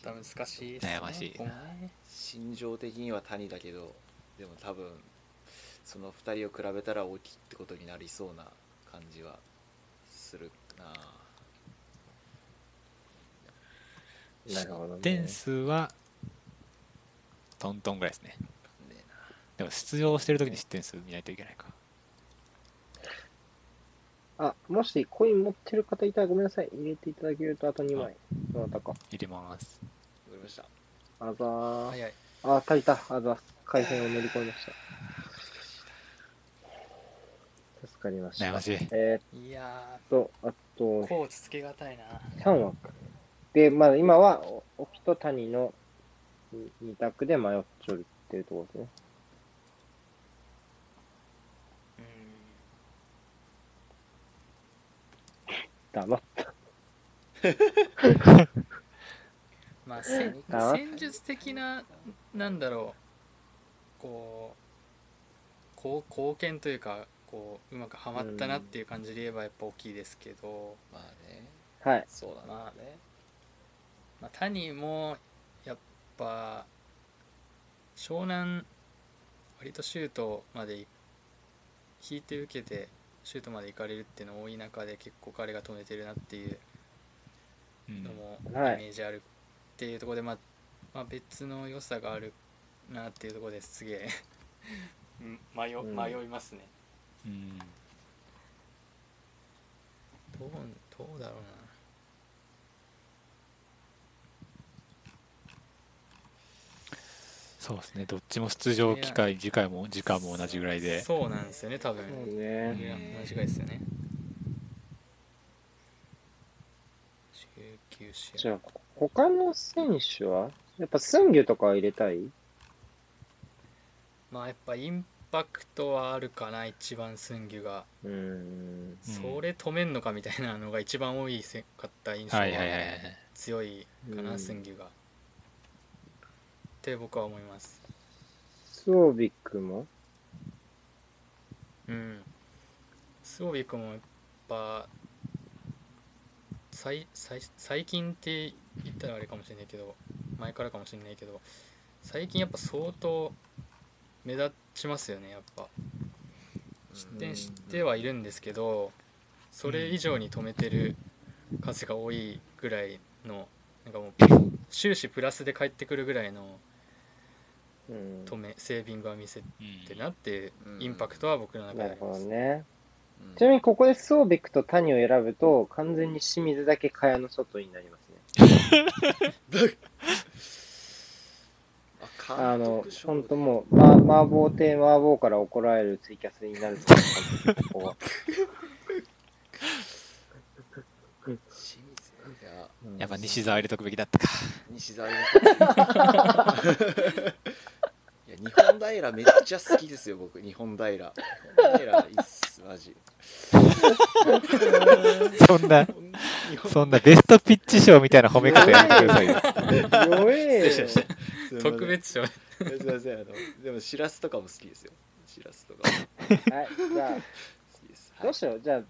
また難しいですね。
悩ましい
ここね
心情的には谷だけどでも多分その2人を比べたら大きいってことになりそうな感じはするな
なるほど、ね。
点数はトントンぐらいですね。
ねえな
でも出場してる時に失点数見ないといけないか。
あ、もしコイン持ってる方いたらごめんなさい。入れていただけるとあと2枚。どなたか。
入れます。
わかりました
あざー。
早い。
あ、足りた。あざー。回線を乗り越えました。助かりまし
悩ま
た。
しい。
えー、っ
いや
と、あ
ー、
と
こうつつけがたいな。
3枠。で、まだ今は、お沖と谷の2択で迷っちょるっていうところですね。
うん
黙っ
まあ、戦
あ
戦術的な、なんだろう、こう、こう貢献というか、こう、うまくはまったなっていう感じで言えばやっぱ大きいですけど、
まあね
た。はい。
そうだな
まあねまあ、谷もやっぱ湘南割とシュートまでい引いて受けてシュートまで行かれるっていうの多い中で結構彼が止めてるなっていう
うん
のもイ
うん
メ
はい
ージあるっていうところで、まあまあ、別の良さがあるなっていうところですげえうん迷
うん
迷いますね、
うん
どうどうだろうな
そうですね。どっちも出場機会、次回も時間も同じぐらいで。
そうなんですよね多分
そうね。
いや間違いですよね19
じ
試合
ゃあ、他の選手はやっぱスンギュとかは入れたい
まあやっぱインパクトはあるかな一番スンギュが、
うん。
うん
それ止めんのかみたいなのが一番多いせかった印象
は
が
いはいはいはい。
強いかな、
うん
スンギュがって僕は思います
スオビックも
うんスオビックもやっぱ最最最近って言ったらあれかもしれないけど前からかもしれないけど最近やっぱ相当目立ちますよねやっぱ失点してはいるんですけどそれ以上に止めてる数が多いぐらいのなんかもう終始プラスで返ってくるぐらいの
うん。
止めセービングは見せ
うん
てなって
うん
インパクトは僕の中で
な
あ
る
り
ほ
ま
ど
す、
ね。
うん
ちなみにここでスオビックと谷を選ぶと、完全に清水だけ蚊帳の外になりますね。あ
あ
の
監督、賞
本当もう、ま、麻婆亭麻婆から怒られるツイキャスになると思ったここは。
清水いや
うん
やっぱ西澤入れとくべきだったか
西 澤がいや日本平めっちゃ好きですよ僕日本平日本平いいっすマジ
そんな
日本
そんなベストピッチ賞みたいな褒め方やめてくださいよ
弱え
失
よ
礼しまし
特別賞
すいませんすいませんあのでもしらすとかも好きですよしらすとかも
はい、じゃ
好きです
あ、どうしよう、じゃあ、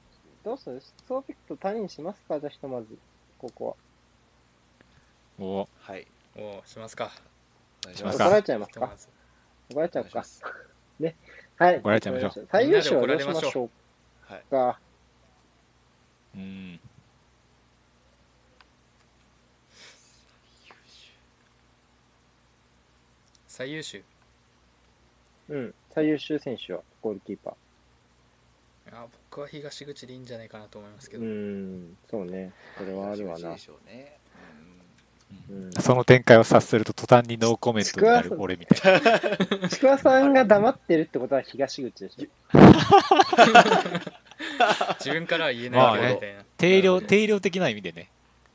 どうするスオビックと谷にしますかじゃあ、ひとまず、ここは。
お
はい
をしますか
お願い
し
し
ま
ますす
か
怒られちゃい
ひ
ます
と
か
まず
怒られちゃう
お願いしま
か。
す
はい。
怒られちゃいましょう
う。最優秀はどうしましょう
はい
か
うん
最優秀
うん。最優秀選手は、ゴールキーパー。
あ僕は東口でいいんじゃないかなと思いますけ
う
ど、
ーん、そうね。それはあるわな
で。しょうね
うん
その展開を察すると途端にノーコメントになる俺みたいな
ちくわさんが黙ってるってことは東口でしょ。
自分からは言えないけどみたいな、
定量定量的な意味でね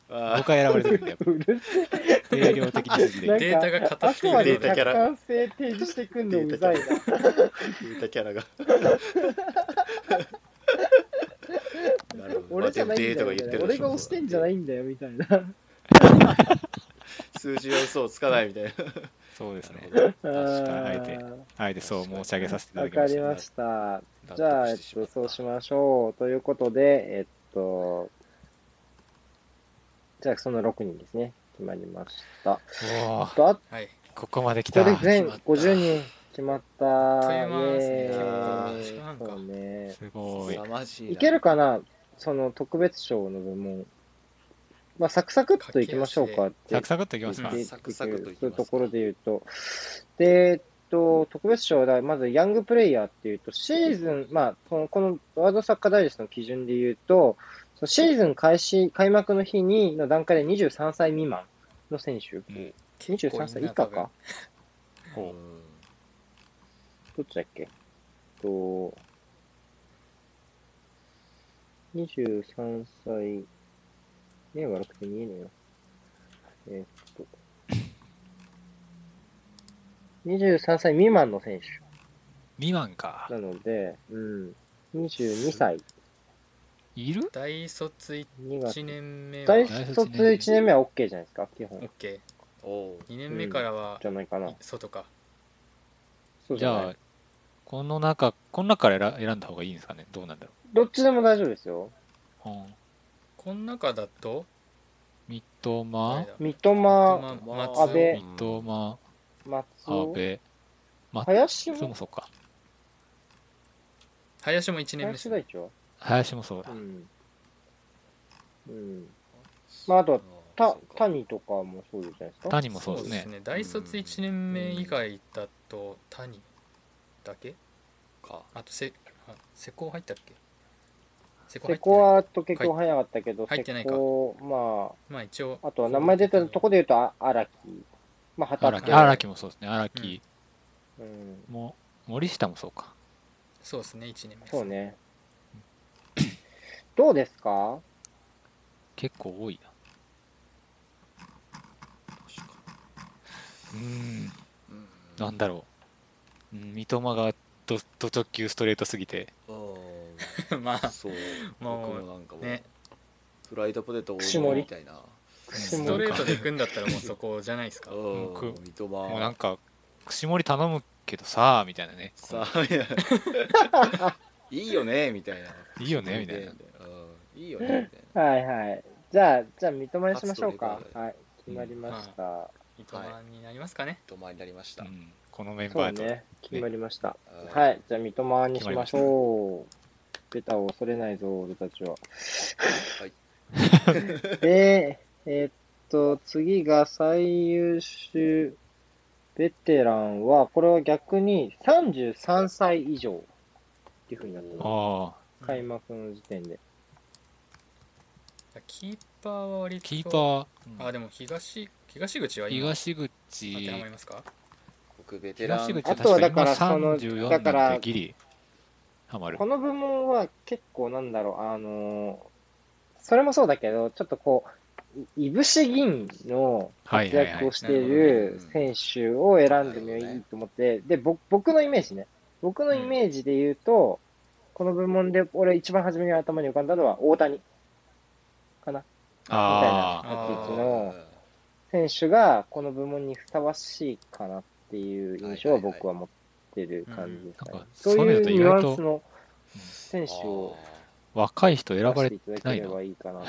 うんあー
僕は選ばれてるんだよ
うるせ
定量的に筋
え。なん
で
か
データが語
あ
って
く
いる
ま
デ
で
ータ
客観性提示してくんのうざいな。
言ったキャ ラがなるほど
俺じゃないんだよ
まあ
み
で
たい
もデータが言ってる
な。俺が押してんじゃないいんだよみたいな。
数字は嘘をつかないみたいな
そうですね
確
かにあえてあえてそう申し上げさせていた
わ
だき
か
ま
りま
し
した。
納 得
じゃあ、えっ
してし
と、
まった
そうしましょう。ということで、えっと、じゃあ、その6人ですね。決まりました。
たおー
とあと
はい
ここまで来
こ
た
れ
す
全
決まった
50人決まった。
っという間ですね
イエーイ
時間か
そうね。
ごい
凄まじいない
けるかなその特別賞の部門。まあ、サクサクっといきましょうかって。
サクサクっといき
言
ま
っ
す
て
か
うん
サクサクといき
そういう
ますか
ところで言うと。で、えっと、特別賞だ、まずヤングプレイヤーっていうと、シーズン、まあ、この、このワールドサッカーダイジェストの基準で言うと、そのシーズン開始、開幕の日に、の段階で23歳未満の選手。
うん
23歳以下か
こ
どっちだっけえっと、23歳、目が悪くて見えねえよ。えっと、23歳未満の選手
う2万か
なので、うん、22歳、
いる
大卒
2月
1。年目は
大
OK2
卒1年目は OK じゃないですか、基本。
おう
年目からは
じゃないかな。
外か
そう
じ
じゃ
ゃ
な
あ
い。
この中この中から選選んだ方がいいんですかねどうなんだろ
どっちでも大丈夫ですよ。
う、うん、
この中だと
三
誰
笘
だ
三笘、
まあ
まあ
松尾
安倍
三笘
松
阿
尾、
部
林
それも
も、
そうか
林も1年目で
林
す
大地は
林もそうだ
うん。うん。まああとはた、谷とかもそうじゃないですか。
谷もそうですね
大卒1年目以外だと谷だけ
か
あとせあ瀬古入ったっけ瀬古
セ
入ってない
コアと結構早かったけど、
入ってないか
セコアま
まあ一応
あ、あとは名前出たとこで言うと、あ荒木。まあ、
荒
畑
木荒木もそうですね荒木
うん。
も森下もそうか
そうですね1年目
そうね。どうですか
結構多いなうーん
うん
なんだろううん三笘がどド直球ストレートすぎて
お
ね ま
う
あ
そう僕
もう
もなんかもう
ね
フライドポテト大
串
盛
盛り
りみたいな
ス
ストレートで行くんだったらもうそこじゃないですか
おう
僕
三笘
もうなんか串盛り頼むけどさみたいなね
さあみたいな いいよねみたいない
いよねみたい
う
な
んいいよねみたいな
はいはい。じゃあ、じゃあ、三笘にしましょうか
初。ということで
はい。決まりました。
伊藤になりますかね、
止まりになりました、
うんこのメン
そ
バ
う
ーと、
ね。決まりました。
うん
はい。じゃあ、三笘にしましょう。ベタを恐れないぞ、俺たちは。
はい
で、えーっと、次が最優秀ベテランは、これは逆に33歳以上っていうふうになってま
ああ
す。開幕の時点で。
キーパーは割と
キーパー
あでも東東口は今
東口
当てはまりますか
僕ベテラン
東口
あ
は
とは
確
だか
からら
その
今34
だから
なんてギリハマる
この部門は結構なんだろう、あのーそれもそうだけど、ちょっとこう、いいぶし銀の
はい
活
はいはい
躍をしてい
なる
る
ほど
選手を選んでもいいと思って、で、ぼ僕のイメージね、僕のイメージで言うと、この部門で俺一番初めに頭に浮かんだのは大谷かな、
あ
みたいな立ち位置
うん
の選手がこの部門にふさわしいかなっていう印象を僕は持ってる感じですかね。
はいはいはい
そう
うんないん
う
か
ニュアンスの選手を。
あ
若い人選ば
出
れ
していただ
な
け
い
れ
の
ばいいかな。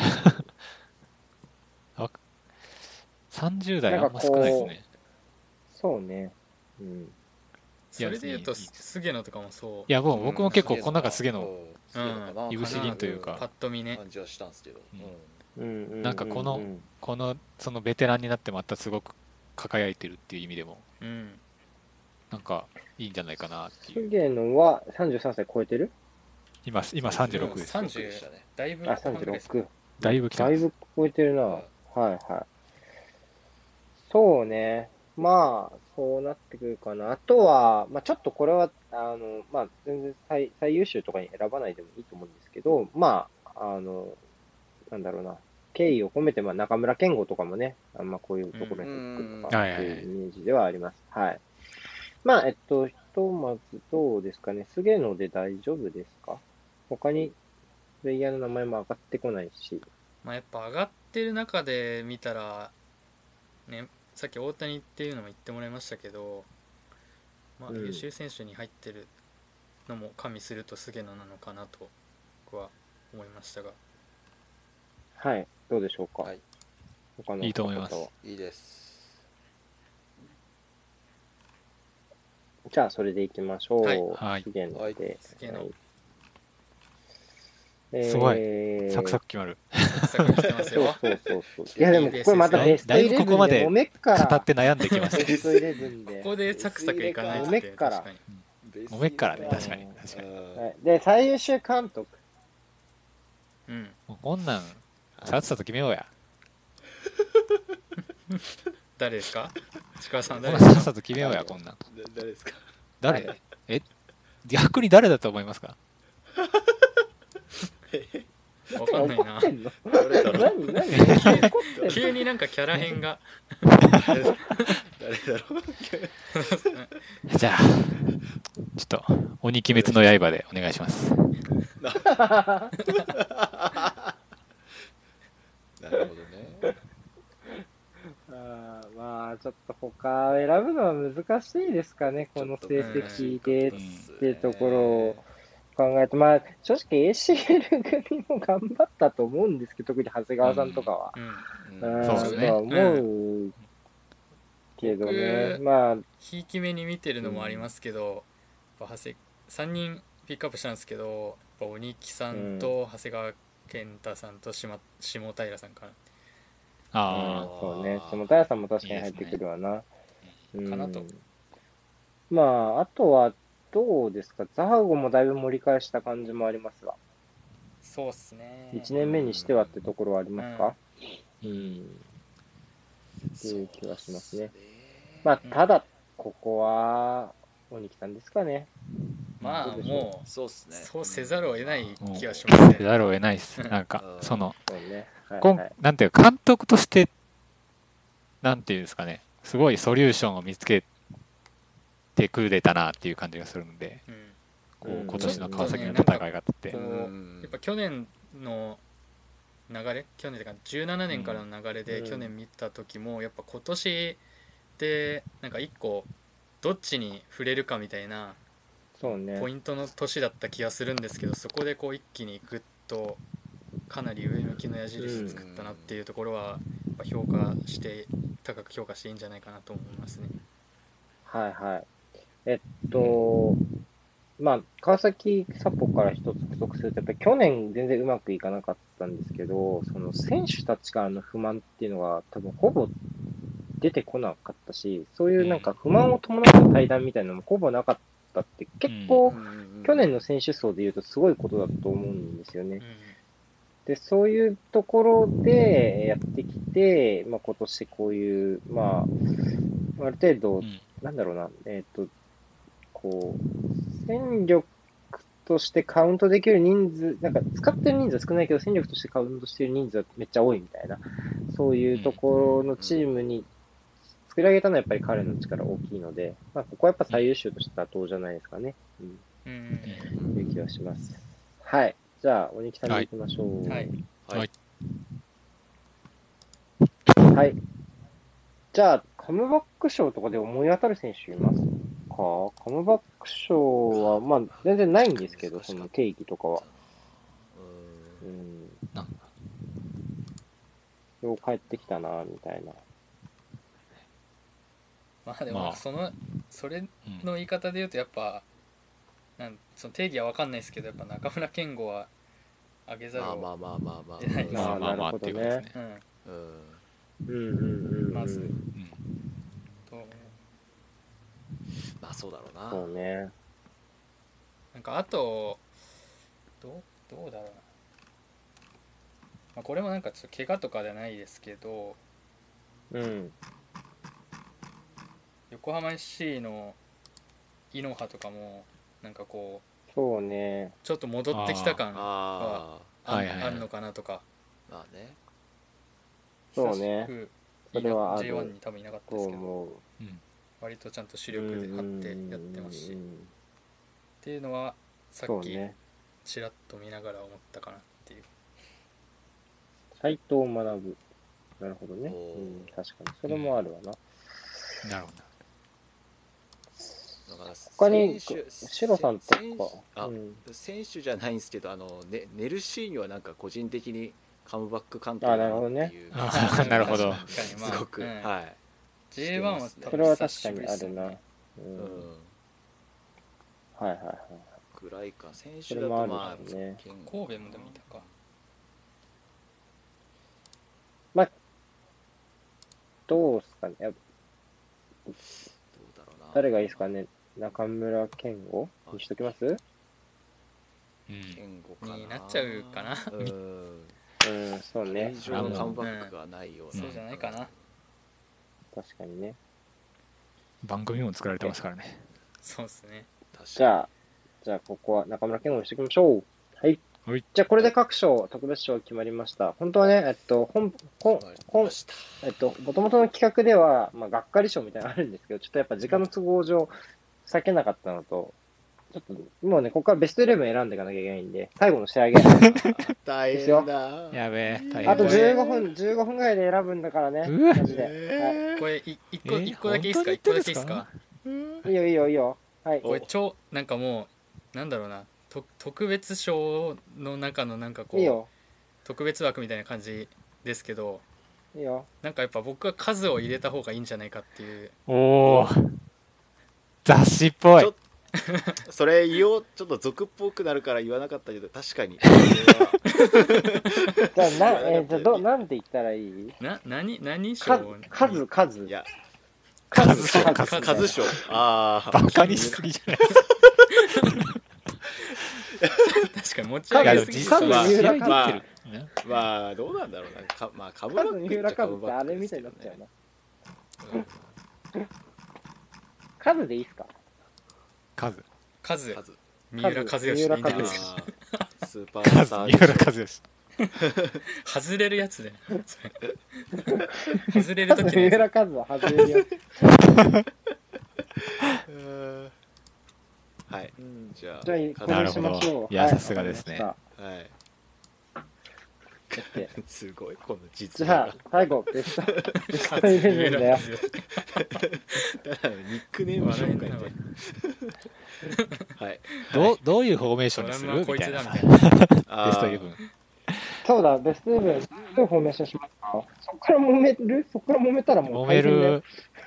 30代あんま少ないですね
そうね。うん。
いや
それでいうと
別にいいです
菅野とかもそう
いやもう
ー
僕も結構この中すげえの
うんすげえのかな
うん
いぶし銀というか
パッと見ね
感じはしたんですけど、
うん
うんうんうん
なんかこの
うん
このそのベテランになってまたすごく輝いてるっていう意味でも
うん
なんかいいんじゃないかなっていう
菅野は33歳超えてる
今今36です
三十でしたね。
だいぶ
あ、
半分です
36。
だいぶ来た
だいぶ超えてるな。はいはい。そうね。まあ、そうなってくるかな。あとは、まあちょっとこれは、あの、まあ全然最最優秀とかに選ばないでもいいと思うんですけど、まあ、あの、なんだろうな。敬意を込めて、まあ中村健吾とかもね、あんまこういうところに行くとかっていうイメージではあります。はい。まあ、えっと、ひとまずどうですかね。菅野で大丈夫ですか他に、プレイヤーの名前も上がってこないし。
まあ、やっぱ上がってる中で見たら、ね、さっき大谷っていうのも言ってもらいましたけど、まあ、
うん
優秀選手に入ってるのも加味すると菅野なのかなと僕は思いましたが
はい、どうでしょうか。
はい
他の
いいと思います
方々はい
いです。
じゃあ、それでいきましょう。
はい
はい
次元
はい
で。
次元の
はい
すごい
えー
サクサク決まる
サクサク来てます
そう
よ
そうそうそう。いや、でも、これまたベスト
だいぶ
11
ここまで
揉めっから。
語って悩んできました
ベスト11
こ
で。
こでサクサクいかないと
梅っから
確かに
揉めっからね確かに
うん
確かに
に
はいで、最優秀監督。
うん
もうこんなんさっさと決めようや
誰ですか近川さ
こ
ん
んな
誰です
んさ
か
っ さと決めようやこんなん
誰ですか。
誰え逆に誰だと思いますか
わかんない
怒っ
な
てんの
誰だろう。
何何怒ってんの
急になんかキャラ編が
誰だろう。
じゃあちょっと「鬼鬼滅の刃」でお願いします
なるほどね。
あーまあ、ちょっと他を選ぶのは難しいですかね、この成績でってところを考えて、まあ、正直 ACL 組も頑張ったと思うんですけど、特に長谷川さんとかは。
うん
うん、
そうですね
とは思うけどね、
僕
まあ、
ひいき目に見てるのもありますけど、やっぱ長谷3人ピックアップしたんですけどやっぱ鬼木さんと長谷川健太さんと島下平さんか
あ
うんそうね、下平さんも確かに入ってくるわな。うん
かなと
まあ、あとは、どうですか、ザハゴもだいぶ盛り返した感じもありますが、
そうっすね
1年目にしてはってところはありますか、うんっていう気がしますね。まあ、ただ、ここは、鬼木さんですかね。
まあも
そうっす
う
ね。
そうせざるを得ない
あ
気はしますね
せざるを得ないです
うん
なんか
うん
その
そうね。はい
こん
はい
なんていうか監督としてなんていうんですかねすごいソリューションを見つけてくれたなっていう感じがするので
うん
こ
う
うん今年の川崎の戦い方って
ちょっとね
うん
やっぱ去年の流れ去年というか17年からの流れで
うん
去年見た時もやっぱ今年でなんか一個どっちに触れるかみたいな
そうね。
ポイントの年だった気がするんですけどそこでこう一気にグッとかなり上向きの矢印作ったなっていうところはやっぱ評価して高く評価していいんじゃないかなと思いますね。
はいはい。えっと、まあ、川崎サポから一つ補足すると、やっぱり去年全然うまくいかなかったんですけど、その選手たちからの不満っていうのは多分ほぼ出てこなかったし、そういうなんか不満を伴った対談みたいなのもほぼなかったって、結構去年の選手層で言うとすごいことだと思うんですよね。で、そういうところでやってきて、まあ、今年こういう、まあ、ある程度、なんだろうな、えっ、と、こう、戦力としてカウントできる人数、なんか使ってる人数は少ないけど、戦力としてカウントしてる人数はめっちゃ多いみたいな、そういうところのチームに作り上げたのはやっぱり彼の力大きいので、まあ、ここはやっぱ最優秀として妥当じゃないですかね。うん、
うんうん
という気がします。はい。じゃあ、おにきさんに行きましょう。
はい。
はい。
はい。じゃあ、カムバック賞とかで思い当たる選手いますかカムバック賞は、まあ、全然ないんですけど、その定義とかは。うん。
なんか
よう帰ってきたな、みたいな。
まあで
ま
も
あ
そのそれ
うん
の言い方で言うとやっぱなんその定義は分かんないですけどやっぱ中村健吾は上げざる
まあま
を
あまあまあまあ
出ない
まあまあまあ
なるほどね
っていうことですね。
うん
うん
うんうんうん。
まず
うん
と
まあそうだろう
そう
な
ね。
なんかあとどうどうだろうな、まあ、これもなんかちょっと怪我とかじゃないですけど
うん。
横浜 FC のイノハとかもなんかこ
そうね
う。ちょっと戻ってきた感あ
あ
あ
はいはいはい
あんのかなとか
あまあね
そうね
久しく
それはある
J1 に多分いなかった
と
ですけど
思う。
うん
割とちゃんと主力で張ってやってます
うん
し、
う
っ
んうん
ていうのはさ
そ
っ
う
き
ね。
ちらっと見ながら思ったかなっていう
斎藤学。なるほどね。
おー
うん、確かに。それもあるわな。
なるほど。
だから
他に、
選手
シロさんとか
選手。あ
うん
選手じゃないんですけどあの、ね、ネルシーニョはなんか個人的にカムバック監督
あなるほどね
っていう
あー なるほど
確かにまあ
すごく、
うん
はい、
J1 は多分
それは確
久
か
し
に
ぶり
あ
っすよ
る
ね
な。う。
うん
はい
ん、
はいはい。
ぐらいか選
そ
手だ
れ
と
もある
ま
ん
あ
ですね。
健
神戸もでもいたか
どうすかね。やっぱ
どうだろうな
誰がいいですかね。中村健吾にしときます
うん
健吾かな
になっちゃうかな
うん
うん、そうね
以。上のカムバックがないような、
そうじゃないかな
確かにね。
番組も作られてますからね。
そうですね
確
じ
か
ゃあ、じゃあここは中村健吾にしておきましょう。はい。
はい
じゃあこれで各賞、特別賞決まりました。本当はね、えっと、本、本
に、
本
ま、した
えっと、もともとの企画では、まあ、がっかり賞みたいなのあるんですけど、ちょっとやっぱ時間の都合上、避けなかったのと、ちょっと、もうね、ここからベストイレブン選んでいかなきゃいけないんで、最後の仕上げ。
大
ですよ
変だ
やべえ、大変
あと
だ
15分、15分ぐらいで選ぶんだからね。
うわ
マジで。
え
これい一個
え
一個だけいいですか
本
一
当
個
に言
だ
って
けいい
ん
ですす
か
か
いいよいいよいいよ。はい。
これ超なんかもうなんだろうなと特別賞の中のなんかこ
いいうよ。
特別枠みたいな感じですけど
いいよ。
なんかやっぱ僕は数を入れた方がいいんじゃないかっていう
おお。雑誌っぽ
ちょ
い
っ。ーそれ言おうちょっと俗っぽくなるから言わなかったけど 確かにそれは
じゃあ、 な、えーじゃあど、なんて言ったらいい
な何何賞
か数、
に
数
い。や
数、
数
数賞ああ
バカにしすぎじゃない
確かに持ち
数
上
いや、
げ
ですも
ぎ
実際は
数
試合
三
に
浦
なってる。ね
まあどうなんだろうなかまあカムバッ
数、
ク
三
っちゃ
浦
カ
数っ
ム
て
バ
あ
ック
れ
で
み
す
たい
よ
になっちゃう
ね
な。数でいいっすか
数。
数
数
三浦和義
三浦
でいい
和義
んじゃないですか
あースーパースタ
数。
ー
三浦和義。
外れる やつで外れる
数、
時
三
ね
浦数は外れるよ。
はい
うん
じゃあ
じゃあ、こ
な
れに
るほ
し
ど
ましょう。
いやさすがですね
わかりました
はい
って。
すごい、この実
じゃ
は
あ、最後、ベスト、ベストイレブンだよ。
ただのニックネーム紹介みたいな。 はい。
どうどういうフォーメーションにする
は
み
こい
た
つ
い
だ
な
みたいな。
あー
ベストイレブン
そうだ、ベストイレブン、どういうフォーメーションしますかそっから揉めるそっから揉めたらも
揉
う
め
大変だよ
る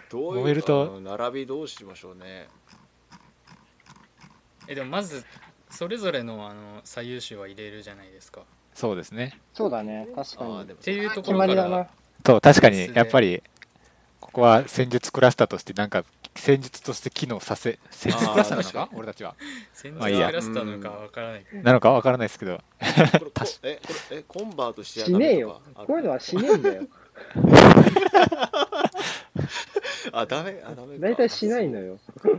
どういう
揉めると
あの並びどうしましょうね。
えでもまずそれぞれのあの最優秀は入れるじゃないですか。っ
そうですね
そうだね、確
あ
か
ー
に
で。も
ていうとこ
決
ろ
ま
か
りだ
ら
な。
そう確か
です
に
ね
やっぱりここは戦術クラスターとしてなんか戦術として機能させ戦術クラスターなの
あー確
か
か
俺たちは
戦
まあ
術
いいや
クラスターなのかわからないけど。
なのかわからないですけど
これこえこれえコンバートしてや
しねえよ。こういうのはしねえんだよ。
あダメあダメか
大体しないの よ。こ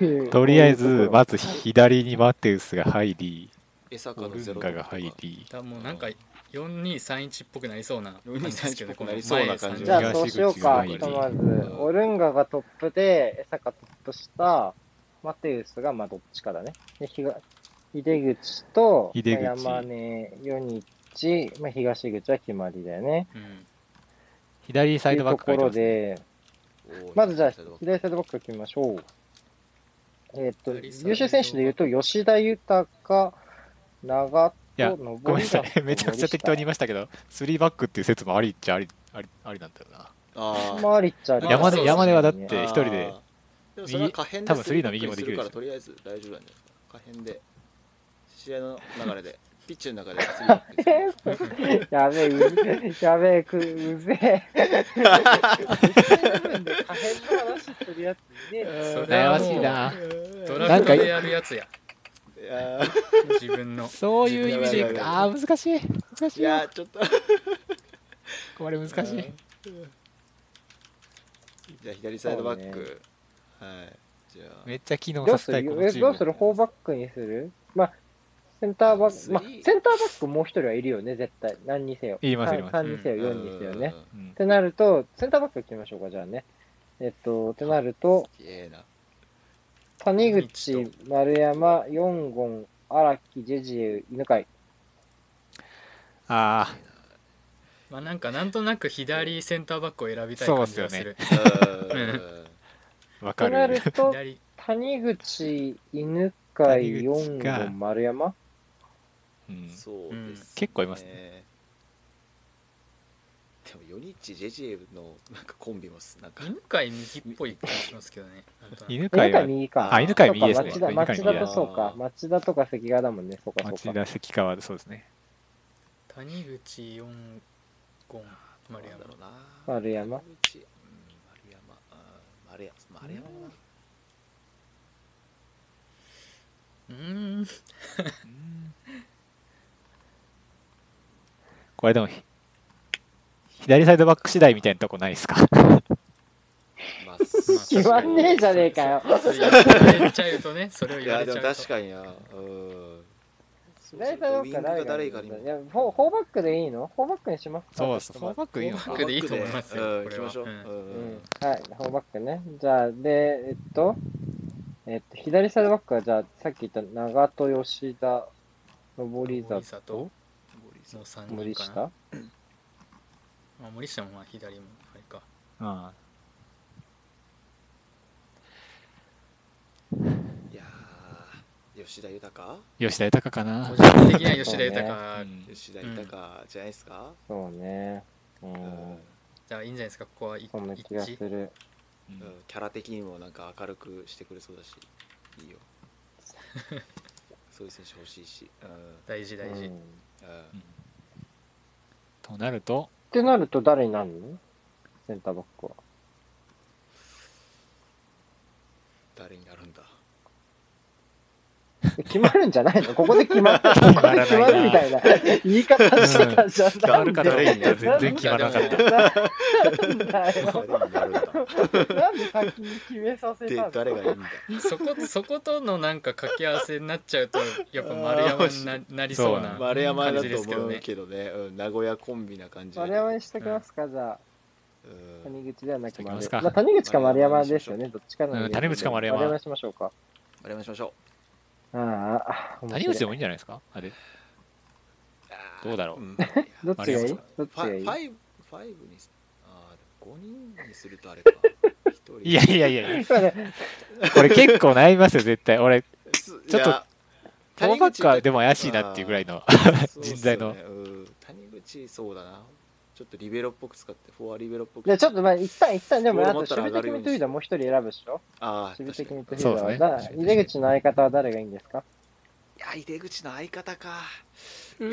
ういう
とりあえず
こ
まず左にマテウスが入り
江坂
オ
の
ル
ゼ
ン
ロ
ガが入り
だもうなんか4231っぽくなりそうな感じですけど
4231っぽくなりそうな感
ういうところ
じ
じゃあ、
東
そうしようか、
東
ひ
口
と
が
ま
入
ず
う。ん
オルンガがトップで、エサがトップした、マテウスが、まあ、どっちかだね。で、ひが、井出口と、
井出口
まあ山根、ヨニチ、まあ、東口は決まりだよね。
うん
左サイドバッ
と
クが
いう
い
ところ
ますね
で、まずじゃあ、左サイドバック決めましょう。えーっ、と、
左サイド
優秀選手で言うと、吉田豊か、長戸、
いや
上
ごめんなさい めちゃくちゃ適当に言いましたけど3バックっていう説もありっちゃありありありなんだよな
あー
まあ、ありっちゃありそ
山根
うですね
山根はだって
あー
一人で
もそれは可変で
多分スリーの右もできる
スリー
でし
バッ
ょ
クにするからとりあえず大丈夫なんじゃないですか可変で試合の流れでピッチの中でスリーバックにする
やべえ、うぜやべえ、くうぜえ。可変の話するやつね。
それ
悩
は
ま
もう
しいな
ド
な
ラ
ん
フ
か
トでやるやつや。
いやー
自 分の。
そういう意味でい
いやいやい
くと
や
ああー難しい難し
い
いよ
やーちょっと
これ難しい
じゃあ左サイドバッ
そう
ク、はいじゃあ
めっちゃ機能
どう
さ
す
せたい
る
こ
え
のチーム
どうするフォーバックにするまあ、センターバック、まあ、センターバックもう一人はいるよね、絶対。何にせよ。
います
さん
います
三にせよ、
う
四
ん
にせよね。
うん
うん
ってなると、センターバック行きましょうか、じゃあね。えっと、ってなると、
すげえな
谷口、丸山、四言、荒木、ジェジエウ、犬飼。
あ
まあなんかなんとなく左センターバックを選びたい感じがする。
うん
あわ
と
か
な
る
る と、
左
谷口、犬飼、四
谷口か
言、丸山
うん
そうです、ね
結構います
ね。でも、ヨニッチ、ジェジエブのなんかコンビもす、なんか、
犬飼右っぽい感じしますけどね。なんとなく
犬
犬
飼
飼
は
右
あ
か。
あ犬飼
そうか
右ですね
町田町
犬飼右
田
だ
とそうか。町田とか関川だもんね、そうか、そう
町
か。
田関川そうですね
谷口四ゴン丸
なんだろ
山。
うな。
丸山
ヨニッチうん、丸山。あー丸山。丸山もな。
うーん。
これでもひ左サイドバック次第みたいなとこないですか
まあ、
決まんねえじゃねえかよ。
それ言っちゃうとね、それを
い
言わ
や、
れち
で
ゃう
も
と。
確かにな。うん。そうす
大
ると
体
ウィングが誰
誰
か
が
に
い
も。
や、フォーフォーバックでいいのフォーバックにしますか
そうそうフォーバックいいの
フォーバックでいいと思いますよ
うん、行
これ
き
は
ましょう。う
うん
うんん。はい、フォーバックね。じゃあ、で、えっと、えっと、左サイドバックは、じゃあ、さっき言った長戸、吉田、上
森
里
里、の三人
森
かな。
下
まあ森下もまあ左もあれか。
うん
いやー、吉田豊
吉田豊かな
個人的には吉田
う
豊
ん
吉田豊じゃないですか。
そうね。うん。
うん
じゃあいいんじゃないですか、ここは一
そんな気がする。
致。
うん
うんキャラ的にもなんか明るくしてくれそうだしいいよそういう選手欲しいし、うん
大事大
う
事
ん。っ
うん
うんとなると
てなると、誰になるのセンターバックは。
誰になるんだ
決まるんじゃないのここで決まる、ここで決まるみたいな言い方してたじゃん。
変わるか
な
ど
ん
う
で
かって全然決まらなかった
なんだよ。
誰になるんだ
なんで先に決めさせた
で
の
誰がいいんだ
そこ そことのなんか掛け合わせになっちゃうとやっぱ丸山にな なりそうな
丸山
感
だ
じで
と
すけど
思う
ね。
けどね、うん、名古屋コンビな感じだ
丸
けど
山にしときますか、じゃあ。
うん
谷口ではなく
しときま
丸
す
山。
か
まあ、谷口か丸山ですよね。どっちかなん
う
で。
ん谷口か丸山
丸山しましょうか。
丸山しましょ
ああ、面白い
谷口でもいいんじゃないですかあれ
うあー
どうだろうん
いや
どっちがいいどっち
フ
がい
ァ
い
ファイブファイブにすあー5人にするとあ れか一人
いやいやいやいやこれ結構悩みますよ絶対俺
す
ちょっと
いや
ト
谷
ー
口
バックはでも怪しいなっていうぐらいの
そうっすよね
人材の
うん谷口そうだなちょっとリベロっぽく使ってフォアリベロっぽく
じゃあちょっとまあ一旦一旦でも
ボー
あ
ル
と
持
守
った
備
ら上が
的
るよ
ミッ
うに
ドフィルダーもう一人選ぶでしょ
ああ
守備的ミッドフ
そ
ィ
う
ル
です
ダー
ね
は、
確かに
出口の相方は誰がいいんですか
いや井出口の相方か
う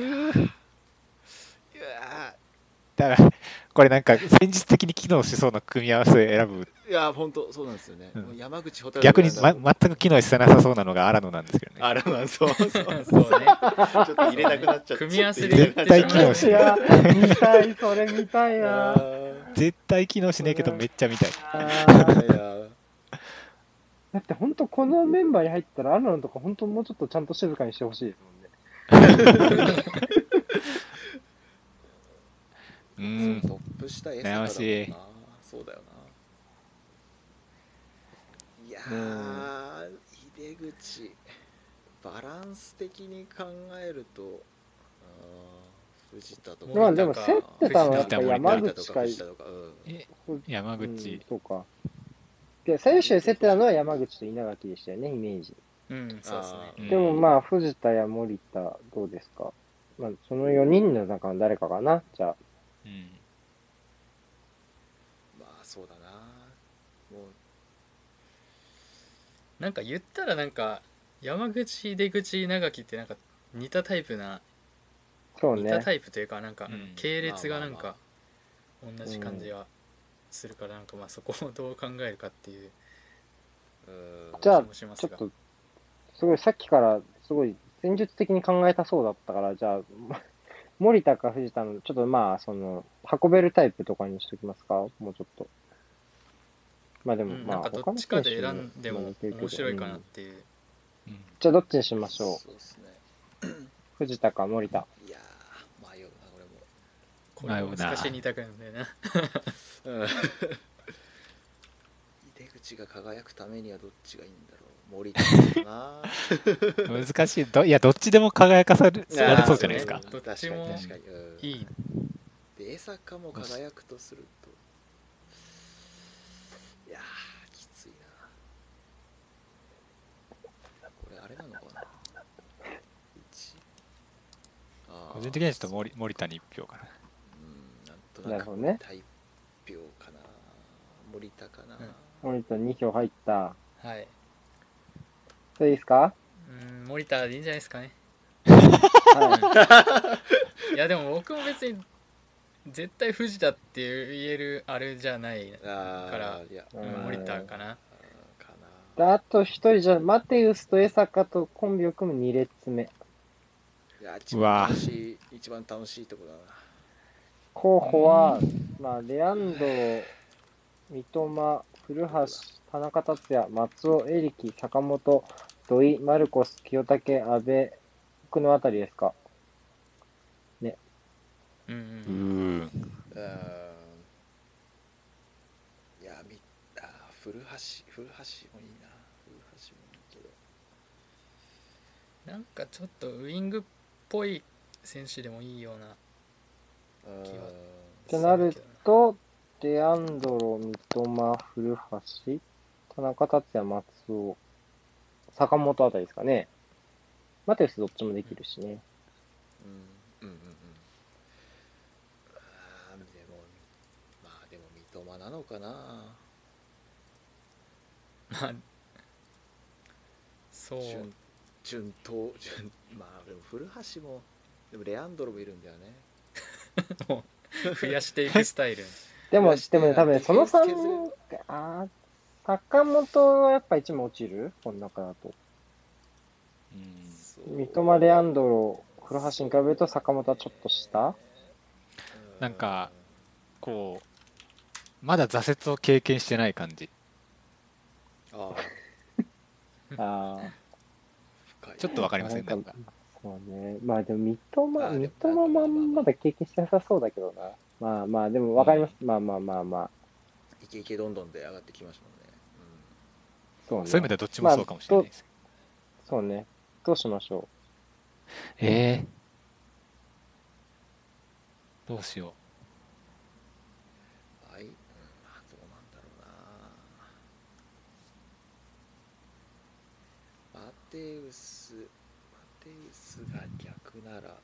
いや
だからこれなんか戦術的に機能しそうな組み合わせを選ぶ
ーいやー本当そうなんですよね、
うん
もう山口蛍
逆に、ま、全く機能してなさそうなのが荒野なんですけどね
あらまあそうそうそうちょっ
そうね
と入れなくなっちゃった
組み合わせで
絶対機能し
い
ね
や、見たい、それ見たい
いや
な ぁ。
ー
絶対機能しねえけどめっちゃ見たい
あ
い
ー
やー
だって本当このメンバーに入ったら、アナのとか本当もうちょっとちゃんと静かにしてほしいですもんね。
う
そうト
ん
ップ下エ
悩ましい
だもんなそうだよないやー井出口バランス的に考えるとあー藤田と
まあでも
森田
競
か
ってたのは
やっぱ山
口しかい
藤田とか藤田とか
山
うん
口、
そうか。で、最終競ってたのは山口と稲垣でしたよね、イメージ。
うんそうですね
あー
うん
でもまあ、藤田や森田、どうですかまあ、その4人の中の誰かかなじゃあ。
うん
うんまあそうだなもう
なんか言ったらなんか山口出口長木ってなんか似たタイプな、
そう
似た
ね。
タイプというかなんか、
うん
系列がなん
まあ
か同じ感じはするからなんかまあそこをどう考えるかっていう
うん
じゃあ
気もしま
ち
す
ょ
が
っと、すごい、さっきから、すごい、戦術的に考えたそうだったから、じゃあ、 ま森田か藤田の、ちょっとまあ、その、運べるタイプとかにしときますかもうちょっと。まあで
う
も、
ん
ま
な
あ、
んかど
他
っ
の
ちか
選
で
手
選
に
んでも
似てるけど
面白いかな
う
っ
ん
ていう、
うん
じゃあ、どっちにしましょ
そうですね
う藤田か森田。
いやー迷うなこれも
これ
迷うな
難しい二択なんだよな
うん出口が輝くためにはどっちがいいんだろう森田かな
難しいどいやどっちでも輝かされ
い
ら
や
れ
ー
そうじゃないですか
そう確かに確かに、うん、
いい
で江坂も輝くとするといやーきついなこれあれなのかな一あー
個人的にはちょっと森森田に1票かな
う
な
んなん
る
と
ほど
な
ね
く大病かな森田かな、
うん
森田2票入った。
はい
それいいですか
うん森田でいいんじゃないですかね
はい
やでも僕も別に絶対藤田っていう言えるあれじゃない、
あー
から
いや
う
うんん、森田かな
あーか
い。
な
であと1人じゃ、マテウスと江坂とコンビを組む2列目。
いや一
う
番
わ
楽しい一番楽しいとこだな
候補は、まあ、レアンドロ、三笘、古橋、田中達也、松尾、エリキ、坂本、土井、マルコス、清武、安倍、奥のあたりですか。
うんうん
うーん
うーんいやみあー古橋古橋もいいな古橋もいいけど
なんかちょっとウイングっぽい選手でもいいような
うーん
気は
ってなると、レアンドロ、三笘、古橋、田中達也、松尾、坂本あたりですかね。マテウスどっちもできるしね。
うんうんうんうんあーでもまあでも三笘なのかな
まあそう
順順当順まあでも古橋もでもレアンドロもいるんだよね
増やしていくスタイル
で
い
も、
や
でもね、多分ね、その3
ディフェン、
あー坂本はやっぱ一枚落ちるこの中だと。
うん
そう
三笘、レアンドロ、古橋に比べると坂本はちょっと下
なんかこうまだ挫折を経験してない感じ
あ
あ
あ
ちょっとわかりません
な
なんん
か
か
そうね。まあでも三笘、
あーで
三
も
笘もあんま
まあまあまあ
まだ経験してなさそうだけどな。まあまあ、でもわかります。まあまあまあまあ。
イケイケどんどんで上がってきましたもんね、
そうね。
そういう意味ではどっちもそうかもしれないです、
そうね。どうしましょ
えどうしよ
はい、うん、まあどうなんだろうなバテウスバテウスが逆なら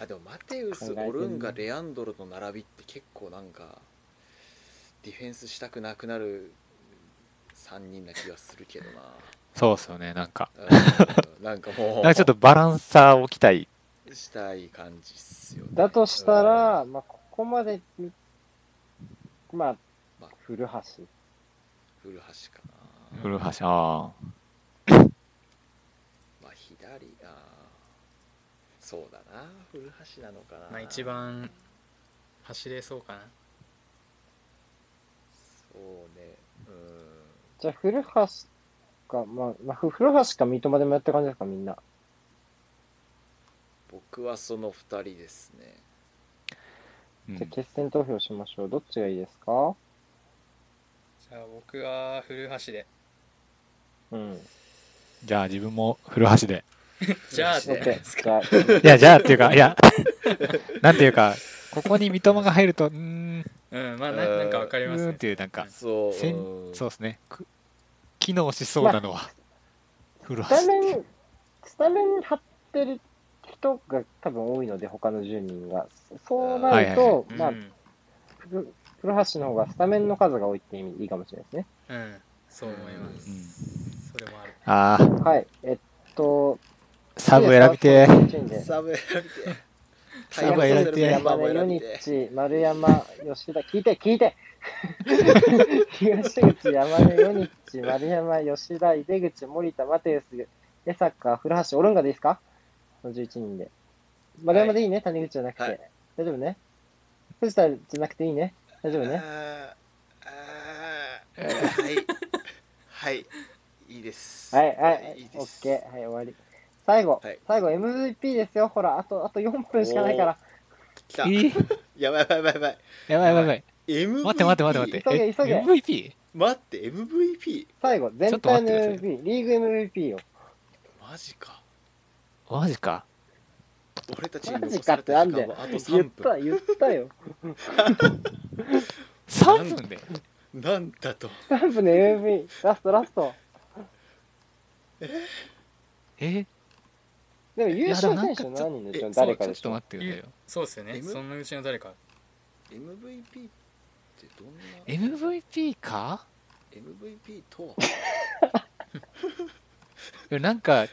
あでもマテウス、
考えてんね
オルンガレアンドロの並びって結構なんかディフェンスしたくなくなる3人な気がするけどな
うそうっすよねなんか
うんなんかもう
な
ん
かちょっとバランサーを置きたい
したい感じっすよね
だとしたら、まあ、ここまでみ、まあ
まあ、
古橋。
古橋かな、
古橋ああ
まあ左あーそうだな古橋なのかな、
まあ一番走れそうかな
そうねう
じゃあ、古橋か、まあ、まあ、ふ古橋か三笘でもやった感じですか、みんな。
ん僕はその2人ですね
うん
じゃあ、決選投票しましょう。どっちがいいですか
じゃあ僕は古橋で
うん。
じゃあ自分も古橋で
じゃあ
オッケー。じゃあ、
いやじゃあっていうかいや なんていうかここに三笘が入るとうーん
うんまあななんかわか
う
ります
ーん
ね
っていうなんか
そう
せん
ん
そうですねく機能しそうなのは古
ス
橋
タメン、スタメン張ってる人が多分多いので、他の10人が。そうなる
はい
と、
うん
まあ、古古橋の方がスタメンの数が多いって意味でいいかもしれないですね。
うんそう思います、それもある
ああ
はい。えっと、
サブ選びてー
チームで
サブ選びて
サブ選びてー
山
山
根
も
ヨ
選び
ニ
て
ッチ、丸山、吉田、聞いて、聞いて 東口、山根ヨニッチ、丸山、吉田、井出口、森田、マテウス、江坂、古橋、オルンガでいいですかこの11人で。丸山でいいね、谷口じゃなくて。
はい
大丈夫ね藤田じゃなくていいね大丈夫ね
あーあーはいはいいいです
はい、はい、
いいで
オ
す
ッケー、はい、終わり。最後、
はい
最後 MVP ですよ、ほら、あと、あと4分しかないから。
来た
えー
やばいやばいやばいやばい
やばいやばいやばい
MVP
待って待って待って
急
待
げ
って
急げ
え MVP?
待って MVP
最後、
ちょ
全
っと待
体
っ
の
てくだ
MVP、リーグ MVP を。
マジか
マジか
俺たちに
マ
残
ジ
さ
か
れ
って
た
な
時
んだ
間
よ
はあと
言っ
3
た、
分
言ったよ。
3分で
なんだと
スタンプの MV、ラストラスト。
え
でも優勝選手
いやでもなんかちょ
何人でしょ
え
誰か
ちょ
で
っ
し
と
ょ
待ってくれよ
そうですよね
M？
そのうちの誰か
MVP ってどんな
MVP か
MVP とは
いやなんか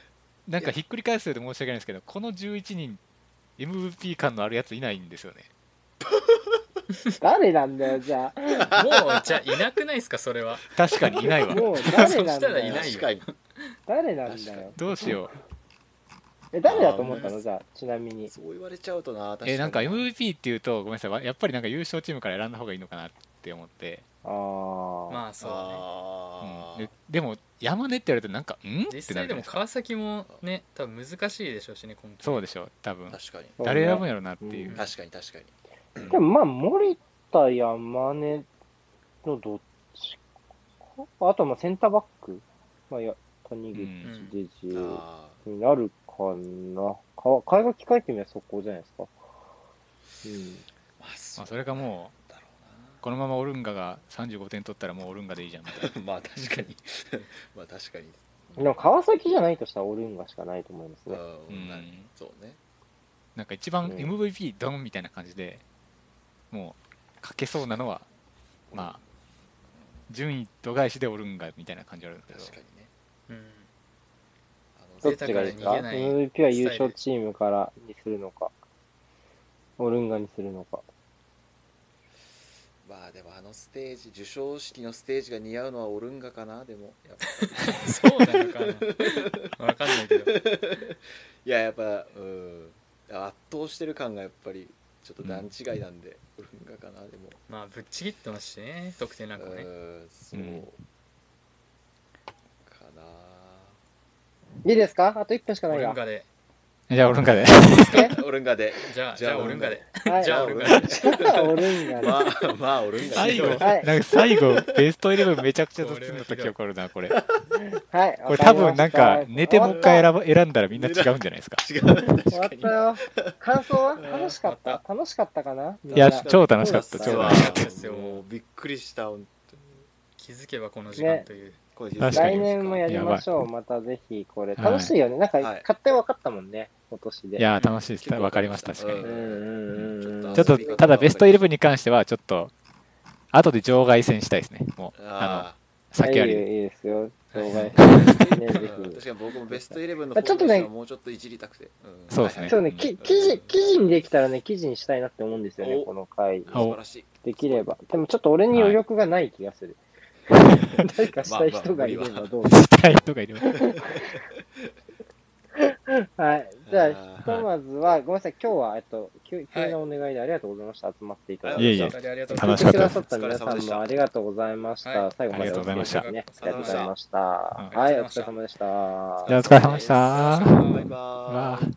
なんかひっくり返すようで申し訳ないんですけどこの11人 MVP 感のあるやついないんですよね
誰なんだよ、じゃ
もうじゃあいなくないですかそれは
確かにいない
あ。
わ
もう誰なん
そしたら
だ
い
よ
な。い
確かに
誰なんだよ。
どうしよ
え、誰だと思ったのじゃあ、ちなみに。
そう言われちゃうとな確
う
かに
えなんか MVP っていうとごめんなさいわやっぱりなんか優勝チームから選んだ方がいいのかなって思って、
あー。
まあそうね
あ
うん
ー
ででも山根って言われるとなんかんってなるじ
実
ゃな
際で
いで
も
すか
川崎もね多分難しいでしょうしね今季
そうでしょ多分
確かに
そうね
誰選ぶんやろなっていううん
確かに確かに
でもまあ、森田、山根のどっちか。あとはまあセンターバック。まあ、いや、谷口
うん
デジ
あ
になるかな。か海外機会ってみはそこじゃないですか。うん。
ーまあそ
ま
う
あ、それかも
だろ
うこのままオルンガが35点取ったらもうオルンガでいいじゃんみ たいな
うなまあ確かにまあ確かに
でも川崎じゃないとしたらオルンガしかないと思います
う
ね。
ん
うん
そうね
なんか一
う
番
ん
MVP ドンみたいな感じでもうかけそうなのはまあ順位度外視でオルンガみたいな感じあるんだけど
確かにね
うん
あ
ど
の
っちがいいですか
ゼータから逃げない
?MVP は優勝チームからにするのか、オルンガにするのか。
まあでもあのステージ授賞式のステージが似合うのはオルンガかなでもやっぱ
そうなのかなわかんないけど
いややっぱうん圧倒してる感がやっぱりちょっと段違いなんで、オルンガかなでも
まあぶっちぎってますしね得点なんかね
うんそう、
うん
かな
い
い
ですかあと1分しか
オ
ない
ルン
が。
ガで
じゃあ、俺の中で。
オルンガで。
じゃあ
じ
じ
ゃあ
ゃあオルンガで
はい。
じゃあ
俺
俺
が。
が
じゃあ俺がね。
まあ、まあ、オルンガで
最後、
はい
なんか最後、ベストイレブンめちゃくちゃ雑になった記憶あるな、これ。こ
はい。
れ多分なんか、寝てもう一回
選
選ば選んだらみんな違うんじゃないですか。
違う。
終わったよ。感想は楽しかった楽しかったかない
いや、超楽しかった、
そう
超
だ
楽しか
楽しかっ
っ
たですよ
もうびっくりした、本当に
気づけばこの時間という、
これ
確かに
来年もやりましょう。またぜひこれ。
はい
楽しいよね。なんか、
はい
勝手に分かったもんね。今年で。
た。いや、楽しいです。
結構
分かりました、確か
う
に
ん。うんうんうん。
ちょっと、ただベストイレブンに関しては、ちょっと、後で場外戦したいですね。もう、あ
あ
の、先よ
いいよ
り。
いいですよ。障害。 ね、ぜ
あ、確かに僕もベストイレブンの
まあちょっとね
フォーメーションはもうちょっといじりたくて。ん
そうですね
ひ。そうね、き記事、記事にできたらね、記事にしたいなって思うんですよね
お、
この回。
素晴らしい。
できれば。でもちょっと俺に余力がない気がする。 誰かしたい人がいればどうぞ。
したい人がいる。
はい。じゃあ、
あ
ひ
ー
とまずは、ごめんなさい、今日は、えっと、急急なお願いでありがとうございました。集まっていただいて。
いえいえ
お二人ありがとうござ
聞い
いま
楽
す
しか
て
っ
くだ
た
さ
です
った皆さんもありがとうございまし
は
た。最後までお付き合いしてね。あ
あ
り
り
が
が
と
と
う
う
ご
ご
ざ
ざ
い
い
ま
ま
した。
ん
はい、お疲れ様でした。
じゃあ、お疲れ様でした。
バイバ
わ
イ
あ。